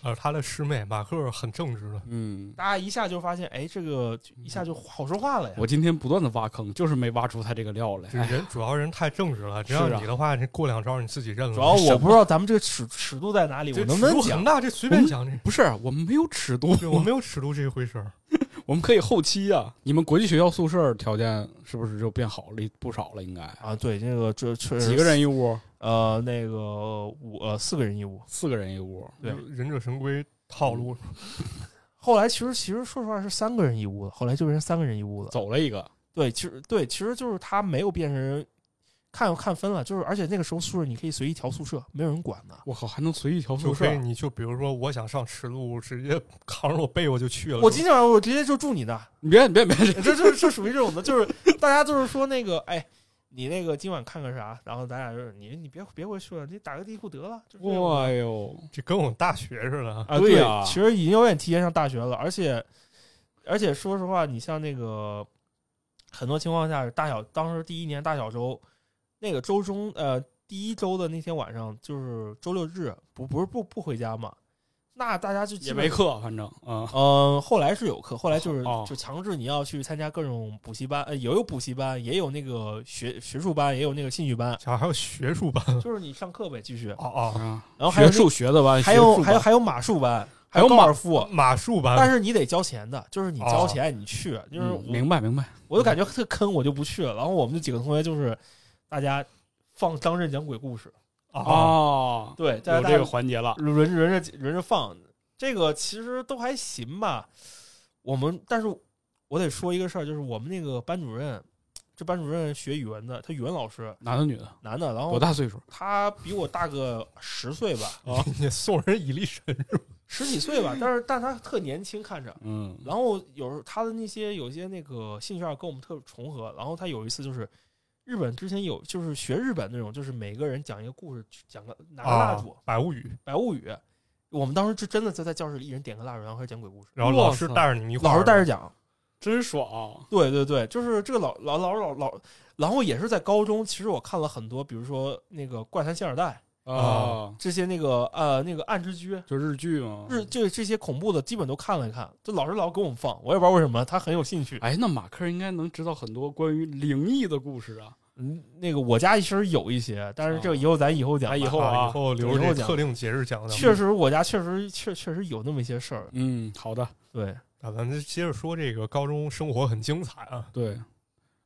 Speaker 1: 啊，他的师妹马克很正直的，
Speaker 2: 嗯，
Speaker 3: 大家一下就发现哎这个一下就好说话了呀，
Speaker 2: 我今天不断的挖坑，就是没挖出他这个料来。
Speaker 1: 就是人主要人太正直了，只
Speaker 2: 是
Speaker 1: 要
Speaker 2: 啊
Speaker 1: 你的话，这过两招你自己认了。
Speaker 3: 主要
Speaker 1: 什
Speaker 3: 我
Speaker 1: 么
Speaker 3: 不知道咱们这个尺尺度在哪里，我
Speaker 1: 这
Speaker 3: 能
Speaker 1: 尺
Speaker 3: 不能
Speaker 1: 度
Speaker 3: 讲
Speaker 1: 很？大，这随便讲 这。
Speaker 2: 不是，我们没有尺度，
Speaker 1: 对，我没有尺度这回事儿，
Speaker 2: 我们可以后期啊。你们国际学校宿舍条件是不是就变好了一不少了？应该
Speaker 3: 啊，对，这个这确实
Speaker 2: 几个人一屋，
Speaker 3: 呃那个五呃四个人一屋。
Speaker 2: 四个人一屋。
Speaker 3: 对嗯
Speaker 1: 忍者神龟套路。
Speaker 3: 后来其实其实说实话是三个人一屋了，后来就变成三个人一屋了。
Speaker 2: 走了一个，
Speaker 3: 对，其实对，其实就是他没有变成看看分了，就是而且那个时候宿舍你可以随意调宿舍，没有人管的。
Speaker 2: 我靠，还能随意调
Speaker 1: 就
Speaker 2: 宿舍
Speaker 3: 啊
Speaker 1: 可以，？你就比如说，我想上池路，直接扛着我被我就去了。
Speaker 3: 我今天晚上我直接就住你那，
Speaker 2: 你别你别别，
Speaker 3: 这这这属于这种的，就是大家就是说那个，哎，你那个今晚看个啥，然后咱俩就是你你别别回去了，你打个地库得了。就是这种的
Speaker 2: 哇哟，
Speaker 1: 这跟我们大学似的，
Speaker 2: 啊
Speaker 3: 对
Speaker 2: 哎呀、
Speaker 3: 其实已经有点提前上大学了，而且而且说实话，你像那个很多情况下，大小当时第一年大小周，那个周中呃第一周的那天晚上，就是周六日不不是不不回家嘛，那大家就基
Speaker 2: 也
Speaker 3: 本
Speaker 2: 没。课，反正啊、
Speaker 3: 嗯，后来是有课，后来就是、
Speaker 2: 哦
Speaker 3: 就强制你要去参加各种补习班，呃，也有补习班，也有那个学学术班，也有那个兴 趣班，
Speaker 1: 还有学术班。
Speaker 3: 就是你上课呗，继续。
Speaker 1: 哦
Speaker 2: 啊，
Speaker 3: 然后还有
Speaker 2: 学
Speaker 3: 那
Speaker 2: 数学的吧，
Speaker 3: 还
Speaker 2: 学
Speaker 3: 有
Speaker 2: 术
Speaker 3: 还有
Speaker 2: 吧
Speaker 3: 还有马术班，
Speaker 2: 还
Speaker 3: 还
Speaker 2: 有
Speaker 3: 高
Speaker 2: 马
Speaker 3: 尔夫，
Speaker 1: 哦，马术班，
Speaker 3: 但是你得交钱的，就是你交
Speaker 1: 哦
Speaker 3: 钱你去，就是
Speaker 2: 啊嗯
Speaker 3: 我
Speaker 2: 明白明白，
Speaker 3: 我就感觉特坑，我就不去了。然后我们这几个同学就是大家放张震讲鬼故事，
Speaker 1: 啊，
Speaker 2: 哦，
Speaker 3: 对，大
Speaker 2: 有
Speaker 3: 家
Speaker 2: 这个环节了，
Speaker 3: 轮轮轮着轮着放，这个其实都还行吧。我们但是我得说一个事儿，就是我们那个班主任，这班主任学语文的，他语文老师
Speaker 2: 男的女的，
Speaker 3: 男的，然
Speaker 2: 多
Speaker 3: 后
Speaker 2: 大岁数？
Speaker 3: 他比我大个十岁吧，
Speaker 1: 你送人以力神
Speaker 3: 十几岁 吧，但是但他特年轻看着。
Speaker 2: 嗯，
Speaker 3: 然后有时候他的那些有一些那个兴趣爱好跟我们特重合，然后他有一次就是日本之前有就是学日本那种，就是每个人讲一个故事，讲个拿个蜡
Speaker 1: 啊
Speaker 3: 烛，，
Speaker 1: 百物语，
Speaker 3: 白物语。我们当时就真的就在教室里一人点个蜡烛，然后开始讲鬼故事，
Speaker 1: 然后老师带着你们一块儿，啊
Speaker 3: 老师带着讲，
Speaker 2: 真爽，
Speaker 3: 对对对，就是这个老老老老老，然后也是在高中，其实我看了很多，比如说那个怪谈谢尔代
Speaker 2: 啊，
Speaker 3: 这些那个呃那个暗之居。
Speaker 2: 就日剧嘛。
Speaker 3: 日这这些恐怖的基本都看了一看，这老师老给我们放，我也不知道为什么，他很有兴趣。
Speaker 2: 哎，那马克应该能知道很多关于灵异的故事啊。
Speaker 3: 嗯，那个我家其实有一些，但是这个以后咱以后讲吧。
Speaker 2: 啊以后
Speaker 1: 啊，
Speaker 2: 啊
Speaker 1: 以后留
Speaker 3: 以后
Speaker 1: 着这
Speaker 3: 讲
Speaker 1: 特定节日讲讲。
Speaker 3: 确实，我家确实确确实有那么一些事儿。
Speaker 2: 嗯，好的，
Speaker 3: 对，
Speaker 1: 啊，咱就接着说这个高中生活很精彩啊。
Speaker 2: 对。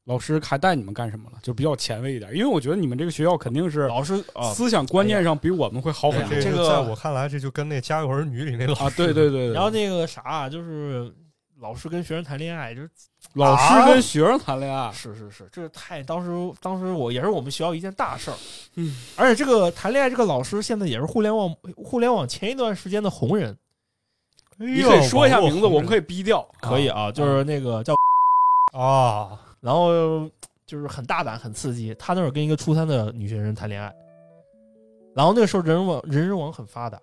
Speaker 2: 老师还带你们干什么了？就比较前卫一点，因为我觉得你们这个学校肯定是
Speaker 3: 老师啊，
Speaker 2: 思想观念上比我们会好
Speaker 1: 对
Speaker 2: 很多
Speaker 3: 这
Speaker 1: 这
Speaker 3: 个
Speaker 1: 在我看来，这就跟那《家有儿女》里那老
Speaker 2: 啊。对对对对，
Speaker 3: 然后那个啥，啊就是老师跟学生谈恋爱，就是
Speaker 2: 老
Speaker 1: 啊
Speaker 2: 师跟学生谈恋爱，
Speaker 3: 是是是，这太当时当时我也是我们学校一件大事儿。
Speaker 2: 嗯，
Speaker 3: 而且这个谈恋爱这个老师现在也是互联网互联网前一段时间的红人，
Speaker 2: 你可以说一下名字，我们可
Speaker 1: 以
Speaker 2: 以逼掉，
Speaker 3: 可以啊，就是那个叫，
Speaker 1: 啊
Speaker 3: 然后就是很大胆很刺激，他那会儿跟一个初三的女学生谈恋爱。然后那个时候人人网人人网很发达，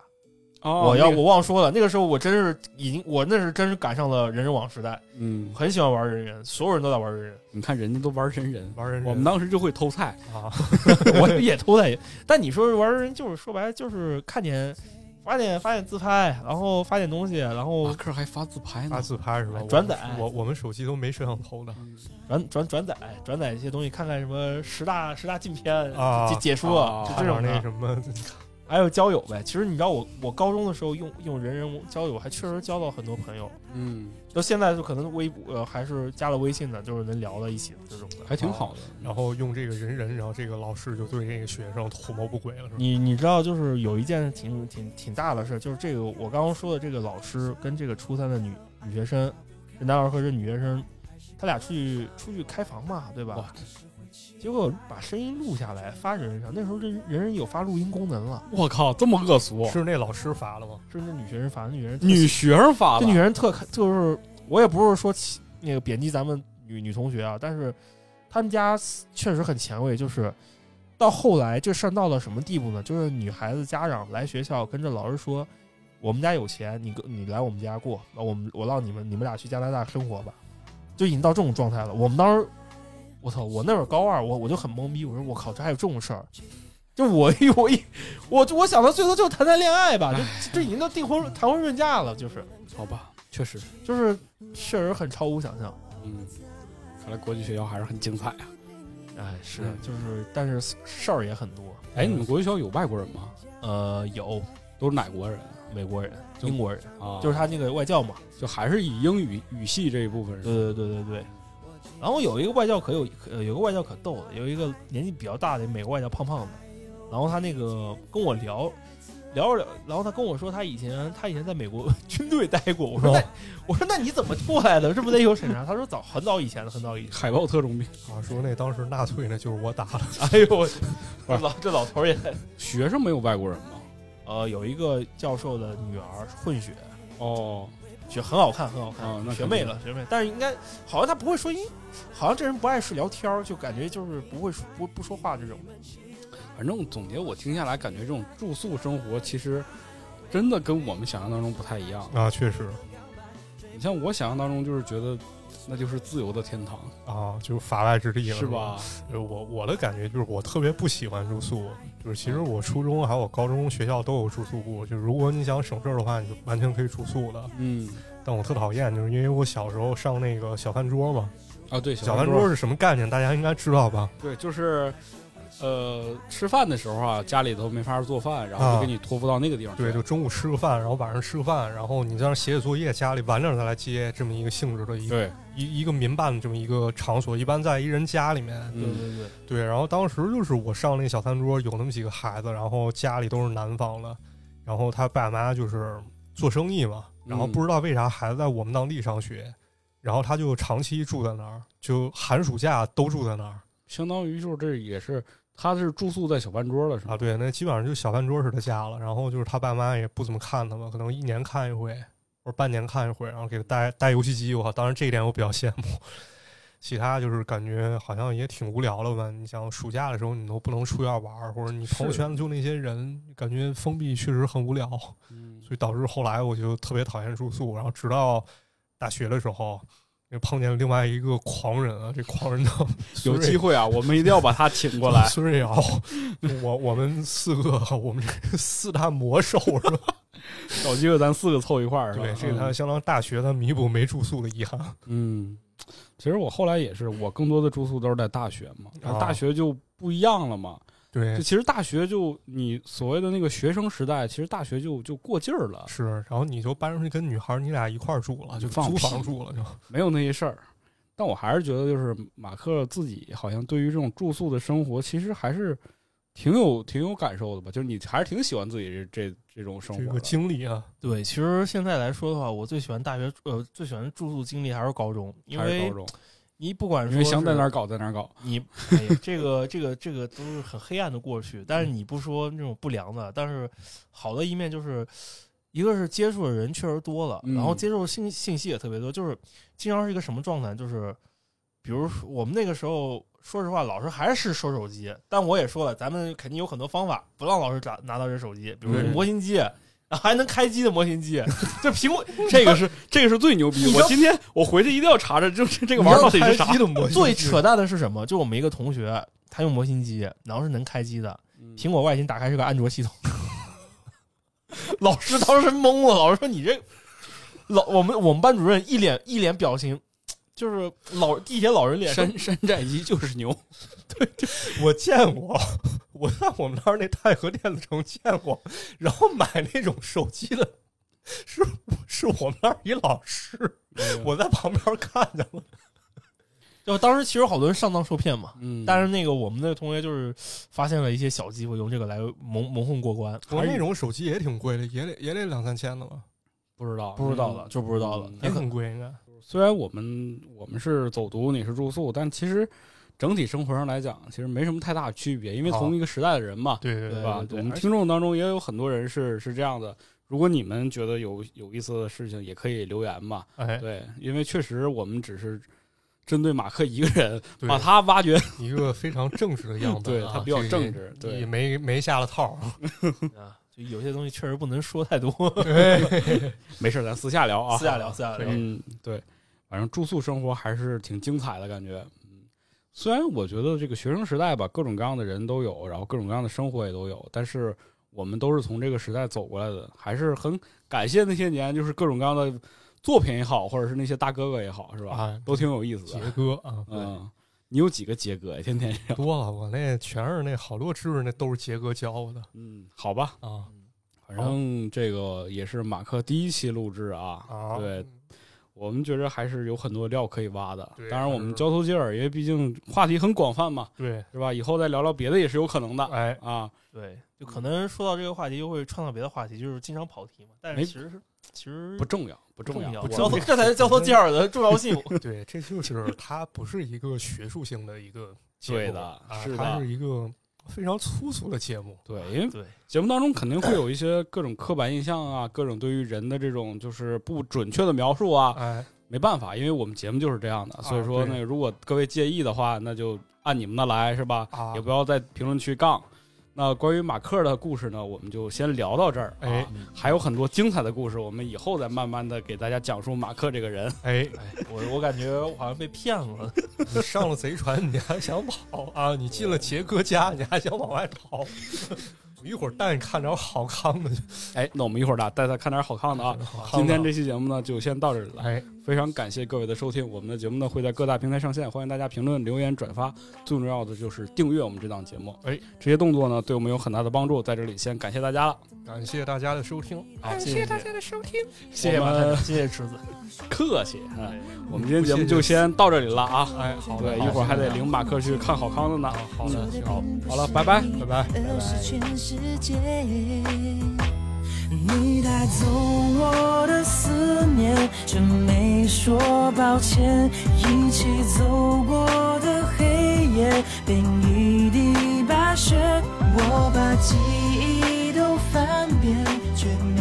Speaker 2: 啊。
Speaker 3: 我要
Speaker 2: 那个
Speaker 3: 我忘说了，那个时候我真是已经，我那是真是赶上了人人网时代，
Speaker 2: 嗯，
Speaker 3: 很喜欢玩人人，所有人都在玩人 人，
Speaker 2: 你看人家都玩真人，
Speaker 1: 玩人，
Speaker 2: 我们当时就会偷菜，
Speaker 1: 啊，
Speaker 3: 我也偷在。但你说玩人人，就是说白了就是看见发点发点自拍，然后发点东西，然后
Speaker 1: 啊
Speaker 2: 马克还发自拍
Speaker 1: 发
Speaker 2: 呢。
Speaker 1: 自拍是吧？
Speaker 3: 转载
Speaker 1: 我我们手机都没摄像头的
Speaker 3: 转转转载转载一些东西，看看什么十大十大禁片
Speaker 1: 啊
Speaker 3: 解解说
Speaker 2: 啊，
Speaker 3: 就
Speaker 1: 看
Speaker 3: 这种
Speaker 1: 点那
Speaker 3: 的，
Speaker 1: 什么
Speaker 3: 还有交友呗。其实你知道我我高中的时候用用人人交友，还确实交到很多朋友。
Speaker 2: 嗯，
Speaker 3: 到现在就可能微博呃还是加了微信的，就是能聊到一起的这种的。啊
Speaker 2: 还挺好的。
Speaker 1: 然后用这个人人，然后这个老师就对这个学生图谋不轨了，是吧？
Speaker 3: 你你知道，就是有一件挺挺挺大的事，就是这个我刚刚说的这个老师跟这个初三的女女学生，这男老师和这女学生，他俩出去出去开房嘛，对吧
Speaker 2: 哇？
Speaker 3: 结果把声音录下来发人人上，那时候人人人有发录音功能了，
Speaker 2: 我靠，这么恶俗！
Speaker 1: 是那老师发了吗？
Speaker 3: 是那女学生发，那女学生特
Speaker 2: 女学生发
Speaker 3: 这
Speaker 2: 的，
Speaker 3: 女人特开就是我也不是说起那个贬低咱们女女同学啊，但是他们家确实很前卫，就是到后来这事儿闹到什么地步呢？就是女孩子家长来学校跟着老师说，我们家有钱，你跟你来我们家过，那我们我让你们你们俩去加拿大生活吧，就已经到这种状态了。我们当时，我操，我那会儿高二，我我就很懵逼，我说我靠，这还有这种事儿。就我 一我一我我想到最多就谈谈恋爱吧，就这已经都订婚谈婚论嫁了，就是。
Speaker 2: 好吧，确实，
Speaker 3: 就是确实很超乎想象。
Speaker 2: 嗯，看来国际学校还是很精彩啊。
Speaker 3: 哎，是
Speaker 2: 嗯
Speaker 3: 就是，但是事儿也很多。
Speaker 2: 哎，你们国际学校有外国人吗？
Speaker 3: 呃，有
Speaker 2: 都是哪国人
Speaker 3: 美国人、
Speaker 2: 就
Speaker 3: 英国人，
Speaker 2: 啊？
Speaker 3: 啊就是他那个外教嘛。
Speaker 2: 就还是以英语语系这一部分是
Speaker 3: 对
Speaker 2: 吧
Speaker 3: 对对对对。然后有一个外教可有，可有个外教可逗了，有一个年纪比较大的美国外教，胖胖的，然后他那个跟我聊，聊着聊，然后他跟我说他以前他以前在美国 军队待过。我说那、
Speaker 1: 哦
Speaker 3: 我说那你怎么过来的？是不是得有审查？他说早很早以前了，很早以 前。
Speaker 2: 海豹特种兵
Speaker 1: 啊，说那当时纳粹那就是我打的，
Speaker 3: 哎呦我，
Speaker 2: 不
Speaker 3: 我
Speaker 2: 是
Speaker 3: 老这老头儿也
Speaker 2: 学生没有外国人吗？
Speaker 3: 呃有一个教授的女儿混血，
Speaker 2: 哦，
Speaker 3: 学很好看，很好看，
Speaker 2: 哦那
Speaker 3: 学
Speaker 2: 肯
Speaker 3: 妹
Speaker 2: 定
Speaker 3: 了，学妹。但是应该好像他不会说英，好像这人不爱是聊天儿，就感觉就是不会说不不说话这种。
Speaker 2: 反正总结我听下来，感觉这种住宿生活其实真的跟我们想象当中不太一样。
Speaker 1: 啊，确实
Speaker 2: 你像我想象当中就是觉得那就是自由的天堂，
Speaker 1: 啊，就是法外之地了，
Speaker 2: 是？吧？
Speaker 1: 呃我我的感觉就是我特别不喜欢住宿，就是其实我初中还有高中学校都有住宿部，就是如果你想省事儿的话，你就完全可以住宿的。
Speaker 2: 嗯，
Speaker 1: 但我特讨厌，就是因为我小时候上那个小饭桌嘛，
Speaker 2: 啊对，
Speaker 1: 小
Speaker 2: 饭
Speaker 1: 饭桌是什么概念？大家应该知道吧？
Speaker 2: 对，就是呃，吃饭的时候啊，家里头没法做饭，然后就
Speaker 1: 啊
Speaker 2: 给你托付到那个地方去。
Speaker 1: 对，就中午吃个饭，然后晚上吃个饭，然后你在那儿写写作业，家里完整再来接，这么一个性质的一个
Speaker 2: 对，
Speaker 1: 一一个民办的这么一个场所，一般在一人家里面。
Speaker 3: 对
Speaker 2: 嗯，
Speaker 3: 对对，
Speaker 1: 对，然后当时就是我上那小餐桌，有那么几个孩子，然后家里都是南方的，然后他爸妈就是做生意嘛，然后
Speaker 2: 嗯
Speaker 1: 不知道为啥孩子在我们当地上学，然后他就长期住在那儿，就寒暑假都住在那儿
Speaker 2: 相当于就是这也是他是住宿在小饭桌了，是吧？
Speaker 1: 啊。对，那基本上就小饭桌是他家了，然后就是他爸妈也不怎么看他嘛，可能一年看一回或者半年看一回，然后给他带带游戏机，我靠，当然这一点我比较羡慕。其他就是感觉好像也挺无聊了吧？你想暑假的时候你都不能出院玩儿，或者你朋友
Speaker 2: 是
Speaker 1: 圈就那些人，感觉封闭确实很无聊，所
Speaker 2: 嗯，
Speaker 1: 以导致后来我就特别讨厌住宿。然后直到大学的时候，就碰见另外一个狂人啊，这狂人叫
Speaker 2: 有机会 啊，我们一定要把他请过来。哦
Speaker 1: 孙瑞瑶，我我们四个，我们这四大魔兽是 吧？
Speaker 2: 有机会咱四个凑一块儿，是吧
Speaker 1: 对，这个他相当大学他弥补没住宿的遗憾。
Speaker 2: 嗯，其实我后来也是，我更多的住宿都是在大学嘛，
Speaker 1: 啊
Speaker 2: 大学就不一样了嘛。
Speaker 1: 对
Speaker 2: 就，其实大学就你所谓的那个学生时代，其实大学就就过劲儿了，
Speaker 1: 是，然后你就搬出去跟女孩儿，你俩一块儿住了，就
Speaker 2: 放
Speaker 1: 租
Speaker 2: 屁
Speaker 1: 房住了就。
Speaker 2: 没有那些事儿。但我还是觉得，就是马克自己好像对于这种住宿的生活，其实还是挺有挺有感受的吧。就是你还是挺喜欢自己这这这种生
Speaker 1: 这个
Speaker 2: 活的。
Speaker 1: 经历 啊，
Speaker 3: 对，其实现在来说的话，我最喜欢大学呃最喜欢住宿经历还是高中，因
Speaker 2: 还是
Speaker 3: 为
Speaker 2: 高中，
Speaker 3: 你不管
Speaker 2: 因
Speaker 3: 说
Speaker 2: 为想在哪
Speaker 3: 是
Speaker 2: 儿搞在哪儿 搞。
Speaker 3: 你哎呀，这个这个这个都是很黑暗的过去，但
Speaker 1: 嗯
Speaker 3: 是你不说那种不良的，但是好的一面就是，一个是接触的人确实多了，
Speaker 2: 嗯
Speaker 3: 然后接触信信息也特别多，就是经常是一个什么状态，就是比如说我们那个时候，说实话，老师还是收手机，但我也说了，咱们肯定有很多方法不让老师拿拿到这手机，比如说
Speaker 2: 嗯
Speaker 3: 模型机。还能开机的模型机，这苹果这个是
Speaker 2: 这个是最牛逼
Speaker 3: 你知
Speaker 2: 我
Speaker 3: 道
Speaker 2: 今天我回去一定要查查，就是这个玩儿到底是啥
Speaker 1: 开。机的 模 型
Speaker 3: 最扯淡的是什么？就我们一个同学，他用模型机，然后是能开机的，
Speaker 2: 嗯
Speaker 3: 苹果外形打开是个安 卓系统。老师当时懵了，老师说：“你这老我们我们班主任一脸一脸表情，就是老地铁老人脸。
Speaker 2: 山山寨机就是 牛，
Speaker 1: 我见过，我在我们那儿那太和电子城见过，然后买那种手机的， 是是我们那儿一老师，我在旁边看见了。
Speaker 3: 就当时其实好多人上当受骗嘛，
Speaker 2: 嗯，
Speaker 3: 但是那个我们的同学就是发现了一些小机会，用这个来蒙蒙混过关。
Speaker 1: 我那种手机也挺贵的，也得也得两三千的吧，
Speaker 2: 不知道，
Speaker 3: 不知道了就不知道了
Speaker 2: 嗯
Speaker 1: 也很贵应该。
Speaker 2: 虽然我们我们是走读，你是住宿，但其实整体生活上来讲，其实没什么太大的区别，因为
Speaker 1: 好
Speaker 2: 同一个时代的人嘛，
Speaker 1: 对哦对
Speaker 3: 对
Speaker 2: 吧？我们听众当中也有很多人是是这样的。如果你们觉得有有意思的事情，也可以留言嘛。
Speaker 1: 哎，
Speaker 2: 对， 因为确实我们只是针对马克一个人，
Speaker 1: 对
Speaker 2: 把他挖掘，
Speaker 1: 一个非常正直的样子啊，
Speaker 2: 对他比较
Speaker 1: 这个
Speaker 2: 正直对
Speaker 1: 也没没下了套。
Speaker 3: 啊，就有些东西确实不能说 太多，
Speaker 2: 没事，咱私下聊啊，
Speaker 3: 私下聊，私下聊。
Speaker 2: 嗯，对，反正住宿生活还是挺精彩的感觉。嗯，虽然我觉得这个学生时代吧，各种各样的人都有，然后各种各样的生活也都有，但是我们都是从这个时代走过来的，还是很感谢那些年，就是各种各样的作品也好，或者是那些大哥哥也好，是吧？
Speaker 1: 啊
Speaker 2: 都挺有意思
Speaker 1: 杰
Speaker 2: 的。
Speaker 1: 哥啊，
Speaker 2: 嗯，你有几个杰哥呀？天天
Speaker 1: 对， 多了，我那全是那好多知识，那都是杰哥教我的
Speaker 2: 嗯，好吧，
Speaker 1: 啊
Speaker 2: 反正这个也是马克第一期录制啊。
Speaker 1: 啊！
Speaker 2: 对，我们觉着还是有很多料可以挖的
Speaker 1: 对。
Speaker 2: 当然，
Speaker 1: 还
Speaker 2: 我们
Speaker 1: 是
Speaker 2: 交头接耳，因为毕竟话题很广泛嘛，
Speaker 1: 对，
Speaker 2: 是吧？以后再聊聊别的也是有可能的
Speaker 1: 哎，
Speaker 2: 啊。
Speaker 3: 对，就可能说到这个话题，又会串到别的话题，就是经常跑题嘛。但是
Speaker 2: 没
Speaker 3: 其实是其实
Speaker 2: 不重要，不重
Speaker 3: 重
Speaker 2: 要，
Speaker 3: 要，
Speaker 2: 我
Speaker 3: 交
Speaker 2: 们
Speaker 3: 头这才是交 头接耳的重要性。
Speaker 1: 对，这就是它不是一个学术性的一个节目，
Speaker 2: 对的
Speaker 1: 啊
Speaker 2: 是
Speaker 1: 它
Speaker 2: 的
Speaker 1: 是一个非常粗俗的节目，
Speaker 2: 对，因为
Speaker 3: 对，
Speaker 2: 节目当中肯定会有一些各种刻板印象啊，各种对于人的这种就是不准确的描述啊，
Speaker 1: 哎，
Speaker 2: 没办法，因为我们节目就是这样的，所
Speaker 3: 啊
Speaker 2: 以说
Speaker 1: 对
Speaker 2: 那如果各位介意的话，那就按你们的来，是吧？
Speaker 1: 啊
Speaker 2: 也不要在评论区杠。那关于马克的故事呢，我们就先聊到这儿、啊。
Speaker 1: 哎，
Speaker 2: 还有很多精彩的故事，我们以后再慢慢的给大家讲述马克这个人。
Speaker 1: 哎，
Speaker 3: 哎，我我感觉我好像被骗了。
Speaker 1: 你上了贼船，你还想跑啊？你进了杰哥家，你还想往外跑？我一会儿带你看着好康的去，
Speaker 2: 哎，那我们一会儿呢，带他看点好看的啊。
Speaker 1: 好康的
Speaker 2: 今天这期节目呢，就先到这里了。
Speaker 1: 哎，
Speaker 2: 非常感谢各位的收听，我们的节目呢会在各大平台上线，欢迎大家评论、留言、转发，最重要的就是订阅我们这档节目。
Speaker 1: 哎，
Speaker 2: 这些动作呢对我们有很大的帮助，在这里先感谢大家了，
Speaker 1: 感谢大家的收听，
Speaker 2: 啊，谢谢大家，
Speaker 3: 谢谢马哎探长，谢谢池子。
Speaker 2: 客气啊。我们今天节目就先到这里了啊，
Speaker 1: 哎，好
Speaker 2: 对，
Speaker 1: 嘞，
Speaker 2: 一会儿还得领嗯马克去看好康的呢。
Speaker 1: 好的，好，
Speaker 2: 好了，拜拜。
Speaker 1: 拜拜。
Speaker 4: 都是全世界。你带走我的思念，却没说抱歉。一起走过的黑夜，便一地把雪。我把记忆都翻遍，却没。